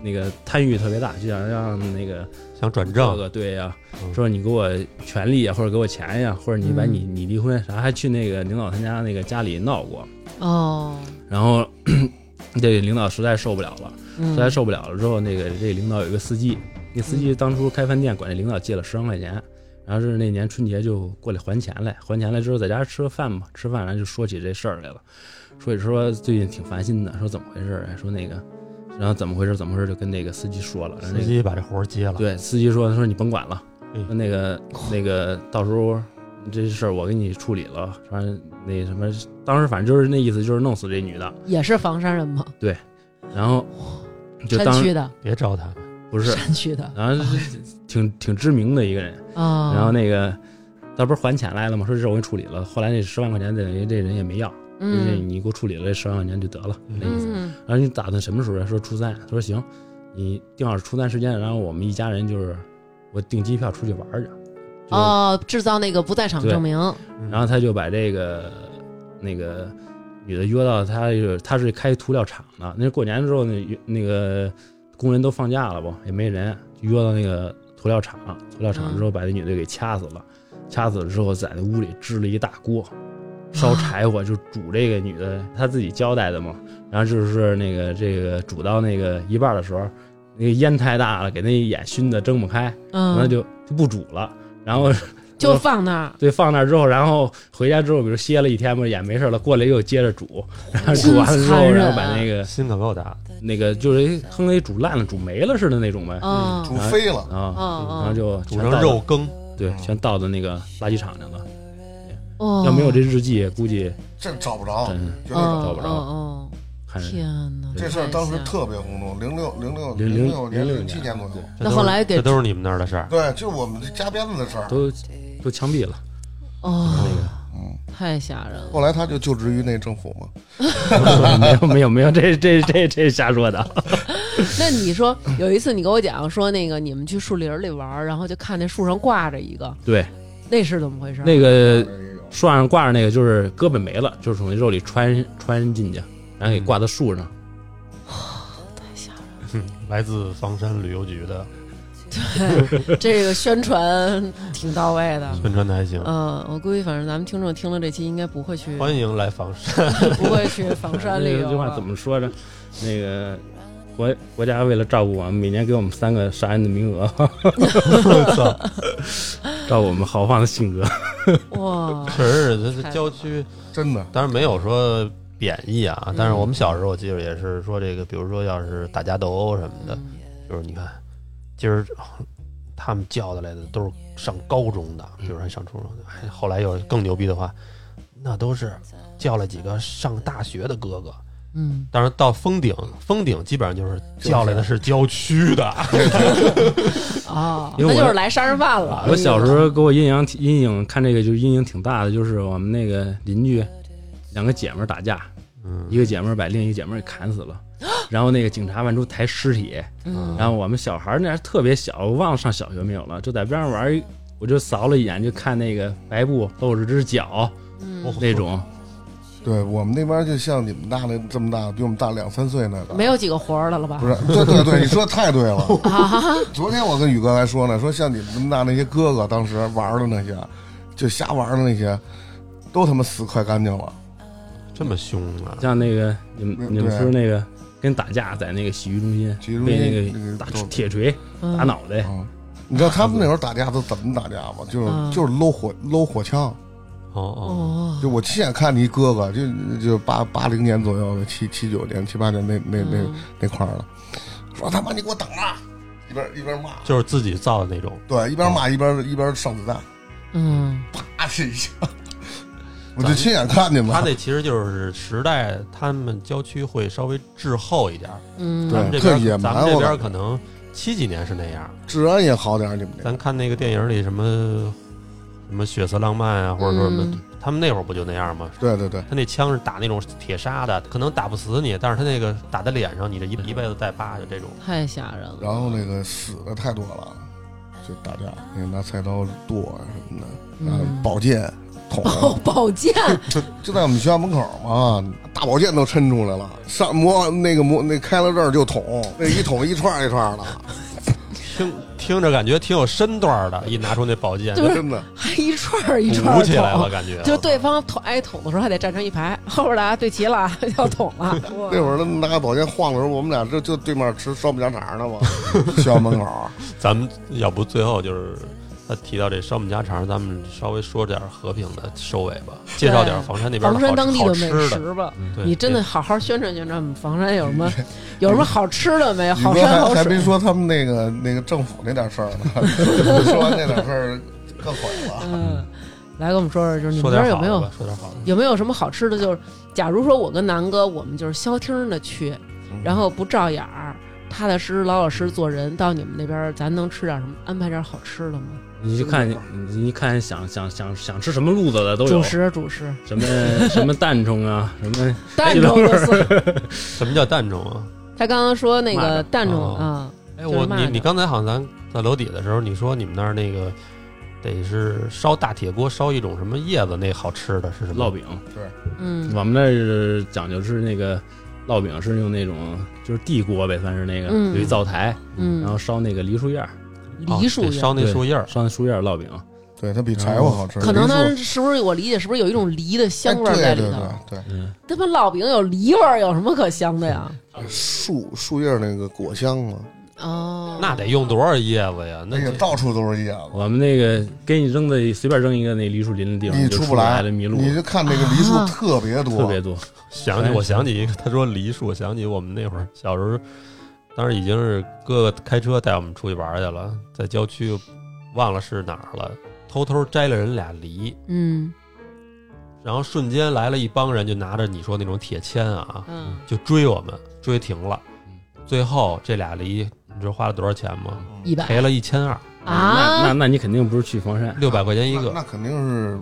S4: 那个贪欲特别大，就想让那个
S7: 想转
S4: 这
S7: 正，
S4: 个对呀、
S7: 嗯
S4: 说你给我权利呀，或者给我钱呀，或者你把你你离婚，然后还去那个领导他家那个家里闹过，
S6: 哦，
S4: 然后 这领导实在受不了了，
S6: 嗯
S4: 实在受不了了之后，那个这领导有一个司机，那司机当初开饭店管这领导借了十万块钱，然后是那年春节就过来还钱来，还钱来之后在家吃个饭嘛，吃饭然后就说起这事儿来了，说起说最近挺烦心的，说怎么回事儿啊？说那个然后怎么回事？怎么回事？就跟那个司机说了，然后
S7: 司
S4: 那个
S7: 机把这活儿接了，
S4: 对司机说，他说你甭管了，
S7: 嗯
S4: 说那个那个到时候这事儿我给你处理了，反正那什么，当时反正就是那意思就是弄死这女的，
S6: 也是房山人吗？
S4: 然后就
S6: 山
S4: 当
S6: 区的，
S7: 别招他。
S4: 不是，
S6: 山区的
S4: 然后是挺挺知名的一个人，
S6: 啊。
S4: 呃然后那个。他不是还钱来了吗？说这事儿我给你处理了。后来那十万块钱等于这人也没要，就是
S6: 嗯
S4: 你给我处理了这十万块钱就得了，那意思。
S6: 嗯
S4: 然后你打算什么时候呀？啊说初三。他说行，你定好初三时间，然后我们一家人就是我订机票出去玩儿去。就，
S6: 哦，制造那个不在场证明，
S4: 然后他就把这个那个女的约到他就是他是开涂料厂的，那过年之后那那个工人都放假了不也没人，就约到那个涂料厂，涂料厂之后把那女的给掐死了，掐死了之后在那屋里支了一大锅。烧柴火就煮这个女的，她自己交代的嘛。然后就是那个这个煮到那个一半的时候，那个烟太大了，给那眼熏的睁不开，那
S6: 嗯，
S4: 就就不煮了。然后
S6: 就放那儿，
S4: 对，放那儿之后，然后回家之后，比如歇了一天嘛，也没事了，过来又接着煮，然后煮完了之
S6: 真残
S4: 后，
S6: 忍啊
S4: 然后把那个
S7: 心可够大，
S4: 那个就是哼给煮烂了、煮没了似的那种呗，
S6: 哦
S5: 煮飞了，
S6: 哦
S4: 啊，嗯然后
S6: 哦
S4: 就
S7: 煮
S4: 全
S7: 成
S4: 倒到
S7: 肉，羹，
S4: 对，全倒到那个垃圾场上了。
S6: 哦，
S4: 要没有这日记，估计
S5: 这找不着，
S4: 真
S5: 绝对
S6: 哦，
S5: 找不着。
S6: 哦哦
S4: 还
S6: 哦，
S4: 是
S6: 天哪！
S5: 这事儿当
S6: 太
S5: 时
S6: 吓人
S5: 特别轰动，零六、零六、
S4: 零
S5: 六年、
S4: 零
S5: 零七年左右。
S7: 这
S6: 那
S7: 都
S6: 后
S7: 是
S6: 来给
S7: 这都是你们那儿的事儿。
S5: 对，就是我们这加鞭子的事儿。
S4: 都都枪毙了。
S6: 哦，
S5: 嗯，
S6: 太吓人了。
S5: 后来他就就职于那政府嘛。
S4: 没有没有没有，这这这这瞎说的。
S6: 哦那你说有一次你给我讲说那个你们去树林儿里玩儿，然后就看那树上挂着一个，
S4: 对，
S6: 那是怎么回事？
S4: 那个树上挂着那个就是胳膊没了，就是从那肉里穿穿进去，然后给挂到树上。
S7: 来自房山旅游局的
S6: 这个宣传 挺到位的。
S7: 宣传的还行，
S6: 嗯，我估计反正咱们听众听了这期应该不会去，
S7: 欢迎来房山。
S6: 不会去房山旅
S4: 那
S6: 游啊了。
S4: 个这句话怎么说着？那个国国家为了照顾我们，每年给我们三个杀人的名额，
S7: 我操，哎
S4: 照顾我们豪放的性格。
S6: 哇？
S7: 确实是， 这这郊区，
S5: 真的，
S7: 当然没有说贬义啊
S6: 嗯，
S7: 但是我们小时候我记得也是说这个，比如说要是打架斗殴什么的，
S6: 嗯
S7: 就是你看，今儿他们叫的来的都是上高中的，
S6: 嗯
S7: 比如说还上初中的，哎后来有更牛逼的话，那都是叫了几个上大学的哥哥。
S6: 嗯，
S7: 当然到峰顶，峰顶基本上就是叫来的是郊区的，
S6: 哦，
S4: 因为
S6: 那
S4: 我
S6: 就是来杀人犯了。
S4: 我小时候给我阴影阴影看这个就是阴影挺大的，就是我们那个邻居两个姐们儿打架，
S7: 嗯
S4: 一，个姐们儿把另一个姐们儿给砍死 了，然后那个警察外出抬尸体，
S6: 嗯，
S4: 然后我们小孩儿那还特别小，我忘了上小学没有了，就在边上玩儿，我就扫了一眼，就看那个白布露着只脚
S7: 哦
S6: 嗯
S4: 那种，
S5: 对我们那边就像你们大那这么大，比我们大两三岁那个。
S6: 没有几个活儿的了吧
S5: 不？是，对对对，你说的太对了。
S6: 啊，
S5: 昨天我跟宇哥还说呢，说像你们这么大那些哥哥，当时玩的那些，就瞎玩的那些，都他妈死快干净了。
S7: 这么凶啊！
S4: 像那个你们
S5: 嗯
S4: 你们
S5: 对
S4: 是不是那个跟打架在那个洗浴中心
S5: 体育中
S4: 被
S5: 心
S4: 那
S5: 那
S4: 个
S5: 个
S4: 大
S5: 都
S4: 铁锤打脑袋，
S5: 嗯，你知道他们那会儿打架都怎么打架吗？就是
S6: 嗯
S5: 就是搂火搂火枪。
S7: 哦
S6: 哦，
S5: 就我亲眼看你一哥哥，就就八八零年左右，七七九年、七八年那那那、
S6: 嗯
S5: 那块儿了，说他妈你给我等着，一边一边骂
S7: 哦，，就是自己造的那种。
S5: 对，一边骂一边一边上子弹，
S6: 嗯，
S5: 啪这一下，我就亲眼看见
S7: 他
S5: 了，
S7: 那其实就是时代，他们郊区会稍微滞后一点儿。
S6: 嗯，
S7: 咱们这
S5: 对特野
S7: 边，
S5: 蛮
S7: 咱们这
S5: 我感
S7: 边
S5: 觉
S7: 可能七几年是那样。
S5: 治安也好点儿，你们这
S7: 咱看那个电影里什么什么血色浪漫啊，或者说什么
S6: 嗯，
S7: 他们那会儿不就那样吗？
S5: 对对对，
S7: 他那枪是打那种铁砂的，可能打不死你，但是他那个打在脸上，你这一一辈子带疤，就这种。
S6: 太吓人了。
S5: 然后那个死的太多了，就打架，那拿菜刀剁啊什么的，拿
S6: 嗯
S5: 宝剑捅啊，
S6: 哦，宝剑，
S5: 就在我们学校门口嘛，大宝剑都抻出来了，上磨那个磨那开了刃儿就捅，那一捅一串儿一串儿的，
S7: 听听着感觉挺有身段的，一拿出那宝剑，
S6: 对
S5: 真的。
S6: 还一串儿一串
S7: 鼓
S6: 儿
S7: 起来了，
S6: 捅，
S7: 感觉啊
S6: 就是对方捅挨捅的时候还得站成一排，后边大家对齐了 要捅了。哇
S5: 那会儿他拿个宝剑晃的时候，我们俩就就对面吃烧饼夹肠呢嘛，学校门口。
S7: 咱们要不最后就是他提到这烧饼家常，咱们稍微说点和平的收尾吧，介绍点房山那边
S6: 房
S7: 的好
S6: 山当地
S7: 好
S6: 美
S7: 吃的。
S6: 食吧。
S7: 对
S6: 你真的好好宣传宣传我们房山有什么有什么好吃的没有？
S5: 宇
S6: 哎好
S5: 哥
S6: 山
S5: 还
S6: 好
S5: 还没
S6: 水。
S5: 说他们那个那个政府那点事儿呢， 说完那点事儿更毁了。
S6: 嗯，来跟我们说说，就是你
S7: 说
S6: 们
S7: 点
S6: 那儿有
S7: 好
S6: 没
S7: 的
S6: 有
S7: 吧，说点好的。
S6: 有没有什么好吃的？就是假如说我跟南哥，我们就是消停的去，
S5: 嗯
S6: 然后不照眼儿，踏踏实实、老老实实做人。到你们那边儿，咱能吃点什么？安排点好吃的吗？
S4: 你就看你一看想想想想吃什么路子的都有
S6: 主，食，主 食，
S4: 什么什么蛋虫啊，什么
S5: 哎
S6: 蛋种的丝。
S7: 什么叫蛋中啊？
S6: 他刚刚说那个蛋种
S7: 哦
S6: 啊，
S7: 哎，
S6: 就是
S7: 我
S6: 蚂
S7: 你
S6: 蚱
S7: 你刚才好像咱在楼底的时候，你说你们那儿那个得是烧大铁锅烧一种什么叶子那好吃的是什么？
S4: 烙饼。
S6: 嗯，
S4: 我们那儿讲究是那个烙饼是用那种就是地锅呗，算是那个
S6: 嗯
S4: 有一灶台，
S6: 嗯
S5: 哦
S4: 然后烧那个梨树叶儿，
S7: 哦
S6: 梨树
S7: 得
S6: 叶
S7: 烧那树叶儿。
S4: 烧那树叶儿烙饼。
S5: 对，它比柴火好吃。
S6: 可能
S5: 梨
S6: 它
S5: 树
S6: 是不是我理解是不是有一种梨的
S5: 哎
S6: 香味儿在里头？
S5: 对对对
S4: 嗯，
S6: 他妈烙饼有梨味儿，有什么可香的呀？
S5: 对，树树叶那个果香嘛，
S6: 哦，
S7: 那得用多少叶子呀？那
S5: 那个
S7: 得
S5: 到处都是叶子，
S4: 我们那个给你扔的随便扔一个那梨树林的地方，
S5: 你
S4: 就
S5: 出
S4: 出
S5: 不来，
S4: 了迷路，
S5: 你就看那个梨树
S6: 啊
S5: 特别多，
S4: 特别多。
S7: 想起我想起一 个，他说梨树，我想起我们那会儿小时候，当时已经是哥哥开车带我们出去玩去了，在郊区，忘了是哪儿了，偷偷摘了人俩梨，
S6: 嗯
S7: 然后瞬间来了一帮人，就拿着你说那种铁签啊，
S6: 嗯，
S7: 就追我们，追停了
S4: 嗯，
S7: 最后这俩梨，你知道花了多少钱吗？
S6: 一百
S7: 赔了一千二，
S4: 那那
S6: 啊，
S4: 那你肯定不是去房山，
S7: 六百块钱一
S5: 那
S7: 个
S5: 那，肯定是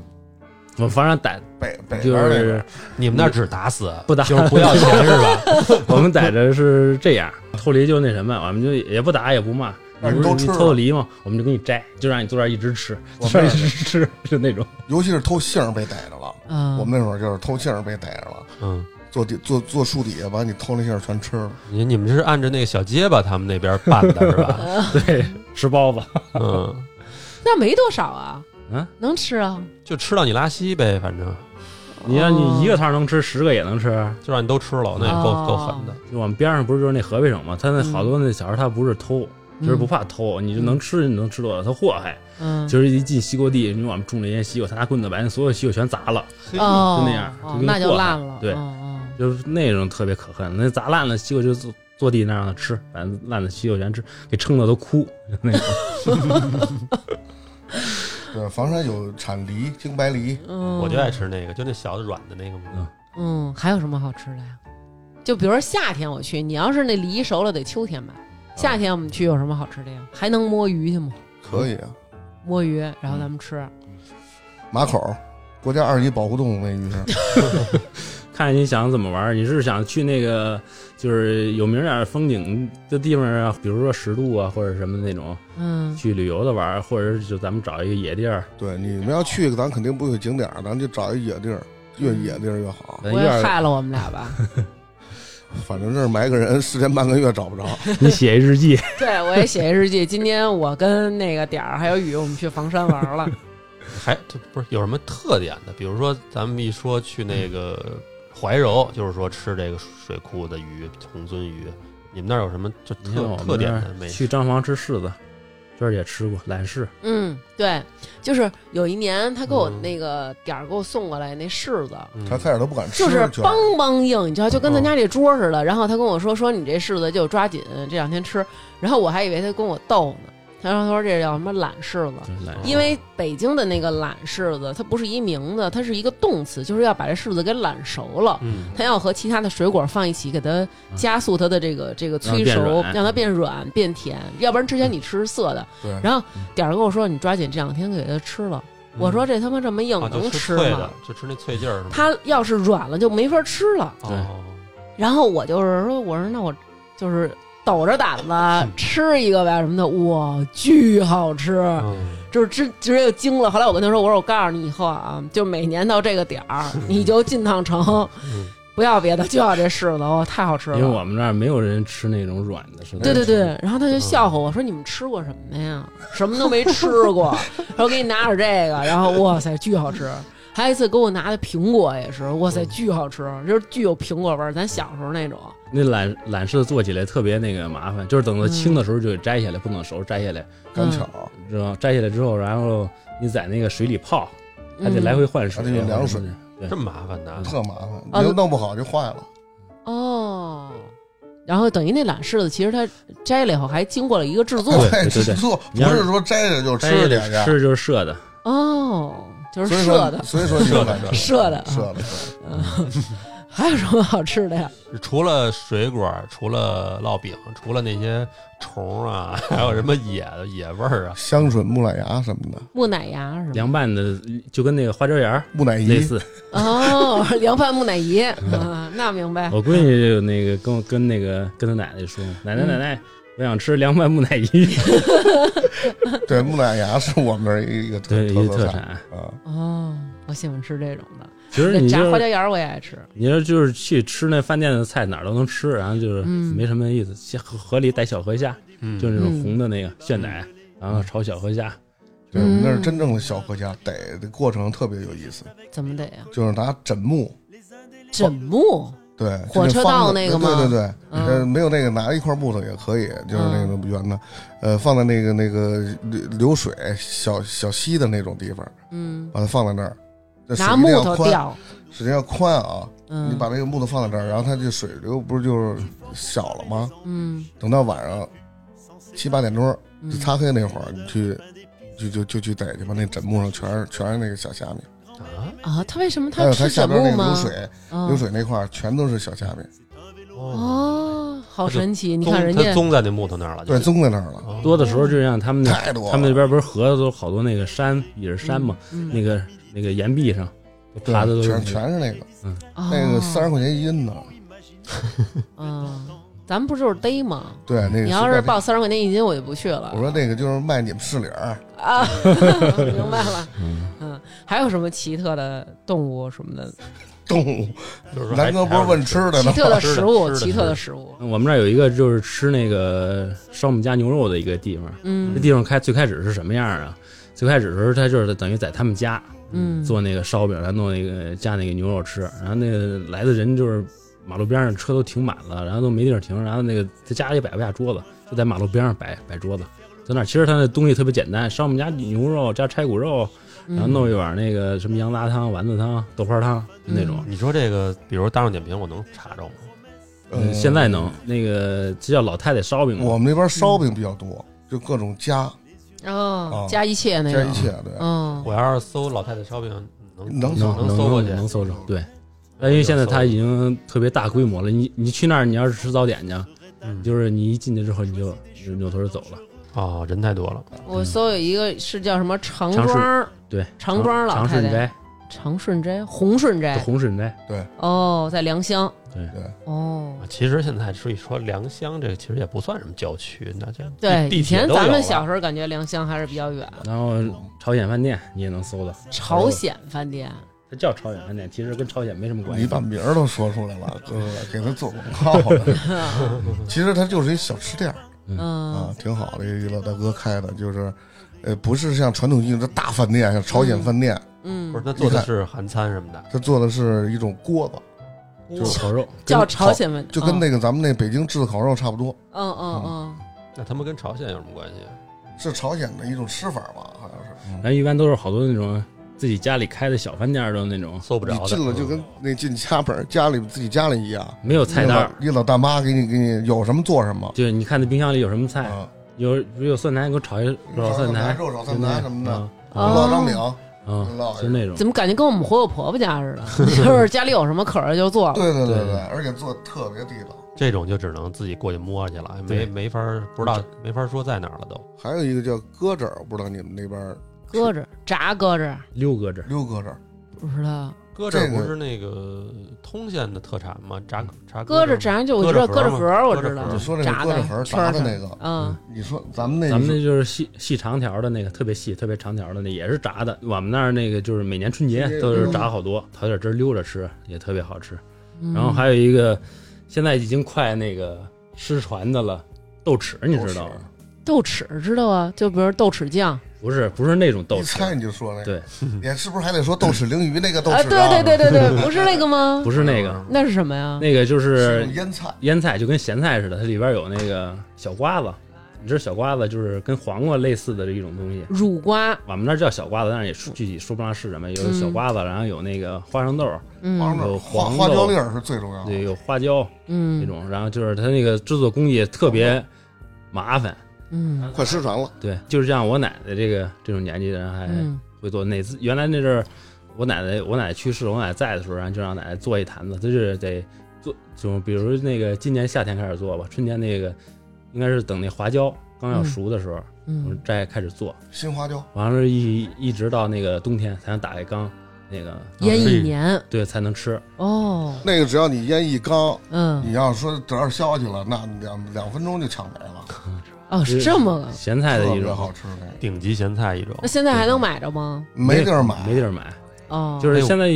S4: 我们房山逮
S5: 北北
S4: 就
S5: 边儿那
S4: 是
S5: 个。
S7: 你们那儿只打死
S4: 不打
S7: 就是不要 钱是吧？
S4: 我们逮着是这样，偷梨就那什么，我们就也不打也不骂，
S5: 但
S4: 你
S5: 是
S4: 不
S5: 都
S4: 是
S5: 吃
S4: 你
S5: 了
S4: 偷的梨吗？我们就给你摘，就让你坐这儿一直吃，
S5: 我
S4: 坐
S5: 们
S4: 这儿一直吃，就那种。
S5: 尤其是偷杏儿被逮着了。
S6: 嗯
S5: 我们那会儿就是偷杏儿被逮着了，
S7: 嗯。
S5: 坐地坐坐树底下把你偷那杏儿全吃了。
S7: 你你们是按着那个小结巴他们那边办的是吧？
S4: 对，吃包子，
S7: 嗯，
S6: 那没多少啊，
S4: 嗯，
S6: 能吃啊。
S7: 就吃到你拉稀呗，反正
S4: 你让你一个摊儿能吃十个也能吃。
S7: 就让你都吃了，那也够、
S6: 哦
S7: 够狠的。
S4: 就我们边上不是就是那河北省嘛，他那
S6: 嗯
S4: 好多那小孩他不是偷，就是不怕偷，你就能吃，你能吃多少，他祸害。
S6: 嗯，
S4: 就是一进西瓜地，因为我们种了一些西瓜，他拿棍子把那所有西瓜全砸了，
S6: 哦，
S4: 就那样
S6: 哦
S4: 就跟
S6: 那就
S4: 过海
S6: 烂了。
S4: 对
S6: 哦哦
S4: 就是那种特别可恨。那砸烂了西瓜就坐坐地那让他吃，把烂的西瓜全吃，给撑的都哭，就那种。
S5: 对，房山有产梨、京白梨，
S6: 嗯，
S7: 我就爱吃那个，就那小的软的那个嘛。
S6: 嗯，还有什么好吃的呀？就比如说夏天我去，你要是那梨熟了，得秋天买。
S4: 啊
S6: 夏天我们去有什么好吃的呀？还能摸鱼去吗？
S5: 可以啊。
S6: 摸鱼，然后咱们吃。
S5: 马口，国家二级保护动物那鱼是，
S4: 看你想怎么玩儿，你是想去那个就是有名点儿风景的地方啊，比如说十渡啊，或者什么那种
S6: 嗯，
S4: 去旅游的玩儿，或者是就咱们找一个野地儿，
S5: 对，你们要去，咱肯定不去景点儿，咱就找一野地儿，越野地儿越好。
S4: 咱
S6: 不会
S4: 院儿
S6: 害了我们俩 吧？
S5: 反正这儿埋个人，十天半个月找不着。
S4: 你写一日记，
S6: 对，我也写一日记。今天我跟那个点儿还有雨，我们去房山玩 了。
S7: 还这不是有什么特点的？比如说咱们一说去那个怀柔，就是说吃这个水库的鱼，红鳟鱼。你们那儿有什么就
S4: 你看
S7: 特
S4: 我
S7: 特
S4: 们
S7: 点
S4: 那
S7: 的
S4: 儿
S7: 美食？
S4: 去张房吃柿子，娟儿姐吃过揽柿，
S6: 嗯，对，就是有一年他给我
S7: 嗯
S6: 那个点儿给我送过来那柿子，
S7: 嗯
S5: 他开始都不敢吃，
S6: 就是
S5: 觉得
S6: 梆梆硬，你知道，就跟咱家这桌似的。然后他跟我说说你这柿子就抓紧这两天吃，然后我还以为他跟我逗呢。他说他说这叫什么懒柿子，
S4: 就是揽
S7: 哦
S6: 因为北京的那个懒柿子，它不是一名字，它是一个动词，就是要把这柿子给懒熟了。
S7: 嗯，
S6: 它要和其他的水果放一起，给它加速它的这个这个
S4: 让它
S6: 催
S4: 变
S6: 熟，
S4: 软
S6: 让它变软变甜。要不然之前你吃是涩的。
S5: 对
S6: 然后点儿跟我说你抓紧这两天给它吃了。我说这他妈这么硬
S7: 啊，就
S6: 能
S7: 吃脆
S6: 吗
S7: 的？，就吃那脆劲儿是吗？
S6: 它要是软了就没法吃了。
S7: 哦，
S6: 然后我就是说，我说那我就是抖着胆
S4: 嗯
S6: 子吃一个呗什么的，哇，巨好吃，
S7: 嗯
S6: 就是直直接就惊了。后来我跟他说，我说我告诉你以后啊，就每年到这个点儿，你就进趟城，
S7: 嗯
S6: 不要别的，就要这柿子，哇，太好吃
S4: 因为
S6: 了。
S4: 我们那儿没有人吃那种软的柿子，
S6: 对对对，然后他就笑话我说：“你们吃过什么呀？
S4: 嗯
S6: 什么都没吃过。” 然后给你拿点这个，然后哇塞，巨好吃。
S4: 嗯
S6: 还有一次给我拿的苹果也是，哇塞，巨好吃，就是巨有苹果味儿，咱小时候那种。
S4: 那揽揽式做起来特别那个麻烦，就是等它轻的时候就给摘下来，不等熟摘下来，
S5: 干巧，
S4: 知道吗摘下来之后，然后你在那个水里泡，还得
S1: 嗯
S4: 来回换水，
S5: 还得有凉水
S4: 对
S7: 这么麻烦呢？
S5: 特麻烦，
S6: 啊
S5: 你又弄不好就坏了。
S6: 哦。然后等于那揽柿子，其实它摘了以后还经过了一个制作
S4: 对对对
S5: 制
S4: 对
S5: 作
S4: 你
S5: 不
S4: 要是
S5: 是说摘着就
S4: 摘下
S5: 吃点
S4: 来
S5: 去，
S4: 吃就是射的，
S6: 哦，就是
S5: 所以
S6: 射的
S5: 说，所以说你就感 觉
S6: 射的啊
S5: 射的，嗯
S6: 还有什么好吃的呀？
S7: 除了水果，除了烙饼，除了那些虫啊，还有什么野野味儿啊？
S5: 香椿、木乃芽什么的，
S6: 木乃芽是吗？
S4: 凉拌的就跟那个花椒盐儿
S5: 木乃
S4: 类
S5: 伊
S4: 似。
S6: 哦，凉拌木乃 伊啊，那明白。
S5: 哦
S4: 我闺女就那个跟我跟那个跟她奶奶说，奶奶奶奶，我想吃凉拌木 乃伊，
S5: 对，木乃芽是我们那儿一个特
S4: 对，一个
S5: 色
S4: 特
S5: 菜
S4: 产。
S5: 啊。
S6: 哦，我喜欢吃这种的，
S4: 其实
S6: 那
S4: 你
S6: 炸
S4: 就
S6: 花椒
S4: 是
S6: 盐儿我也爱吃。
S4: 你要就是去吃那饭店的菜，哪儿都能吃，然后就是
S6: 嗯
S4: 没什么意思。先河河里逮小河虾，
S7: 嗯
S4: 就是那种
S6: 嗯
S4: 红的那个炫仔，然后炒小河虾，
S5: 对，我们那
S6: 嗯
S5: 是真正的小河虾，逮的过程特别有意思，
S6: 怎么得呀？
S5: 就是拿枕木，
S6: 枕木
S5: 对，
S6: 火
S5: 就
S6: 车
S5: 那方
S6: 道
S5: 的
S6: 那个吗
S5: 对对对，
S6: 嗯
S5: 呃，没有那个拿一块木头也可以，就是那种圆的，呃，放在那个那个流流水小小溪的那种地方，
S6: 嗯，
S5: 把它放在那儿，这水
S6: 拿
S5: 一定
S6: 木
S5: 要
S6: 头
S5: 宽，
S6: 吊，
S5: 水一定要宽啊，
S6: 嗯，
S5: 你把那个木头放在这儿，然后它这水流不是就是小了吗？
S6: 嗯
S5: 等到晚上七八点钟
S6: 嗯
S5: 就擦黑那会儿，你去就就就去逮去吧，那枕木上全是全是那个小虾米，
S7: 啊，
S6: 啊，他为什么他
S5: 还有它
S6: 吃
S5: 下
S6: 枕
S5: 边
S6: 木
S5: 那个
S6: 吗
S5: 流？水
S6: 嗯
S5: 流水那块儿全都是小虾米，
S7: 哦，
S6: 哦，好
S7: 它就
S6: 神奇！你
S7: 棕
S6: 看人
S7: 它
S6: 家
S7: 棕在那木头
S6: 啊
S7: 那儿了，
S5: 对，
S7: 就
S5: 棕在那儿了，
S7: 哦
S4: 多的时候就让他们那
S5: 太多了。
S4: 嗯他们那边不是河都好多那个山也是山嘛，，
S6: 嗯
S4: 那个那个岩壁上都
S5: 对
S4: 爬的都是
S5: 全全是那个那
S6: 那
S5: 个三十块钱一斤呢，
S6: 嗯，咱们不就是逮吗？
S5: 对，那个
S6: 你要是
S5: 随便
S6: 报三十块钱一斤，我就不去了
S5: 我说那个就是卖你们市里儿，
S6: 啊。明白了，嗯，还有什么奇特的动物什么的，
S5: 动物。
S7: 就是说还
S5: 南哥不是问吃的
S6: 奇
S5: 呢
S6: 特的
S5: 吗？
S6: 食物，
S7: 吃的
S6: 奇特的食物，
S4: 我们那儿有一个就是吃那个烧我们家牛肉的一个地方，那
S6: 嗯
S4: 地方开最开始是什么样啊？最开始的时候，他就是等于在他们家
S6: 嗯，
S4: 做那个烧饼，然后弄那个加那个牛肉吃，然后那个来的人就是马路边上车都停满了，然后都没地儿停，然后那个他家里摆不下桌子，就在马路边上摆摆桌子，在那儿其实他那东西特别简单，烧我们家牛肉加拆骨肉，
S6: 嗯
S4: 然后弄一碗那个什么羊杂汤、丸子汤、豆花汤就那
S6: 嗯
S4: 种。
S7: 你说这个，比如大众点评，我能查着吗？
S4: 嗯，现在能那个这叫老太太烧饼嘛，
S5: 我们那边烧饼比较多，就各种加
S6: 嗯哦
S5: 啊，
S6: 加一切那
S5: 加
S6: 个，
S5: 一切，对，
S6: 嗯，
S7: 我要是搜老太太烧饼，能
S5: 能
S4: 能
S7: 能
S4: 啊能
S7: 搜过去，
S4: 能搜着。对，那因为现在它已经特别大规模了，你你去那儿，你要是吃早点去，
S7: 嗯
S4: 就是你一进去之后你就就扭头就走了。
S7: 哦，人太多了，
S6: 我
S5: 嗯
S6: 搜有一个是叫什么长
S4: 长顺
S6: 庄，
S4: 对，
S6: 长庄老
S4: 长
S6: 太哎
S4: 顺
S6: 太，
S4: 斋、
S6: 长顺斋、红顺斋，
S4: 红顺斋，
S6: 哦，在良乡，
S4: 对
S5: 对
S6: 哦，
S7: 啊其实现在所以说良乡这个其实也不算什么郊区，大家
S6: 对，
S7: 地
S6: 以前
S7: 铁都有啊
S6: 咱们
S7: 了
S6: 小时候感觉良乡还是比较远，
S4: 然后朝鲜饭店你也能搜到，
S6: 朝鲜饭店，
S4: 它叫朝鲜饭店，其实跟朝鲜没什么
S6: 嗯
S4: 关
S5: 你
S4: 系。
S5: 把名儿都说出来了，对对对，给他做广告了。 其实它就是一小吃店儿
S6: 嗯
S5: 啊，挺好的，一老大哥开的，就是，呃，不是像传统意义的大饭店，像朝鲜饭店，
S7: 不是
S6: 嗯，
S7: 那做的是韩餐什么的，
S5: 他做的是一种锅子，
S4: 就是烤肉，
S6: 叫
S5: 跟
S6: 朝鲜饭店，
S5: 就跟
S6: 嗯
S5: 那个咱们那北京炙烤肉差不多，
S6: 嗯嗯嗯，
S7: 那他们跟朝鲜有什么关系？啊
S5: 是朝鲜的一种吃法吧，好像是。
S4: 然后一般都是好多那种自己家里开的小饭店儿的那种，
S7: 搜不着
S5: 你
S7: 的，嗯
S5: 进了就跟那进家门儿家里自己家里一样，
S4: 没有菜单儿，
S5: 一老，一老大妈给你给你有什么做什么
S4: 就是你看那冰箱里有什么菜，
S5: 啊，
S4: 有有蒜苔，给我炒一肉蒜苔，
S5: 肉炒蒜苔什么的，
S6: 哦
S5: 老张饼，
S4: 嗯，
S5: 老
S4: 就那种
S6: 怎。么感觉跟我们活有婆婆家似的？ 就是家里有什么可儿就做了。
S5: 对对
S4: 对
S5: 对
S4: 对
S5: 对，而且做的特别地道。
S7: 这种就只能自己过去摸去了，没
S4: 对
S7: 没法儿不知道没法儿说在哪儿了都。
S5: 还有一个叫鸽子儿，不知道你们那边儿
S6: 搁着炸搁着，
S4: 六搁这儿，
S5: 溜鸽子儿，
S6: 不知道
S7: 搁这
S5: 这个嗯
S7: 不是那个通县的特产吗？炸炸
S6: 搁着
S7: 着
S6: 炸就我知道搁
S7: 搁
S6: 着
S7: 着
S6: 盒
S7: 盒
S6: 儿
S7: 儿
S6: 我
S7: 嘛
S6: 知道
S7: 搁着盒
S5: 就
S7: 儿
S5: 说那
S6: 炸
S5: 鸽子
S6: 的
S5: 盒儿
S6: 圈儿
S5: 炸的
S6: 上
S5: 那个，
S6: 嗯
S5: 你说咱们那
S4: 咱们那就是细细长条的那个，特别细、特别长条的那也是炸的。我们那儿那个就是每年春节
S5: 春节嗯
S4: 都是炸好多，淘点汁儿溜着吃也特别好吃。
S6: 嗯
S4: 然后还有一个，现在已经快那个失传的了，豆豉，你知道吗？
S6: 豆豉知道啊，就比如豆豉酱，
S4: 不不是不是那种
S5: 一
S4: 豆豉，
S5: 猜你就说那个，
S4: 对，
S5: 你是不是还得说豆豉鲮鱼那个豆
S6: 啊，
S5: 豉
S6: 对对对对对，不是那个吗？
S4: 不是那个，
S6: 那是什么
S5: 嗯
S6: 呀？
S4: 那个就是
S5: 是腌菜，
S4: 腌菜，就跟咸菜似的，它里边有那个小瓜子。你知道小瓜子就是跟黄瓜类似的一种东西，
S6: 乳瓜，
S4: 我们那儿叫小瓜子，但是也说具体说不上是什么。有
S6: 嗯
S4: 小瓜子，然后有那个花生豆，
S5: 花
S6: 嗯
S5: 生
S4: 有
S5: 豆花
S4: 黄
S5: 花椒
S4: 豆
S5: 粒儿是最重要
S4: 对，
S5: 的。
S4: 有花椒那
S6: 嗯
S4: 种。然后就是它那个制作工艺特别麻烦，
S6: 嗯
S5: 快失传了，
S4: 对，就是像我奶奶这个这种年纪的人还
S6: 嗯
S4: 会做。哪次原来那阵儿，我奶奶我奶奶去世，我奶奶在的时候，然后就让奶奶做一坛子，就是得做，就比如那个今年夏天开始做吧，春天那个应该是等那花椒刚要
S6: 嗯
S4: 熟的时候，我们
S6: 嗯，
S4: 摘开始做，
S5: 新花椒
S4: 完了一一直到那个冬天才能打开缸，那个
S6: 腌一年
S4: 对才能吃。
S6: 哦，
S5: 那个，只要你腌一缸，
S6: 嗯
S5: 你要说只要消去了，那两两分钟就抢没了，
S6: 哦是这么个，
S4: 咸菜的
S5: 特
S4: 一
S5: 别
S4: 种，
S5: 好吃那个，
S7: 顶级咸菜一种
S6: 那，现在还能买着吗？
S5: 没地儿买，
S4: 没地儿买，
S6: 哦，
S4: 就是
S7: 哎呦
S4: 现在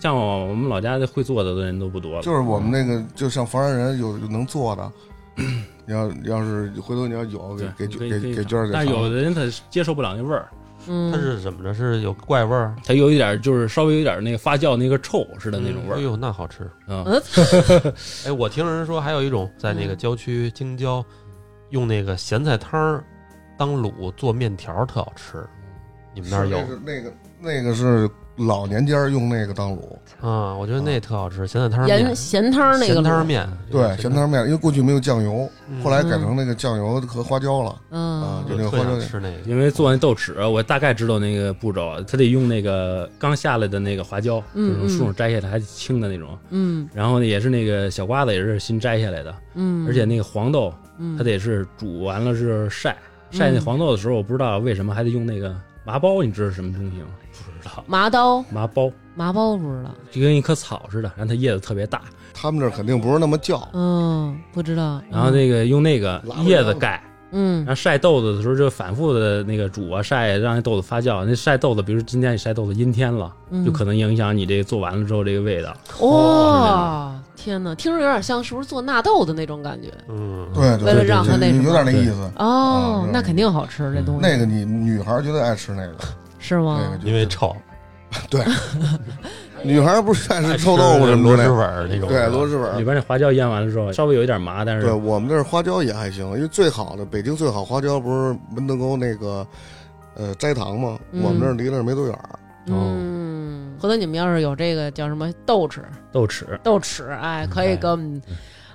S4: 像我我们老家会做的人都不多了，
S5: 就是我们那个，就像房山人有有能做的，你要要是回头你要有
S4: 啊对
S5: 给给
S4: 可以可
S5: 给
S4: 以
S5: 给
S4: 尝
S5: 娟儿给尝，
S4: 但是有的人他接受不了那味儿。
S6: 嗯
S7: 它是怎么着？是有怪味儿
S4: 它有一点儿就是稍微有一点儿那个发酵那个臭似的那
S5: 嗯
S4: 种味
S7: 哎
S4: 儿
S7: 呦，那好吃！
S4: 啊、
S6: 嗯
S7: 哎，我听人说还有一种在那个郊区京郊，用那个咸菜汤儿当卤做面条儿，特好吃。你们那儿有
S5: 是那个那个是老年间儿用那个当卤，
S7: 啊？我觉得那特好吃，咸菜汤儿面
S6: 盐，咸汤儿那个
S7: 咸汤儿
S6: 卤，
S7: 面，
S5: 对咸汤面，因为过去没有酱油，
S7: 嗯
S5: 后来改成那个酱油和花椒了，啊
S6: 嗯
S5: 就
S7: 我
S5: 那个花
S7: 特
S5: 椒
S7: 想
S5: 面
S7: 吃那个。
S4: 因为做完豆豉，我大概知道那个步骤，啊它得用那个刚下来的那个花椒，
S6: 嗯
S4: 就是从树上摘下来还青的那种，
S6: 嗯
S4: 然后呢也是那个小瓜子也是新摘下来的，
S6: 嗯，
S4: 而且那个黄豆
S6: 嗯
S4: 它得是煮完了是晒，晒那黄豆的时候，我不知道为什么还得用那个麻包，你知道是什么东西吗？不知道，
S6: 麻刀
S4: 麻包
S6: 麻包不知道，
S4: 就跟一棵草似的，然后它叶子特别大，
S5: 他们这儿肯定不是那么叫，
S6: 嗯不知道，
S4: 然后那个用那个
S5: 拉不
S4: 叶子
S5: 上
S4: 盖。
S6: 嗯
S4: 然后晒豆子的时候就反复的那个煮啊晒，让那豆子发酵。那晒豆子，比如今天你晒豆子阴天了，
S6: 嗯
S4: 就可能影响你这个做完了之后这个味道。
S6: 哦，天哪，听着有点像是不是做纳豆的那种感觉？
S7: 嗯，
S5: 对对
S6: 为了
S5: 对，
S6: 让它那
S5: 就
S6: 什么
S5: 有点那意思。
S6: 哦，
S5: 嗯
S6: 那肯定好吃，这东西
S5: 那个你女孩儿绝对爱吃那个，
S6: 是
S5: 那
S6: 吗
S5: 个？就
S7: 因为臭，
S5: 女孩儿不是爱吃臭豆腐什么
S7: 螺
S5: 的
S7: 蛳
S5: 那
S7: 粉
S5: 个，
S7: 儿那种，
S5: 对螺蛳粉
S4: 里
S5: 儿。
S4: 边那花椒腌完了之后，稍微有一点麻，但
S5: 对
S4: 是
S5: 我们这儿花椒也还行，因为最好的北京最好花椒不是门头沟那个，呃斋堂吗？
S6: 嗯
S5: 我们这儿离那儿没多远儿，
S6: 嗯，回头你们要是有这个叫什么豆豉，
S4: 豆豉
S6: 豆豉，哎，可以
S7: 哎
S6: 给我们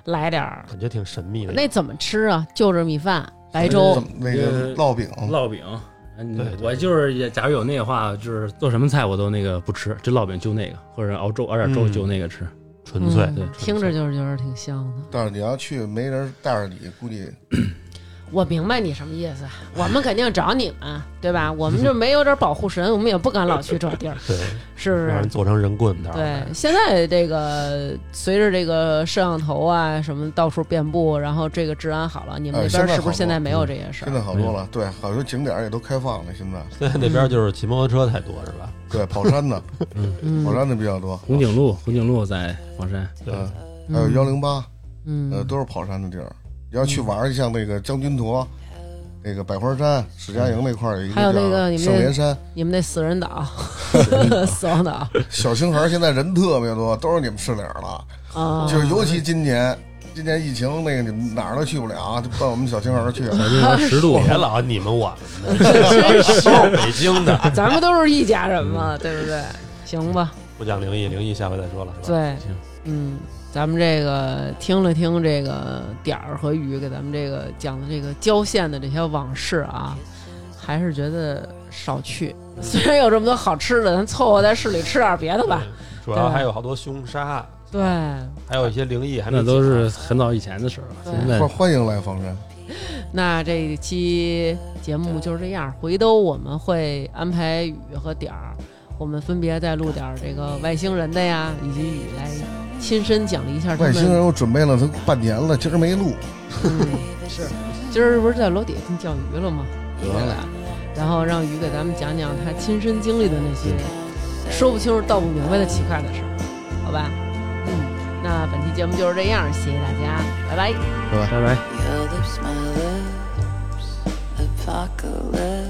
S6: 来点儿。
S7: 感觉挺神秘的。
S6: 那怎么吃啊？就着米饭、白
S5: 怎
S6: 粥
S5: 么，那个
S4: 呃
S5: 烙饼，
S4: 烙饼。嗯
S7: 对对
S4: 我就是也，假如有那个话，就是做什么菜我都那个不吃，这烙饼就那个，或者熬粥熬点粥
S7: 嗯
S4: 就那个吃。
S7: 纯粹，
S6: 嗯
S4: 对
S6: 听着就是觉得挺香的。
S5: 但是你要去没人带着你，估计
S6: 我明白你什么意思，我们肯定找你们，对 吧？我们就没有点保护神，我们也不敢老去这地儿，
S7: 对，
S6: 是不
S7: 让
S6: 是
S7: 人？做成人棍的。啊
S6: 对，现在这个随着这个摄像头啊什么到处遍布，然后这个治安好了，你们
S5: 哎
S6: 那
S5: 现
S6: 边
S5: 在
S6: 是不
S5: 好
S6: 是现在
S5: 多
S6: 没有这些事
S5: 现
S6: 儿？
S5: 在好多
S4: 嗯
S5: 了。对，好多景点儿也都开放了，现在
S7: 现在那边就是骑摩托车太多是吧？
S5: 对跑山的，
S6: 嗯
S5: 跑山的比较多，
S4: 红景路，红景路在黄山，
S5: 嗯，
S6: 嗯
S5: 还有幺零八，呃，
S6: 嗯
S5: 都是跑山的地儿。你要去玩儿，像那个将军沱，那个百花山、史家营那块儿有一
S6: 还有那个
S5: 叫
S6: 你们
S5: 圣莲山，
S6: 你们那死人 岛，死亡岛
S5: 小星河现在人特别多，都是你们市里儿了。
S6: 啊，
S5: 就是 尤其今年，今年疫情那个你们哪儿都去不了，啊就奔我们小星河去。
S4: 小金河十渡，
S7: 别老你们我们的，都是北京的，
S6: 咱们都是一家人嘛，对不对？行吧，
S7: 不讲灵异，灵异下回再说了。是吧
S6: 对
S4: 行，
S6: 嗯，咱们这个听了听这个点儿和鱼给咱们这个讲的这个郊县的这些往事啊，还是觉得少去。虽然有这么多好吃的，咱凑合在市里吃点别的吧。
S7: 主要还有好多凶杀，
S6: 对，
S7: 还有一些灵异，还没啊
S4: 那都
S7: 讲
S4: 是很早以前的事儿了。
S6: 对
S4: 现在
S5: 欢欢迎来房山，
S6: 那这一期节目就是这样，回头我们会安排雨和点儿，我们分别再录点儿这个外星人的呀，以及雨来亲身讲了一下他
S5: 外星
S6: 们。
S5: 人我准备了都半年了，今儿没录。
S6: 今儿不是在楼底下听叫鱼了吗？回来，然后让鱼给咱们讲讲他亲身经历的那些说不清楚道不明白的奇怪的事儿，好吧？嗯，那本期节目就是这样，谢谢大家，拜拜。
S4: 拜拜。
S10: Your lips, my lips, apocalypse.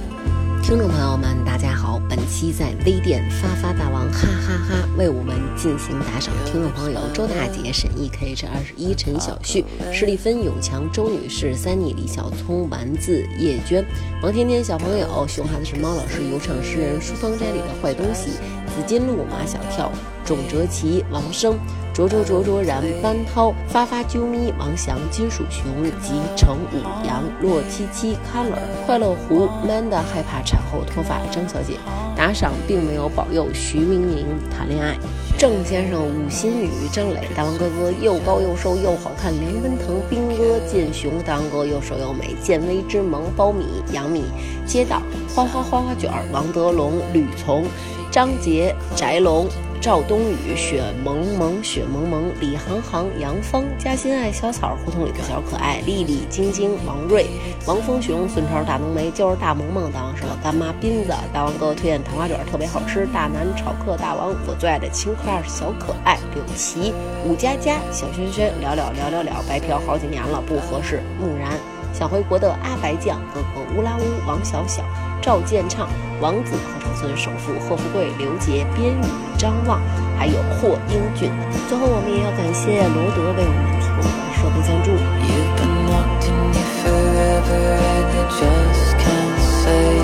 S1: 听众朋友们，大家好！本期在微店发发大王哈哈哈为我们进行打赏，听众朋友周大姐、沈毅 K H 二十一、陈小旭、施丽芬、永强、周女士、三妮、李小聪、丸子、叶娟、王甜甜小朋友、熊孩子是猫老师、有唱诗人、书房斋里的坏东西、紫金路、马小跳、种哲奇、王生。灼灼灼灼然，班涛、发发啾咪、王翔、金属熊、集成五羊、洛七七、Color、快乐狐、Manda 害怕产后脱发、张小姐打赏并没有保佑徐明明谈恋爱。郑先生、吴新宇、张磊、大王哥哥又高又瘦又好看，梁文腾、兵哥、建雄、大王哥又瘦又美，建威之盟、苞米、杨米、街道、花花花花卷儿、王德龙、吕从、张杰、翟龙、赵冬雨、雪萌萌、雪萌萌、李航航、杨芳、嘉欣爱、小草、胡同里的小可爱、丽丽、晶晶、王瑞、王峰雄、孙超、大浓眉、就是大萌萌、大王是我干妈、斌子、大王给我推荐糖瓜卷儿特别好吃，大南炒客、大王我最爱的青块儿小可爱、柳琪、武佳佳、小轩轩、聊聊聊聊聊，白嫖好几年了不合适，木然。想回国的阿白酱、哥哥乌拉乌、王小小、赵建畅、王子合唱村首富贺富贵、刘杰、边宇、张望，还有霍英俊。最后，我们也要感谢罗德为我们提供的设备赞助。
S10: You've been wanting me forever, and I just can't say